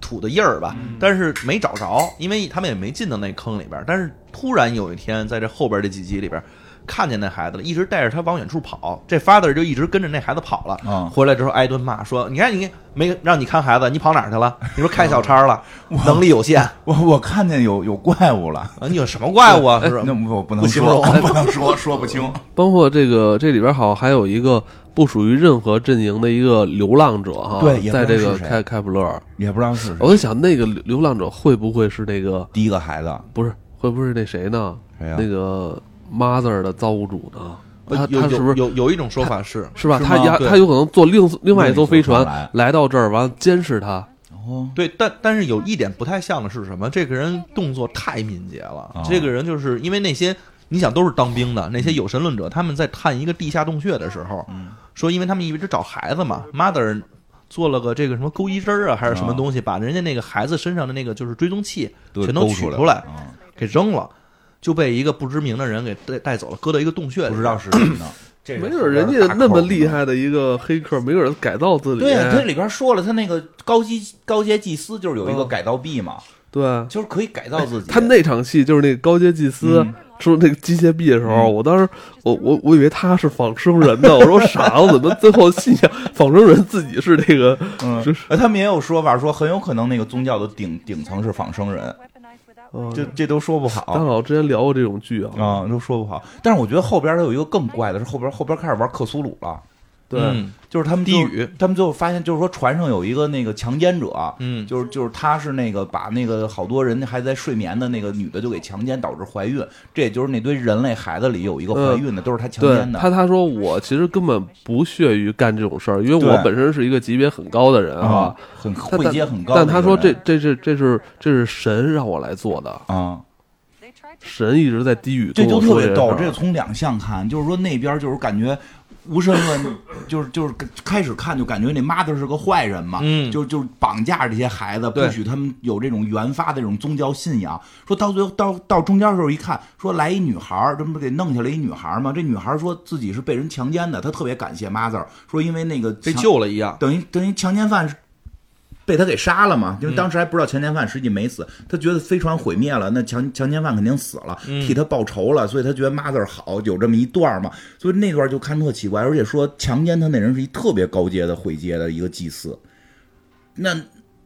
C: 土的印儿吧，
A: 嗯
C: 但是没找着，因为他们也没进到那坑里边儿。但是突然有一天，在这后边这几集里边。看见那孩子了，一直带着他往远处跑。这 father 就一直跟着那孩子跑了。
A: 啊
B: 嗯
C: 回来之后挨顿骂，说：“你看你没让你看孩子，你跑哪儿去了？你说开小差 了，能力有限啊！
B: 我我看见有有怪物了，
C: 你有什么 怪物啊？是不是
B: 那我不能说，
C: 不形容
B: 我 不能说，说不清。
A: 包括这个这里边好像还有一个不属于任何阵营的一个流浪者哈，
B: 对也不
A: 在
B: 知
A: 这
B: 道是
A: 个
B: 谁
A: 开开普勒尔，
B: 也不知道是谁
A: 我在想那个流流浪者会不会是那个
B: 第一个孩子，
A: 不是会不会是那谁呢？
B: 谁呀
A: 那个 mother 的造物主呢？他
C: 呃有
A: 他是不是
C: 有有有一种说法是
A: 是吧？
B: 是
A: 他
B: 吗
A: 呀
C: 对
A: 他有可能坐另另外一艘飞
B: 另一艘
A: 船
B: 船
A: 来到这儿，完了监视他。
B: 哦，
C: 对，但但是有一点不太像的是什么？这个人动作太敏捷了。
B: 啊
C: 这个人就是因为那些，你想都是当兵的那些有神论者，他们在探一个地下洞穴的时候，
B: 嗯
C: 说因为他们一直找孩子嘛，mother 做了个这个什么钩衣针儿啊，还是什么
B: 啊
C: 东西，把人家那个孩子身上的那个就是追踪器
B: 对
C: 全都
B: 勾
C: 取
B: 来
C: 出来
B: 了，嗯
C: 给扔了，就被一个不知名的人给带带走了，搁到一个洞穴里。
B: 不知道是谁 呢。这个
A: 没准儿人家那么厉害的一个黑客，没准儿改造自己。
B: 对呀，这里边说了，他那个高级高阶祭司就是有一个
A: 嗯
B: 改造币嘛，
A: 对啊
B: 就是可以改造自己。
A: 他那场戏就是那个高阶祭司
B: 嗯
A: 出那个机械臂的时候，我当时我我我以为他是仿生人呢，我说 傻，我怎么最后心想仿生人自己是这个？
B: 嗯
A: 真是，
B: 呃他们也有说法说，很有可能那个宗教的顶顶层是仿生人，
A: 嗯，
B: 这这都说不好
A: 大佬之前聊过这种剧啊，
B: 啊、都说不好。但是我觉得后边有一个更怪的是，后边后边开始玩克苏鲁了，
A: 对，
C: 嗯
B: 就是他们
C: 地
B: 就
C: 狱，
B: 他们最后发现就是说船上有一个那个强奸者，
C: 嗯
B: 就是就是他是那个把那个好多人还在睡眠的那个女的就给强奸，导致怀孕，这也就是那堆人类孩子里有一个怀孕的，都是他强
A: 呃对
B: 奸的。
A: 他他说我其实根本不屑于干这种事儿，因为我
B: 对
A: 本身是一个级别很高的人
B: 啊
A: 啊。，
B: 很
A: 但
B: 会接很高的
A: 但
B: 一个人，
A: 他说这这是这是这是神让我来做的，
B: 啊。
A: 神一直在低语
B: 这
A: 跟
B: 就
A: 我
B: 特
A: 说
B: 别
A: 件
B: 逗，
A: 事
B: 这
A: 儿啊
B: 个从两项看，就是说那边就是感觉无神论，就是就是开始看就感觉那 mother 是个坏人嘛，
C: 嗯
B: 就就是绑架这些孩子，不
C: 对
B: 许他们有这种原发的这种宗教信仰。说到最后到到中间的时候一看，说来一女孩儿，这不给弄下来一女孩儿吗？这女孩儿说自己是被人强奸的，她特别感谢 mother，说因为那个
C: 被
B: 强
C: 救了一样。
B: 等于等于强奸犯是被他给杀了嘛，因为当时还不知道强奸犯实际没死，他觉得飞船毁灭了，那强强奸犯肯定死了，替他报仇了，所以他觉得 mother 好，有这么一段嘛，所以那段就看特奇怪，而且说强奸他那人是一特别高阶的会阶的一个祭司，那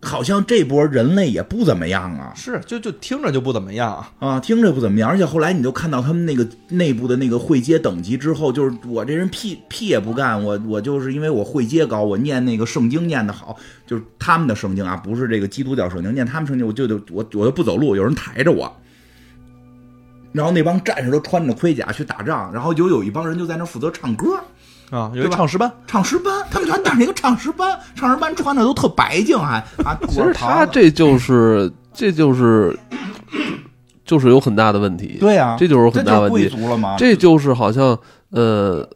B: 好像这波人类也不怎么样啊，
C: 是，就就听着就不怎么样啊！
B: 啊，听着不怎么样，而且后来你就看到他们那个内部的那个会接等级之后，就是我这人屁屁也不干，我我就是因为我会接高，我念那个圣经念得好，就是他们的圣经啊，不是这个基督教圣经，念他们圣经我就就我我就不走路，有人抬着我。然后那帮战士都穿着盔甲去打仗，然后就有一帮人就在那负责唱歌，
C: 啊，有
B: 对
C: 一
B: 吧
C: 唱诗班，
B: 唱诗班，他们全打着一个唱诗班，唱诗班穿的都特白净还啊，
A: 其实他
B: 我袍子
A: 这就是这就是就是有很大的问题，
B: 对啊，啊
A: 这就是有
B: 这
A: 很大
B: 就是
A: 问
B: 贵
A: 题，
B: 族了嘛，
A: 这就是好像呃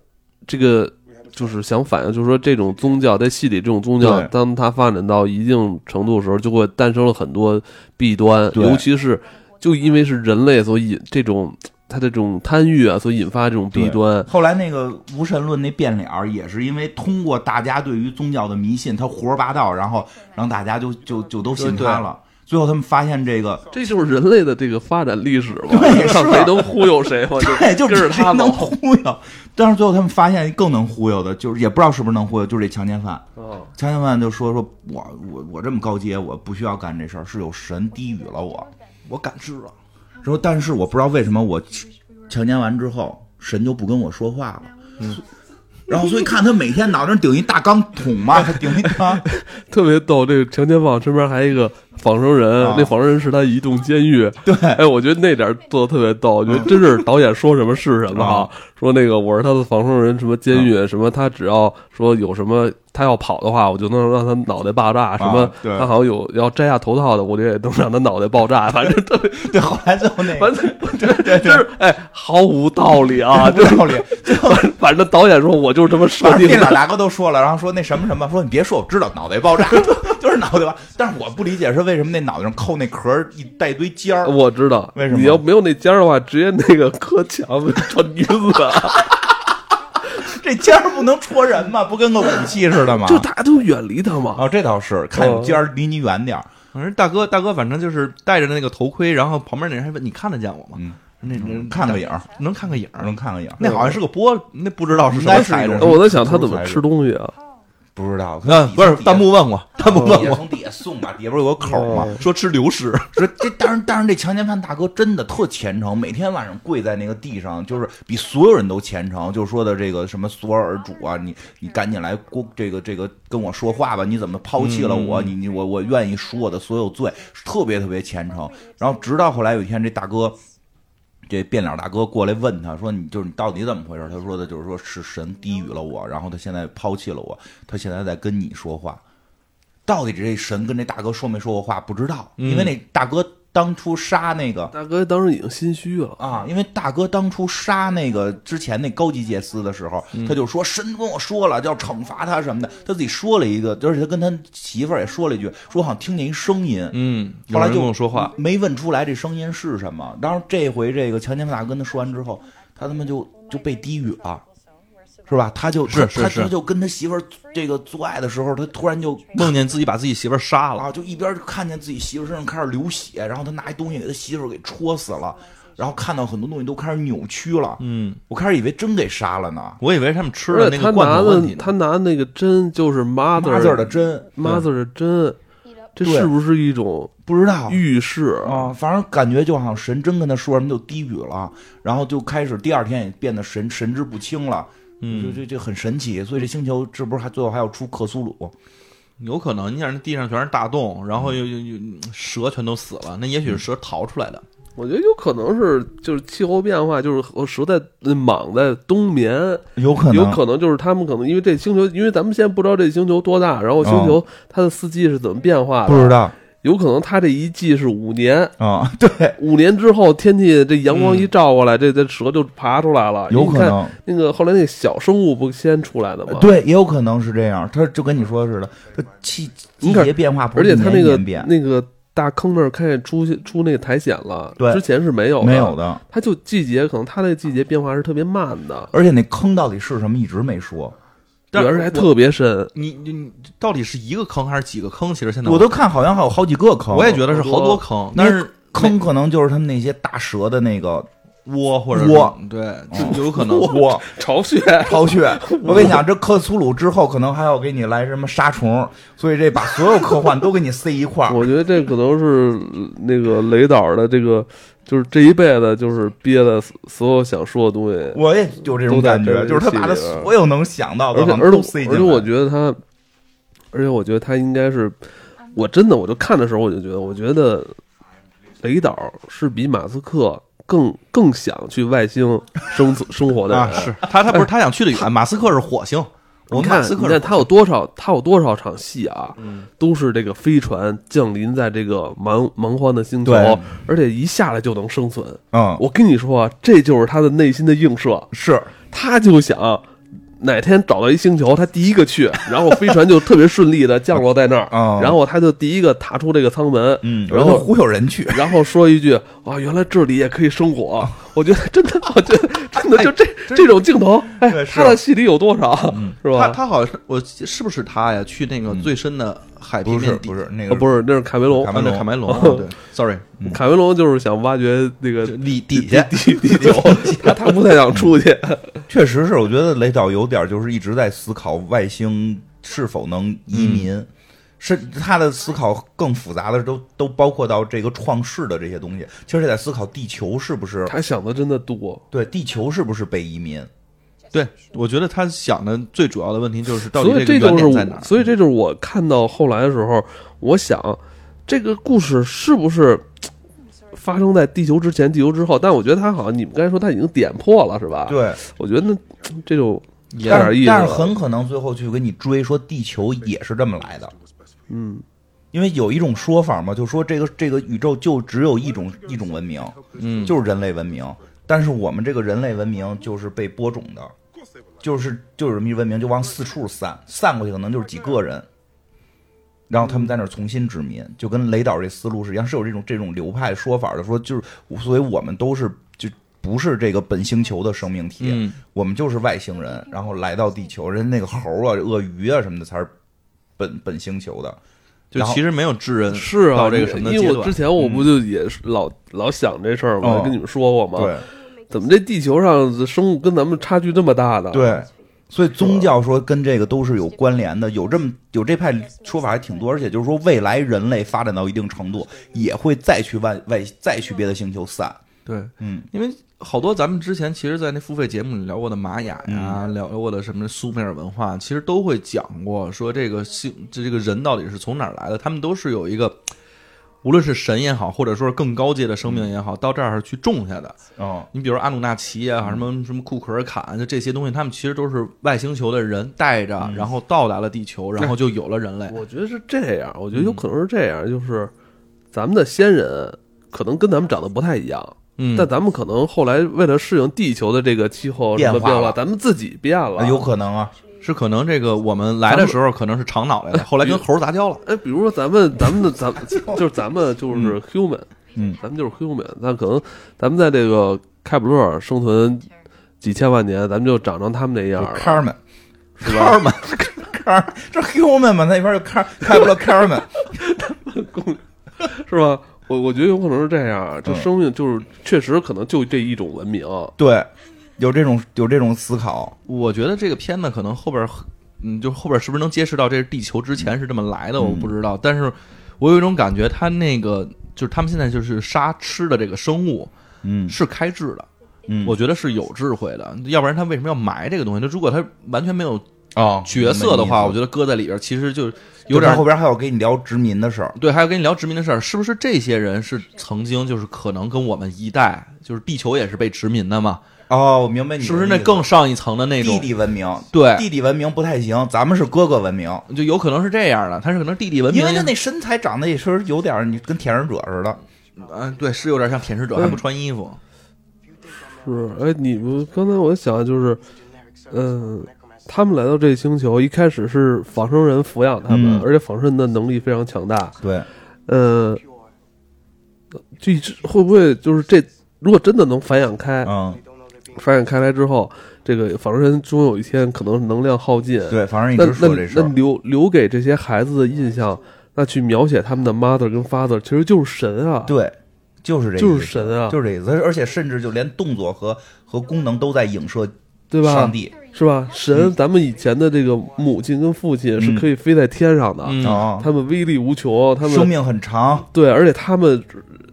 A: 这个就是想反映，就是说这种宗教在戏里这种宗教
B: 对，
A: 当它发展到一定程度的时候，就会诞生了很多弊端，
B: 对
A: 尤其是就因为是人类所引这种他这种贪欲啊，所引发这种弊
B: 对
A: 端。
B: 后来那个无神论那变脸儿，也是因为通过大家对于宗教的迷信，他胡说八道，然后让大家就就就都信
C: 对对
B: 他了。最后他们发现这个，
A: 这就是人类的这个发展历史嘛，
B: 对
A: 看
B: 是
A: 谁能忽悠谁 嘛，
B: 对，就
A: 跟着
B: 谁
A: 他
B: 能
A: 走。
B: 忽悠。但是最后他们发现更能忽悠的，就是也不知道是不是能忽悠，就是这强奸犯。
A: 哦
B: 强奸犯就说说我我我这么高阶，我不需要干这事儿，是有神低语了我。
C: 我感知了，
B: 然后但是我不知道为什么我强奸完之后，神就不跟我说话了。
A: 嗯
B: 然后所以看他每天脑袋上顶一大钢 桶嘛，他顶一钢，
A: 特别逗，这个强奸犯身边还有一个仿生人，
B: 啊
A: 那仿生人是他移动监狱。
B: 对嗯
A: 哎，我觉得那点儿做的特别逗，我觉得真是导演说什么是什么啊！说那个我是他的仿生人，什么监
B: 啊
A: 狱，什么他只要说有什么他要跑的话，我就能让他脑袋爆炸，什么
B: 啊对
A: 他好像有要摘下头套的，我就也能让他脑袋爆炸，反正特别，
B: 对，后来最后那个
A: 反正我觉得真是哎毫无道理啊！就
B: 道理，最后
A: 反反正导演说我就是这 么设
B: 反正
A: 定
B: 那老
A: 的，
B: 大哥都说了，然后说那什么什么，说你别说，我知道脑袋爆炸， 就是脑袋吧。但是我不理解是为什么那脑袋上扣那壳儿一带一堆尖儿，
A: 我知道。
B: 为什么
A: 你要没有那尖儿的话，直接那个磕 墙穿女子啊。
B: 这尖儿不能戳人吗？不跟个武器似的吗？
A: 就大家都远离他嘛。
B: 哦，这倒是，看
C: 嗯
B: 有尖儿离你远点儿。
C: 反正大哥大哥，反正就是戴着那个头盔，然后旁边那人还问你看得见我吗？
B: 嗯，
C: 那人
B: 看个影儿，
C: 能看个影儿
B: 能，看个影儿。
C: 那好像是个波，那不知道是什
B: 应该
C: 么
B: 是
C: 材
B: 一
C: 质
B: 种。
A: 我在想他怎么吃东西啊？
B: 不知道，
C: 嗯，不是弹幕问我，弹幕
B: 不
C: 问
B: 哦也嗯
C: 我
B: 从底下送嘛，底下不是有个口嘛？
A: 哦
C: 说吃流食，
B: 说这当然，当然，这强奸犯大哥真的特虔诚，每天晚上跪在那个地上，就是比所有人都虔诚。就是说的这个什么索尔主啊，你你赶紧来过这个这个跟我说话吧，你怎么抛弃了我？你你我我愿意赎我的所有罪，特别特别虔诚。然后直到后来有一天，这大哥。这变脸大哥过来问他说：“你就是你到底怎么回事？”他说的就是说是神低语了我，然后他现在抛弃了我，他现在在跟你说话。到底这神跟这大哥说没说过话不知道，因为那哎大哥当初杀那个
A: 大哥当时已经心虚了，
B: 啊，因为大哥当初杀那个之前那高级祭司的时候，
C: 嗯
B: 他就说神跟我说了要惩罚他什么的，他自己说了一个，而且他跟他媳妇儿也说了一句，说我好像听见一声音，
C: 嗯，
B: 后来
C: 有人
B: 就
C: 跟我说话，
B: 没问出来这声音是什么。然后这回这个强奸犯大哥跟他说完之后，他他妈就就被低语了，是吧？他就是他
C: 是
B: 他
C: 是
B: 就跟他媳妇儿这个做爱的时候，他突然就
C: 梦见自己把自己媳妇儿杀了，
B: 啊，就一边就看见自己媳妇身上开始流血，然后他拿一东西给他媳妇儿给戳死了，然后看到很多东西都开始扭曲了。
C: 嗯，
B: 我开始以为真给杀了呢，
C: 我以为他们吃
A: 而
C: 了
A: 且
C: 那
A: 他
C: 个罐
A: 拿
C: 头问题
A: 的
C: 呢
A: 他拿那个针就是
B: 妈
A: mother
B: 字儿的针
A: mother 的针，这
B: 对
A: 是不是一种
B: 不知道
A: 预示？
B: 啊，反正感觉就好像神真跟他说什么就低语了，然后就开始第二天也变得神神志不清了。嗯，就就就很神奇，所以这星球是不是还最后还要出克苏鲁？
C: 有可能，你想那地上全是大洞，然
B: 嗯
C: 后又又又蛇全都死了，那也许是蛇逃出来的。
A: 我觉得有可能是就是气候变化，就是和蛇在呃蟒在冬眠，
B: 有可能，
A: 有可能就是他们可能因为这星球，因为咱们现在不知道这星球多大，然后星球它的四季是怎么变化
B: 不知
A: 的，
B: 道
A: 有可能它这一季是五年，
B: 啊、对，
A: 五年之后，天气这阳光一照过来，这这蛇就爬出来了。
B: 有可
A: 你看
B: 能，
A: 那个后来那个小生物不先出来的吗？。
B: 对，也有可能是这样。他就跟你说似的，他气季
A: 你看
B: 节变化不
A: 而
B: 是
A: 且
B: 一
A: 它
B: 年
A: 那
B: 一
A: 个
B: 年变，
A: 那个大坑那儿开始出现出那个苔藓了，
B: 对
A: 之前是没有的
B: 没有。的。
A: 它就季节，可能它那个季节变化是特别慢的，
B: 而且那坑到底是什么一直没说，
C: 但
A: 而且还
C: 我
A: 特别深。
C: 你你你到底是一个坑还是几个坑？其实现在
B: 我都看好像还有好几个坑。
C: 我也觉得是好多
A: 好多
C: 坑，
B: 那
C: 但是
B: 坑可能就是他们那些大蛇的那个
C: 窝或者是哦
B: 窝
C: 对，就有可能
B: 窝。
A: 巢穴，
B: 巢穴，我跟你讲，这克苏鲁之后可能还要给你来什么杀虫，所以这把所有科幻都给你塞一块儿。
A: 我觉得这可能是那个雷导的这个，就是这一辈子就是憋的所有想说的东西。
B: 我也有这种感觉，就是他把他所有能想到的
A: 啊而且
B: 好像
A: 而
B: 都
A: 且
B: 塞
A: 而
B: 进
A: 且我
B: 来。
A: 觉得他，而且我觉得他应该是，我真的我就看的时候我就觉得，我觉得雷导是比马斯克更更想去外星生存生活的人。
C: 啊，是他他不是他想去的远，马斯克是火星，我
A: 你
C: 们马
A: 看，
C: 斯
A: 你
C: 克是
A: 看他有多少，他有多少场戏啊，都是这个飞船降临在这个蛮蛮荒的星球
B: 对，
A: 而且一下来就能生存。
B: 嗯，
A: 啊我跟你说啊，这就是他的内心的映射。
B: 是
A: 他就想哪天找到一星球，他第一个去，然后飞船就特别顺利的降落在那儿，
B: 哦
A: 然后他就第一个踏出这个舱门，
B: 嗯，
A: 然
B: 后
A: 后
B: 忽悠人去，
A: 然后说一句啊，原来这里也可以生火，我觉得真的， 我觉得真的就这这种镜头，哎，
B: 对是
A: 他的戏里有多少是
C: 他
A: 吧？
C: 他好像是我是不是他呀？去那个最深的海平
B: 不是
C: 面底，
B: 不是那
A: 啊
B: 个
A: 不是，那是凯梅隆
B: 凯，
C: 啊，
B: 梅隆
C: 那凯梅隆，对，sorry，
A: 凯梅隆就是想挖掘那个
C: 就里底下
A: 地地球，他他不太想出去，
B: 确实是，我觉得雷导有点就是一直在思考外星是否能
A: 嗯
B: 移民，是他的思考更复杂的都都包括到这个创世的这些东西，其实也在思考地球是不是
A: 他啊想的真的多。
B: 对地球是不是被移民，
C: 对，我觉得他想的最主要的问题就是到底
A: 所以
C: 这个
A: 就
C: 原
A: 是
C: 点在哪
A: 我，
C: 儿？
A: 所以这就是我看到后来的时候，我想这个故事是不是发生在地球之前、地球之后？但我觉得他好像你们刚才说他已经点破了，是吧？，
B: 对，
A: 我觉得那这就有
B: 但
A: 点意
B: 是
A: 思
B: 但
A: 了。
B: 是很可能最后去给你追说地球也是这么来的，
A: 嗯，
B: 因为有一种说法嘛，就说这个这个宇宙就只有一种一种文明，
C: 嗯，
B: 就是人类文明，但是我们这个人类文明就是被播种的，就是就是人民文明就往四处散，散过去可能就是几个人，然后他们在那儿重新殖民，就跟雷导这思路是一样，是有这种这种流派说法的，说就是所以我们都是就不是这个本星球的生命体，
C: 嗯
B: 我们就是外星人，然后来到地球，人家那个猴啊、鳄鱼啊什么的才是本本星球的，
C: 就其实没有智人
A: 是啊，
C: 到这个什么的
A: 因
C: 阶
A: 为我
C: 段
A: 之前我
B: 嗯
A: 不就也是老、老想这事儿嘛，
B: 哦
A: 跟你们说过嘛。
B: 对。
A: 怎么这地球上的生物跟咱们差距这么大呢？，
B: 对，所以宗教说跟这个都是有关联的，有这么有这派说法还挺多，而且就是说未来人类发展到一定程度，也会再去外外再去别的星球散。
C: 对，
B: 嗯，
C: 因为好多咱们之前其实，在那付费节目里聊过的玛雅呀，
A: 嗯
C: 聊过的什么苏美尔文化，其实都会讲过，说这个星这这个人到底是从哪儿来的，他们都是有一个。无论是神也好，或者说是更高阶的生命也好，到这儿去种下的。
B: 哦，
C: 你比如阿努纳奇啊，什
A: 嗯
C: 么什么库克尔坎，啊就这些东西，他们其实都是外星球的人带着，然后到达了地球，然后就有了人类。
A: 嗯我觉得是这样，我觉
B: 嗯
A: 得有可能是这样，就是咱们的先人可能跟咱们长得不太一样，
C: 嗯，
A: 但咱们可能后来为了适应地球的这个气候什么
B: 变化
A: 变化，
B: 了
A: 咱们自己变了。
B: 有可能啊，
C: 是可能这个我们来的时候可能是长脑袋的，后来跟猴杂交了。
A: 哎，比如说咱们咱们的咱们就是咱们就是 human，
B: 嗯，
A: 咱们就是 human，但可能咱们在这个开普勒生存几千万年，咱们就长成他们那样
B: 就
A: 了。
B: Carmen，是吧？Carmen。Car，这 human 嘛，那边就 Car 开不了 Carmen，
A: 是吧？我我觉得有可能是这样，就
B: 嗯
A: 生命就是确实可能就这一种文明，
B: 对，有这种有这种思考，
C: 我觉得这个片子可能后边，嗯，就后边是不是能揭示到这是地球之前是这么来的，我
B: 嗯
C: 不知道。但是我有一种感觉，他那个就是他们现在就是杀吃的这个生物
B: 嗯
C: 是开智的，
B: 嗯，
C: 我觉得是有智慧的，要不然他为什么要埋这个东西？他如果他完全没有
B: 哦
C: 角色的话，我
B: 觉
C: 觉得搁在里边其实就
B: 得
C: 有点
B: 后边还有跟你聊殖民的事儿，
C: 对，还有跟你聊殖民的事儿，是不是这些人是曾经就是可能跟我们一代，就是地球也是被殖民的嘛？
B: 哦，我明白你的
C: 是不是
B: 意
C: 那
B: 思
C: 更上一层的那
B: 弟
C: 种？
B: 弟文明？
C: 对
B: 弟弟文明不太行，咱们是哥哥文明，
C: 就有可能是这样的，他是可能弟弟文明，
B: 因为他那身材长得也是有点儿你跟舔食者似的。
C: 嗯、对，是有点像舔食者，
B: 嗯
C: 还不穿衣
B: 啊
C: 服。
A: 是哎，你不刚才我想就是，嗯、他们来到这星球一开始是仿生人抚养他们，
B: 嗯
A: 而且仿生人的能力非常强大，
B: 对，
A: 呃，这会不会就是这？如果真的能繁衍开，
B: 嗯，
A: 繁衍开来之后，这个仿生人终有一天可能能量耗尽。，
B: 对，反正一
A: 哎那
B: 直说
A: 那
B: 这事
A: 那
B: 儿。
A: 留留给这些孩子的印象，那去描写他们的 mother 跟 father，其实就是神啊。
B: 对，就是这意思，
A: 就是神啊
B: 就是这意思。而且甚至就连动作和和功能都在影射
A: 对吧？
B: 上帝嗯
A: 是吧？神，咱们以前的这个母亲跟父亲是可以飞在天上的，
C: 嗯
B: 啊，
A: 他们威力无穷，他
B: 生
A: 们
B: 命很长
A: 对，而且他们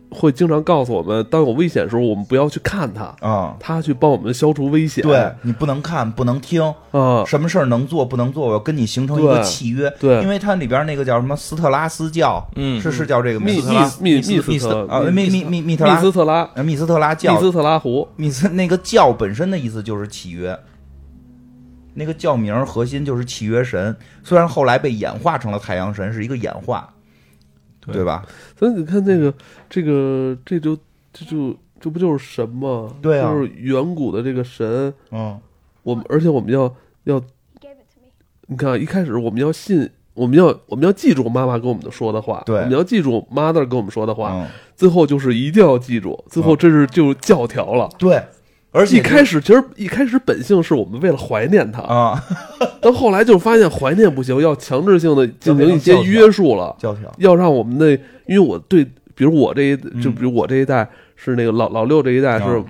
A: 会经常告诉我们，当有危险的时候，我们不要去看他，
B: 啊。
A: 他去帮我们消除危险。
B: 对你不能看，不能听，
A: 啊，
B: 什么事儿能做不能做，我要跟你形成一个
A: 对
B: 契约。
A: 对
B: 因为它里边那个叫什么斯特拉斯教，
C: 嗯
B: 是是叫这个
A: 密
B: 名字
A: 密
B: 吧？
A: 密密
C: 密密
A: 斯
C: 斯
A: 特呃
B: 啊，密密密密特
A: 密
B: 拉
A: 斯特拉
B: 呃密斯特拉教
A: 密斯特拉湖，
B: 你是那个教本身的意思就是契约，那个教名儿核心就是契约神，虽然后来被演化成了太阳神，是一个演化，
C: 对
B: 对吧？
A: 所以你看这
B: 嗯
A: 个这个这就这就这不就是神吗？
B: 对啊
A: 就是远古的这个神，
B: 嗯，
A: 我们而且我们要要，你看一开始我们要信，我们要我们要记住妈妈跟我们的说的话，
B: 对
A: 我们要记住 mother 跟我们说的话，
B: 嗯，
A: 最后就是一定要记住，最后这是就教条了。
B: 对，而且
A: 一开始其实一开始本性是我们为了怀念他，
B: 啊，
A: 但后来就发现怀念不行，要强制性的进行一些约束了，
B: 教条，
A: 要让我们的，因为我对，比如我这一，就
B: 嗯
A: 比如我这一代是那个老老六这一代是
B: 啊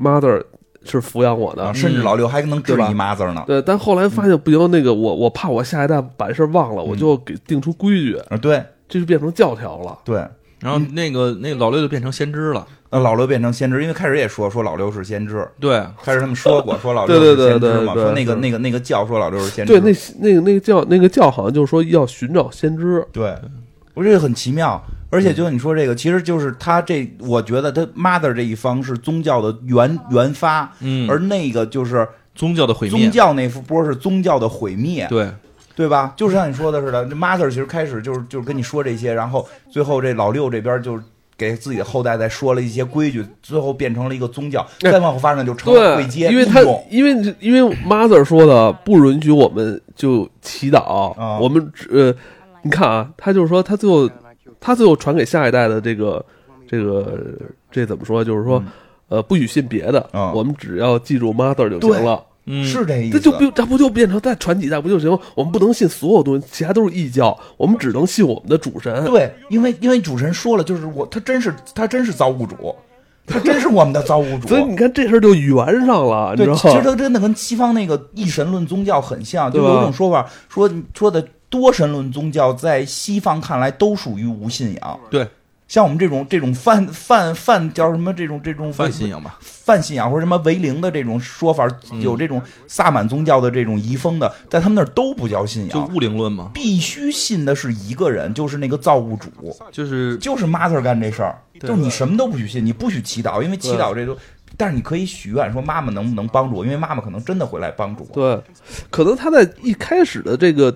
A: mother 是抚养我的
B: 啊，甚至老嗯六还能
A: 嗯
B: 知
A: 对
B: 道
A: 吧
B: 你妈字儿呢。
A: 对，但后来发现不行，那个我我怕我下一代把事儿忘
B: 嗯
A: 了，我就给定出规矩，
B: 啊，对
A: 这就变成教条了。
B: 对，
C: 然
B: 嗯
C: 后那个那个老六就变成先知了，
B: 那老六变成先知，因为开始也说说老六是先知，
C: 对，
B: 开始他们说过说老
A: 对
B: 六
A: 对
B: 是
A: 对
B: 先知嘛，
A: 对对
B: 说那个
A: 是
B: 那个那个教说老六是先知，
A: 对，那那个那个教那个教好像就是说要寻找先知，
B: 对，我这个很奇妙。
A: 嗯
B: 而且就你说这个，其实就是他这，我觉得他 mother 这一方是宗教的原原发，
C: 嗯，
B: 而那个就是
C: 宗教的毁灭
B: 宗，教那波是宗教的毁灭，
C: 对，
B: 对吧？就是像你说的似的，这 mother 其实开始就是就是跟你说这些，然后最后这老六这边就给自己的后代再说了一些规矩，最后变成了一个宗教，
A: 哎
B: 再往后发展就成了
A: 对
B: 会接，
A: 因为
B: 义
A: 他
B: 勇
A: 因为因为 mother 说的不允许我们就祈祷，
B: 啊
A: 我们只呃，你看啊，他就是说他最后他最后传给下一代的这个这个这怎么说？就是说、呃，不许信别的，
B: 嗯啊
A: 我们只要记住 mother 就行了。
C: 嗯，
B: 是这意
A: 这
B: 思，
A: 就不，这不就变成再传几代不就行？我们不能信所有东西，其他都是异教，我们只能信我们的主神。
B: 对，因为因为主持人说了，就是我他真是他真是造物主，他真是我们的造物 主。
A: 所以你看这事儿就圆上了，你
B: 对
A: 知，道
B: 其实
A: 吗？
B: 他真的跟西方那个一神论宗教很像，就
A: 对吧
B: 有一种说法说说的多神论宗教在西方看来都属于无信仰。
C: 对，
B: 像我们这种这种泛泛泛叫什么这种这种
C: 泛信仰嗯吧，
B: 泛信仰或者什么唯灵的这种说法，有这种萨满宗教的这种遗风的，在他们那儿都不叫信
C: 就
B: 仰，
C: 物灵论嘛，
B: 必须信的是一个人，就是那个造物主。
C: 就是
B: 就是 mother 干这事儿，
C: 对
B: 就是你什么都不许信，你不许祈祷，因为祈
A: 对
B: 祷这都，但是你可以许愿说妈妈能不能帮助我，因为妈妈可能真的会来帮助我。
A: 对，可能他在一开始的这个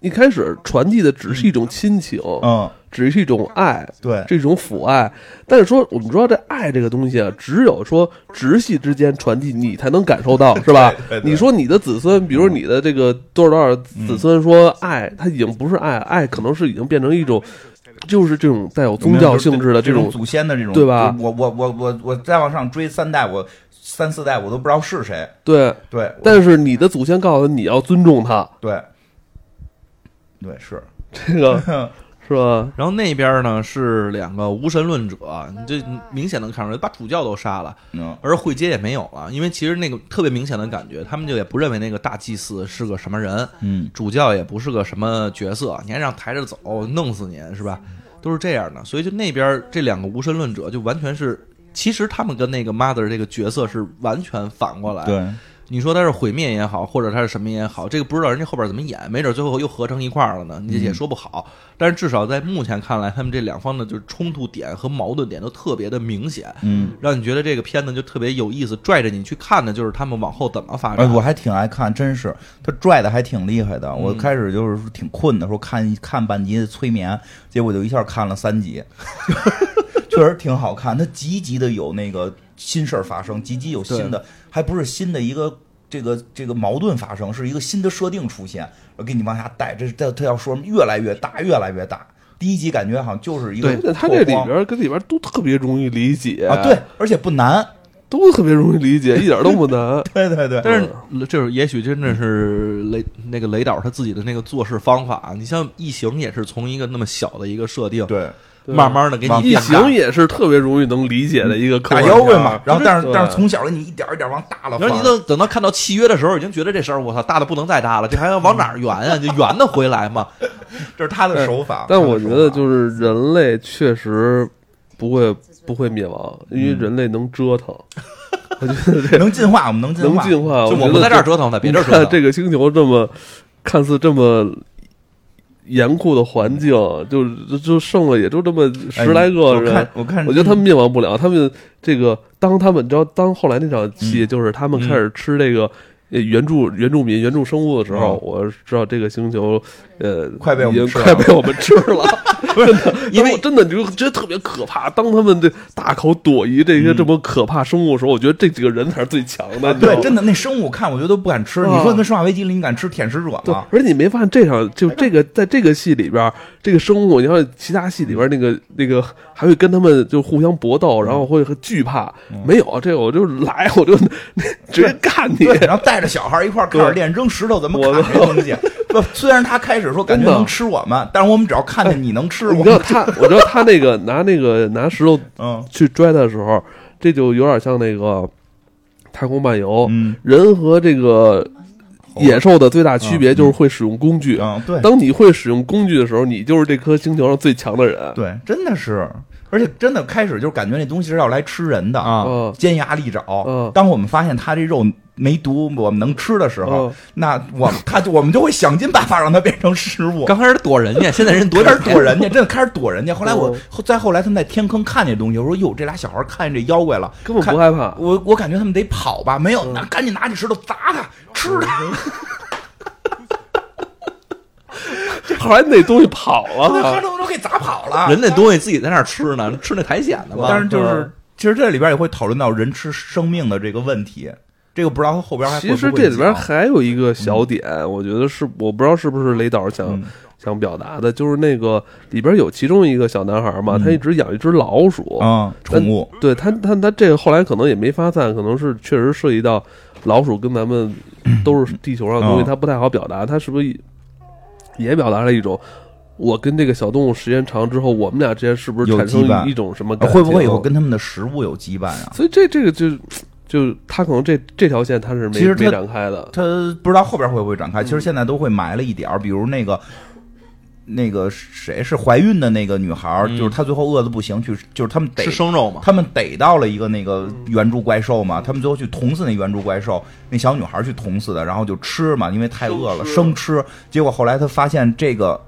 A: 一开始传递的只是一种亲情，
B: 嗯，
A: 只是一种爱，
B: 对
A: 这种父爱。但是说，我们知道这爱这个东西啊，只有说直系之间传递，你才能感受到，是 吧
B: 哎对？对
A: 你说你的子孙，比如你的这个多少多少子孙说爱，他已经不是爱，爱可能是已经变成一种，就是这种带有宗教性质的
B: 这
A: 这种
B: 祖先的这种，
A: 对吧
B: 我我我我我再往上追三代，我三四代我都不知道是谁。
A: 对。
B: 对，我
A: 但是你的祖先告诉你要尊重他，
B: 对对是，
A: 这个 是吧？
C: 然后那边呢是两个无神论者，你这明显能看出来，把主教都杀了，
B: 嗯，
C: 而会街也没有了，因为其实那个特别明显的感觉，他们就也不认为那个大祭司是个什么人，
B: 嗯，
C: 主教也不是个什么角色，你还让抬着走，弄死你是吧？都是这样的，所以就那边这两个无神论者就完全是，其实他们跟那个 mother 这个角色是完全反过来，
B: 对，
C: 你说他是毁灭也好，或者他是什么也好，这个不知道人家后边怎么演，没准最后又合成一块儿了呢，你也说不好。但是至少在目前看来，他们这两方的就是冲突点和矛盾点都特别的明显，
B: 嗯。
C: 让你觉得这个片子就特别有意思，拽着你去看的就是他们往后怎么发
B: 哎，
C: 展。
B: 我还挺爱看，真是他拽的还挺厉害的。我开始就是说挺困的，说看看半集催眠，结果就一下看了三集， 确实挺好看。他集集的有那个新事儿发生，集集有新的，还不是新的一个。这个这个矛盾发生是一个新的设定出现，我给你往下带，这这他要说什么越来越大，越来越大。第一集感觉好像就是一个
A: 而且他这里
B: 拓荒
A: 边儿跟里边儿都特别容易理解
B: 啊，对，，而且不难，
A: 都特别容易理解，一点儿都不难。
B: 对对对，
C: 但是这是也许真的是雷那个雷导他自己的那个做事方法。你像《异形》也是从一个那么小的一个设定，
B: 对
A: 对
C: 慢慢的给你
B: 往
A: 异
C: 变大
A: 形也是特别容易能理解的一个科
B: 打
A: 幻
B: 妖怪
A: 片儿
B: 嘛，然后但是
A: 对
B: 但是从小你一点儿一点儿往大了放，
C: 然后你等等到看到契约的时候，已经觉得这事儿我操大的不能再大了，这还要往哪儿圆啊？就圆的回来嘛。
B: 这是他的啊手法。
A: 但我觉得
B: 是
A: 就是人类确实不会不会灭亡，因
B: 嗯
A: 为人类能折腾。我觉得这
B: 能进化，我们能进
A: 能
B: 化，
A: 进化，
C: 就
A: 我
C: 我不在这儿折腾，
B: 啊
C: 在别这
A: 这嗯
C: 儿折腾。
A: 这个星球这么看似这么严酷的环境，就就就剩了也就这么
B: 哎
A: 十来个
B: 我
A: 人
B: 看，。我看，
A: 我觉得他们灭亡不了。他们这个，当他们你知道，当后来那场戏就是他们开始吃这个呃原住原住民原住生物的时候，
B: 嗯
A: 我知道这个星球，呃，
B: 快被我们
A: 已经
B: 吃了
A: 快被我们吃了。
B: 因为
A: 我真的你就觉得特别可怕。当他们这大口躲移这
B: 嗯
A: 些这么可怕生物的时候，我觉得这几个人才是最强的。你知道
B: 对，
A: 吗
B: 真的那生物看我觉得都不敢吃。
A: 啊
B: 你说跟《生化危机》里你敢吃舔食者
A: 对
B: 吗？，
A: 而且你没发现这场
B: 哎
A: 就这个在这个戏里边儿，这个生物，你看其他戏里边儿那个那个还会跟他们就互相搏
B: 嗯
A: 斗，然后会很惧怕。没有啊这个，我就来，我就 直接干你
B: 对，。 然后带着小孩一块儿开始练扔石头怎么
A: 我
B: 砍这 东西。不，虽然他开始说感觉
A: 真的哎
B: 能吃我们，但是我们只要看见你能吃
A: 你
B: 我
A: 知道
B: 们，
A: 他，我知道他那个拿那个拿石头
B: 嗯
A: 去拽他的时候，这就有点像那个《太空漫游》
B: 嗯
A: 人和这个野兽的最大区别就是会使用工具。
B: 嗯，对
A: 当你会使用工具的时候，你就是这颗星球上最强的人。
B: 对，真的是，而且真的开始就是感觉那东西是要来吃人的
C: 啊
A: 嗯
B: 尖牙利爪
A: 嗯。
B: 当我们发现它这肉没毒，我们能吃的时候
A: 嗯，
B: 那我它就我们就会想尽办法让它变成食物。
C: 刚开始躲人家，现在人躲
B: 开
C: 点
B: 始 躲人 家，真的开始躲人家。后来我
A: 哦
B: 后再后来，他们在天坑看见东西，我说：“哟，这俩小孩看见这妖怪了，
A: 根本
B: 看
A: 不害怕嗯
B: 我我感觉他们得跑吧，没有，那赶紧拿起石头砸他，吃他。
A: 后来那东西跑
B: 那
A: 了
B: 黑，头都给砸跑了。
C: 人那东西自己在那儿吃呢，吃那苔藓呢嘛。
B: 但是就是是，其实这里边也会讨论到人吃生命的这个问题，这个不知道他后边还会
A: 其
B: 不
A: 实
B: 会
A: 这里边
B: 讲
A: 还有一个小点，我觉得是我不知道是不是雷导想、
B: 嗯
A: 想表达的，就是那个里边有其中一个小男孩
B: 嗯
A: 嘛，他一直养一只老鼠，
B: 啊，宠物
A: 对他他他这个后来可能也没发散，可能是确实涉及到老鼠跟咱 们都是地球上的东西，
B: 嗯
A: 他不太好表达，他是不是也表达了一种？我跟这个小动物时间长之后，我们俩之间是不是
B: 有
A: 产
B: 羁绊呃
A: 生一种什么感情？哦
B: 会不会以后跟他们的食物有羁绊啊？
A: 所以这这个就就他可能这这条线他是没
B: 其实他
A: 没展开的，
B: 他不知道后边会不会展开。其实现在都会埋了一点儿，比如那个。那个谁是怀孕的那个女孩儿，
C: 嗯
B: 就是她最后饿的不行，去就是他们逮
C: 吃生肉嘛，
B: 他们逮到了一个那个原著怪兽嘛，他们最后去捅死那原著怪兽，那小女孩去捅死的，然后就吃嘛，因为太饿了，生
A: 生
B: 吃。结果后来她发现这个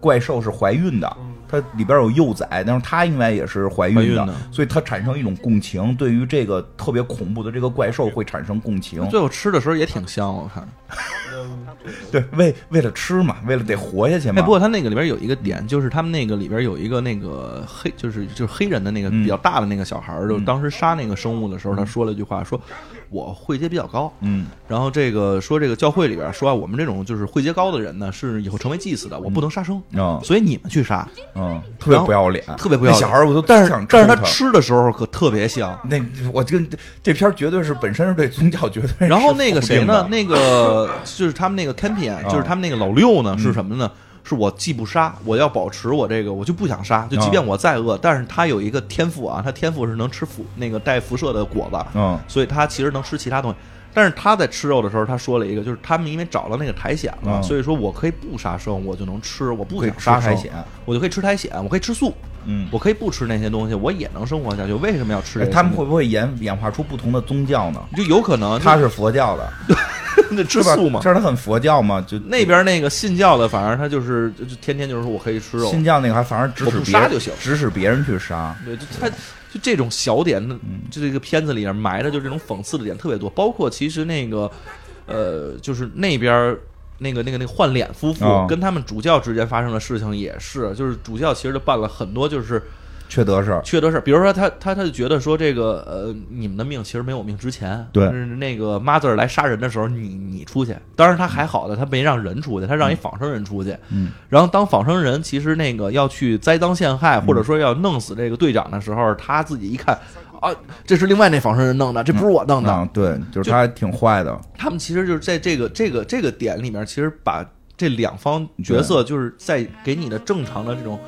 B: 怪兽是怀孕的，它里边有幼崽，但是她应该也是怀
C: 怀
B: 孕
C: 孕
B: 的
C: 的，
B: 所以她产生一种共情，对于这个特别恐怖的这个怪兽会产生共情。
C: 最后吃的时候也挺香，我看。
B: 对，为为了吃嘛，为了得活下去
C: 哎，
B: 嘛
C: 不。过他那个里边有一个点，就是他们那个里边有一个那个黑，就是就是黑人的那个
B: 嗯
C: 比较大的那个小孩儿，就
B: 嗯
C: 当时杀那个生物的时候，他说了一句话，说我会接比较高。
B: 嗯，
C: 然后这个说这个教会里边说啊，我们这种就是会接高的人呢，是以后成为祭司的，我不能杀生，
B: 嗯
C: 所以你们去杀，
B: 嗯，特别不要脸，
C: 特别不要
B: 那
C: 脸。
B: 小孩，我都
C: 但
B: 想
C: 是但是
B: 抽
C: 他吃的时候可特别香。
B: 那我这这片儿绝对是本身是对宗教绝对。
C: 然后那个谁呢？
B: 那。
C: 那 个就是他们那个 Campion，就是
B: 啊
C: 他们那个老六呢，
B: 嗯
C: 是什么呢？是我既不杀，我要保持我这个，我就不想杀，就
B: 啊
C: 即便我再饿，但是他有一个天赋啊，他天赋是能吃辐那个带辐射的果子，
B: 嗯
C: 所以他其实能吃其他东西。但是他在吃肉的时候，他说了一个，就是他们因为找了那个苔藓了，
B: 嗯
C: 所以说我可以不杀生，我就能吃，我不
B: 可以
C: 想杀
B: 吃苔
C: 生
B: 藓，
C: 我就可以吃苔藓，我可以吃素，
B: 嗯
C: 我可以不吃那些东西，我也能生活下去。为什么要吃这
B: 哎
C: 些东西？
B: 他们会不会演演化出不同的宗教呢？
C: 就有可能
B: 他是佛教的，
C: 那 吃
B: 是吧
C: 素嘛？
B: 这是他很佛教嘛？就
C: 那边那个信教的，反正他就是就就天天就是说我可以吃肉，
B: 新教那个还反而指
C: 我
B: 使
C: 不
B: 别
C: 杀
B: 人
C: 就行
B: 指使别人去杀。
C: 对，就他就这种小点，那
B: 嗯
C: 就这个片子里面埋的就这种讽刺的点特别多，包括其实那个呃，就是那边儿那个那个那个换脸夫妇、
B: 哦
C: 跟他们主教之间发生的事情也是，就是主教其实就办了很多就是
B: 缺德事儿，
C: 缺德事儿，比如说他他他就觉得说这个呃，你们的命其实没我命值钱。
B: 对
C: 就是那个 mother 来杀人的时候，你你出去，当然他还好的，他没让人出去，他让一仿生人出去。
B: 嗯，
C: 然后当仿生人其实那个要去栽赃陷害，
B: 嗯
C: 或者说要弄死这个队长的时候，他自己一看啊，这是另外那仿生人弄的，这不是我弄的。
B: 啊，对，就是
C: 就
B: 他还挺坏的，
C: 他们其实就是在这个这个这个点里面，其实把这两方角色就是在给你的正常的这种。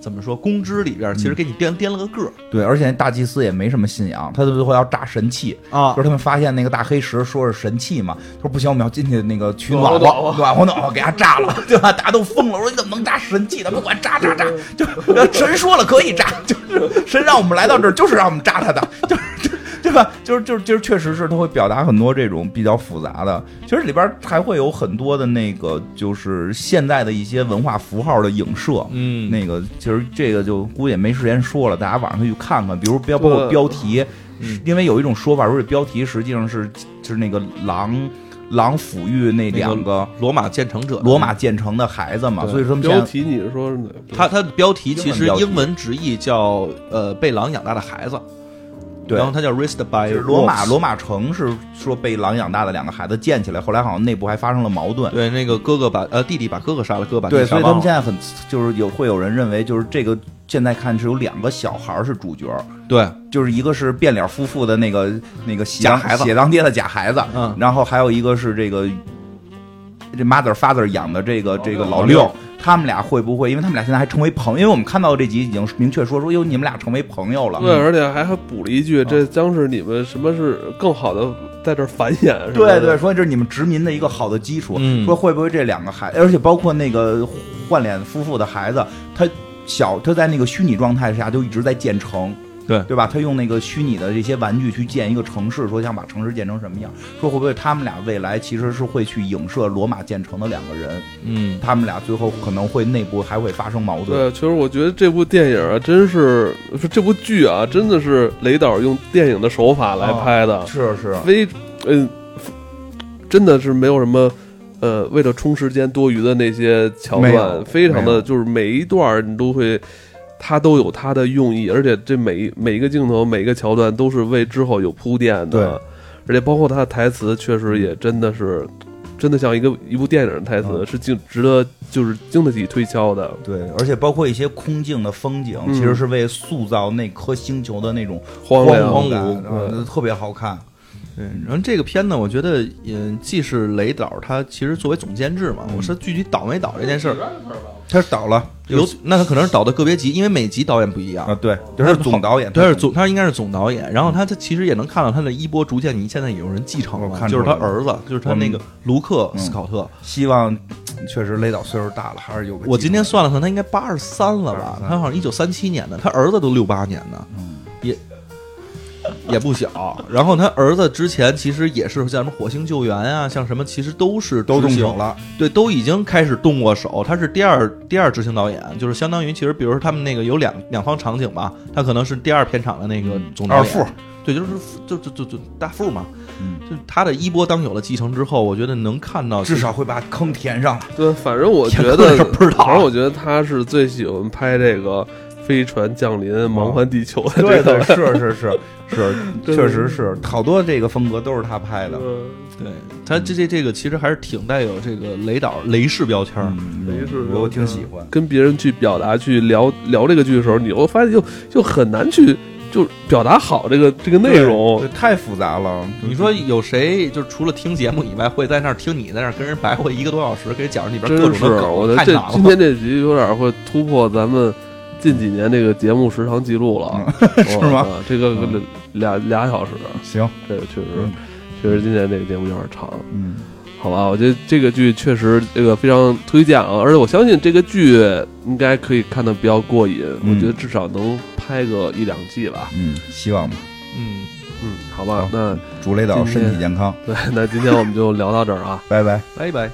C: 怎么说？公知里边
B: 嗯
C: 其实给你颠颠了个个儿
B: 对，而且那大祭司也没什么信仰，他最后要炸神器，
C: 啊
B: 就是他们发现那个大黑石，说是神器嘛，他说不行，我们要进去那个取暖
A: 暖
B: 和
A: 和
B: 暖和暖和，给他炸了， 对吧？大家都疯了，我说你怎么能炸神器呢？不管炸炸炸，就是呃神说了可以炸，就是神让我们来到这儿，就是让我们炸他的， 就是。对吧？就是就是就是，确实是他会表达很多这种比较复杂的。其实里边还会有很多的那个，就是现在的一些文化符号的影射。
C: 嗯
B: 那个其实这个就估计也没时间说了，大家晚上可以去看看。比如标包括
A: 对
B: 嗯标题，因为有一种说法，说这标题实际上是就是那个狼狼抚育那两个
C: 罗马建成者，
B: 罗马建成的孩子嘛，
A: 对
B: 啊所以说他们
A: 标
B: 现在
A: 题你是说是哪个
C: 它它的标题其实
B: 英文标题
C: 英文直译叫呃被狼养大的孩子，
B: 对
C: 然后它叫 raised by
B: 是罗马
C: wolves
B: 罗马城是说被狼养大的两个孩子建起来，后来好像内部还发生了矛盾。
C: 对那个哥哥把呃弟弟把哥哥杀了，哥哥把弟
B: 对，
C: 弟杀
B: 所以他们
C: 忘
B: 现
C: 了，
B: 在很就是有会有人认为，就是这个现在看是有两个小孩儿是主角儿，
C: 对
B: 就是一个是变脸夫妇的那个那个喜
C: 假
B: 当
C: 孩子
B: 血当爹的假孩子，
C: 嗯
B: 然后还有一个是这个这 mother father 养的这个这个
A: 老
B: 老
A: 六
B: 六，他们俩会不会？因为他们俩现在还成为朋友，因为我们看到这集已经明确说说哟，你们俩成为朋友了。嗯
A: 对，而且还还补了一句，这将是你们什么是更好的在这儿繁衍？什么
B: 对
A: 的
B: 对，，说这是你们殖民的一个好的基础。
C: 嗯
B: 说会不会这两个孩，而且包括那个换脸夫妇的孩子，他小他在那个虚拟状态下就一直在建城，
C: 对
B: 对吧？他用那个虚拟的这些玩具去建一个城市，说想把城市建成什么样？说会不会他们俩未来其实是会去影射罗马建成的两个人？
C: 嗯。
B: 他们俩最后可能会内部还会发生矛盾。
A: 对，其实我觉得这部电影啊，真是说这部剧啊，真的是雷导用电影的手法来
B: 啊
A: 拍的，
B: 是是，
A: 非嗯、真的是没有什么呃，为了充时间多余的那些桥
B: 没有
A: 段，非常
B: 没有
A: 的就是每一段儿你都会。它都有它的用意，而且这每每一个镜头、每一个桥段都是为之后有铺垫
B: 对
A: 的，而且包括它的台词，确实也真的是，真的像一个一部电影的台词，
B: 嗯
A: 是经值得就是经得起推敲的。
B: 对，而且包括一些空镜的风景，
A: 嗯
B: 其实是为塑造那颗星球的那种
A: 荒凉
B: 荒
C: 荒
B: 芜
C: 芜
B: 感，嗯特别好看。
C: 对，然后这个片呢，我觉得，嗯，既是雷导他其实作为总监制嘛，
B: 嗯
C: 我说具体导没导这件事儿，
B: 他倒了，
C: 有那他可能是导的个别集，因为每集导演不一样
B: 啊，，对，就是总导演，
C: 他是总他应该是总导演，然后他他其实也能看到他的衣钵逐渐，你现在有人继承
B: 我
C: 了，
B: 看出
C: 就
B: 来
C: 是
B: 了
C: 他儿子，就是他
B: 我们
C: 那个卢克
B: 嗯
C: 斯考特。
B: 希望，确实雷导岁数大了，还是有个。
C: 我今天，算了算，他应该八十三了吧？
B: 83
C: 他好像一九三七年的，他儿子都六八年的，
B: 嗯，
C: 也不小。然后他儿子之前其实也是像什么火星救援啊，像什么其实都是
B: 都动
C: 执行
B: 手了，
C: 对，都已经开始动过手。他是第二第二执行导演，就是相当于其实，比如说他们那个有两两方场景吧，他可能是第二片场的那个
B: 嗯
C: 总导
B: 二
C: 演，
B: 副
C: 对，就是就就就就大副嘛。
B: 嗯，
C: 就他的衣钵当有了继承之后，我觉得能看到
B: 至少会把坑填上了。
A: 对，反正我觉得
C: 天坑是，不知道
A: 反正我觉得他是最喜欢拍这个飞船降临、
C: 嗯
A: 盲环地球的这
B: 对
A: 个。
B: 对，是是是是，
A: 对
B: 确实是，好多这个风格都是他拍的。
A: 嗯
C: 对他这这这个其实还是挺带有这个雷导雷式标签儿。
B: 嗯
A: 没事
B: 我挺喜欢。
A: 跟别人去表达、去聊聊这个剧的时候，你会发现就就很难去就表达好这个这个内容
B: 对。对太复杂了。
C: 你说有谁就除了听节目以外，会在那儿听你在那儿跟人白话一个多小时，给人讲里边
A: 真
C: 各种
A: 是，
C: 的梗，
A: 我觉得
C: 太
A: 这
C: 难
A: 今
C: 了。
A: 天这集有点会突破咱们近几年这个节目时长记录了， 是
B: 吗？
A: 这个
B: 嗯
A: 俩俩小时，
B: 行，
A: 这个确实
B: 嗯
A: 确实今天这个节目有点长。
B: 嗯，
A: 好吧，我觉得这个剧确实这个非常推荐啊，而且我相信这个剧应该可以看的比较过瘾，
B: 嗯
A: 我觉得至少能拍个一两季吧。
B: 嗯，希望吧。
C: 嗯，
A: 嗯，好吧
B: 好，
A: 那
B: 祝雷导身体健康，
A: 对，那今天我们就聊到这儿啊。
B: 拜拜。
C: 拜拜。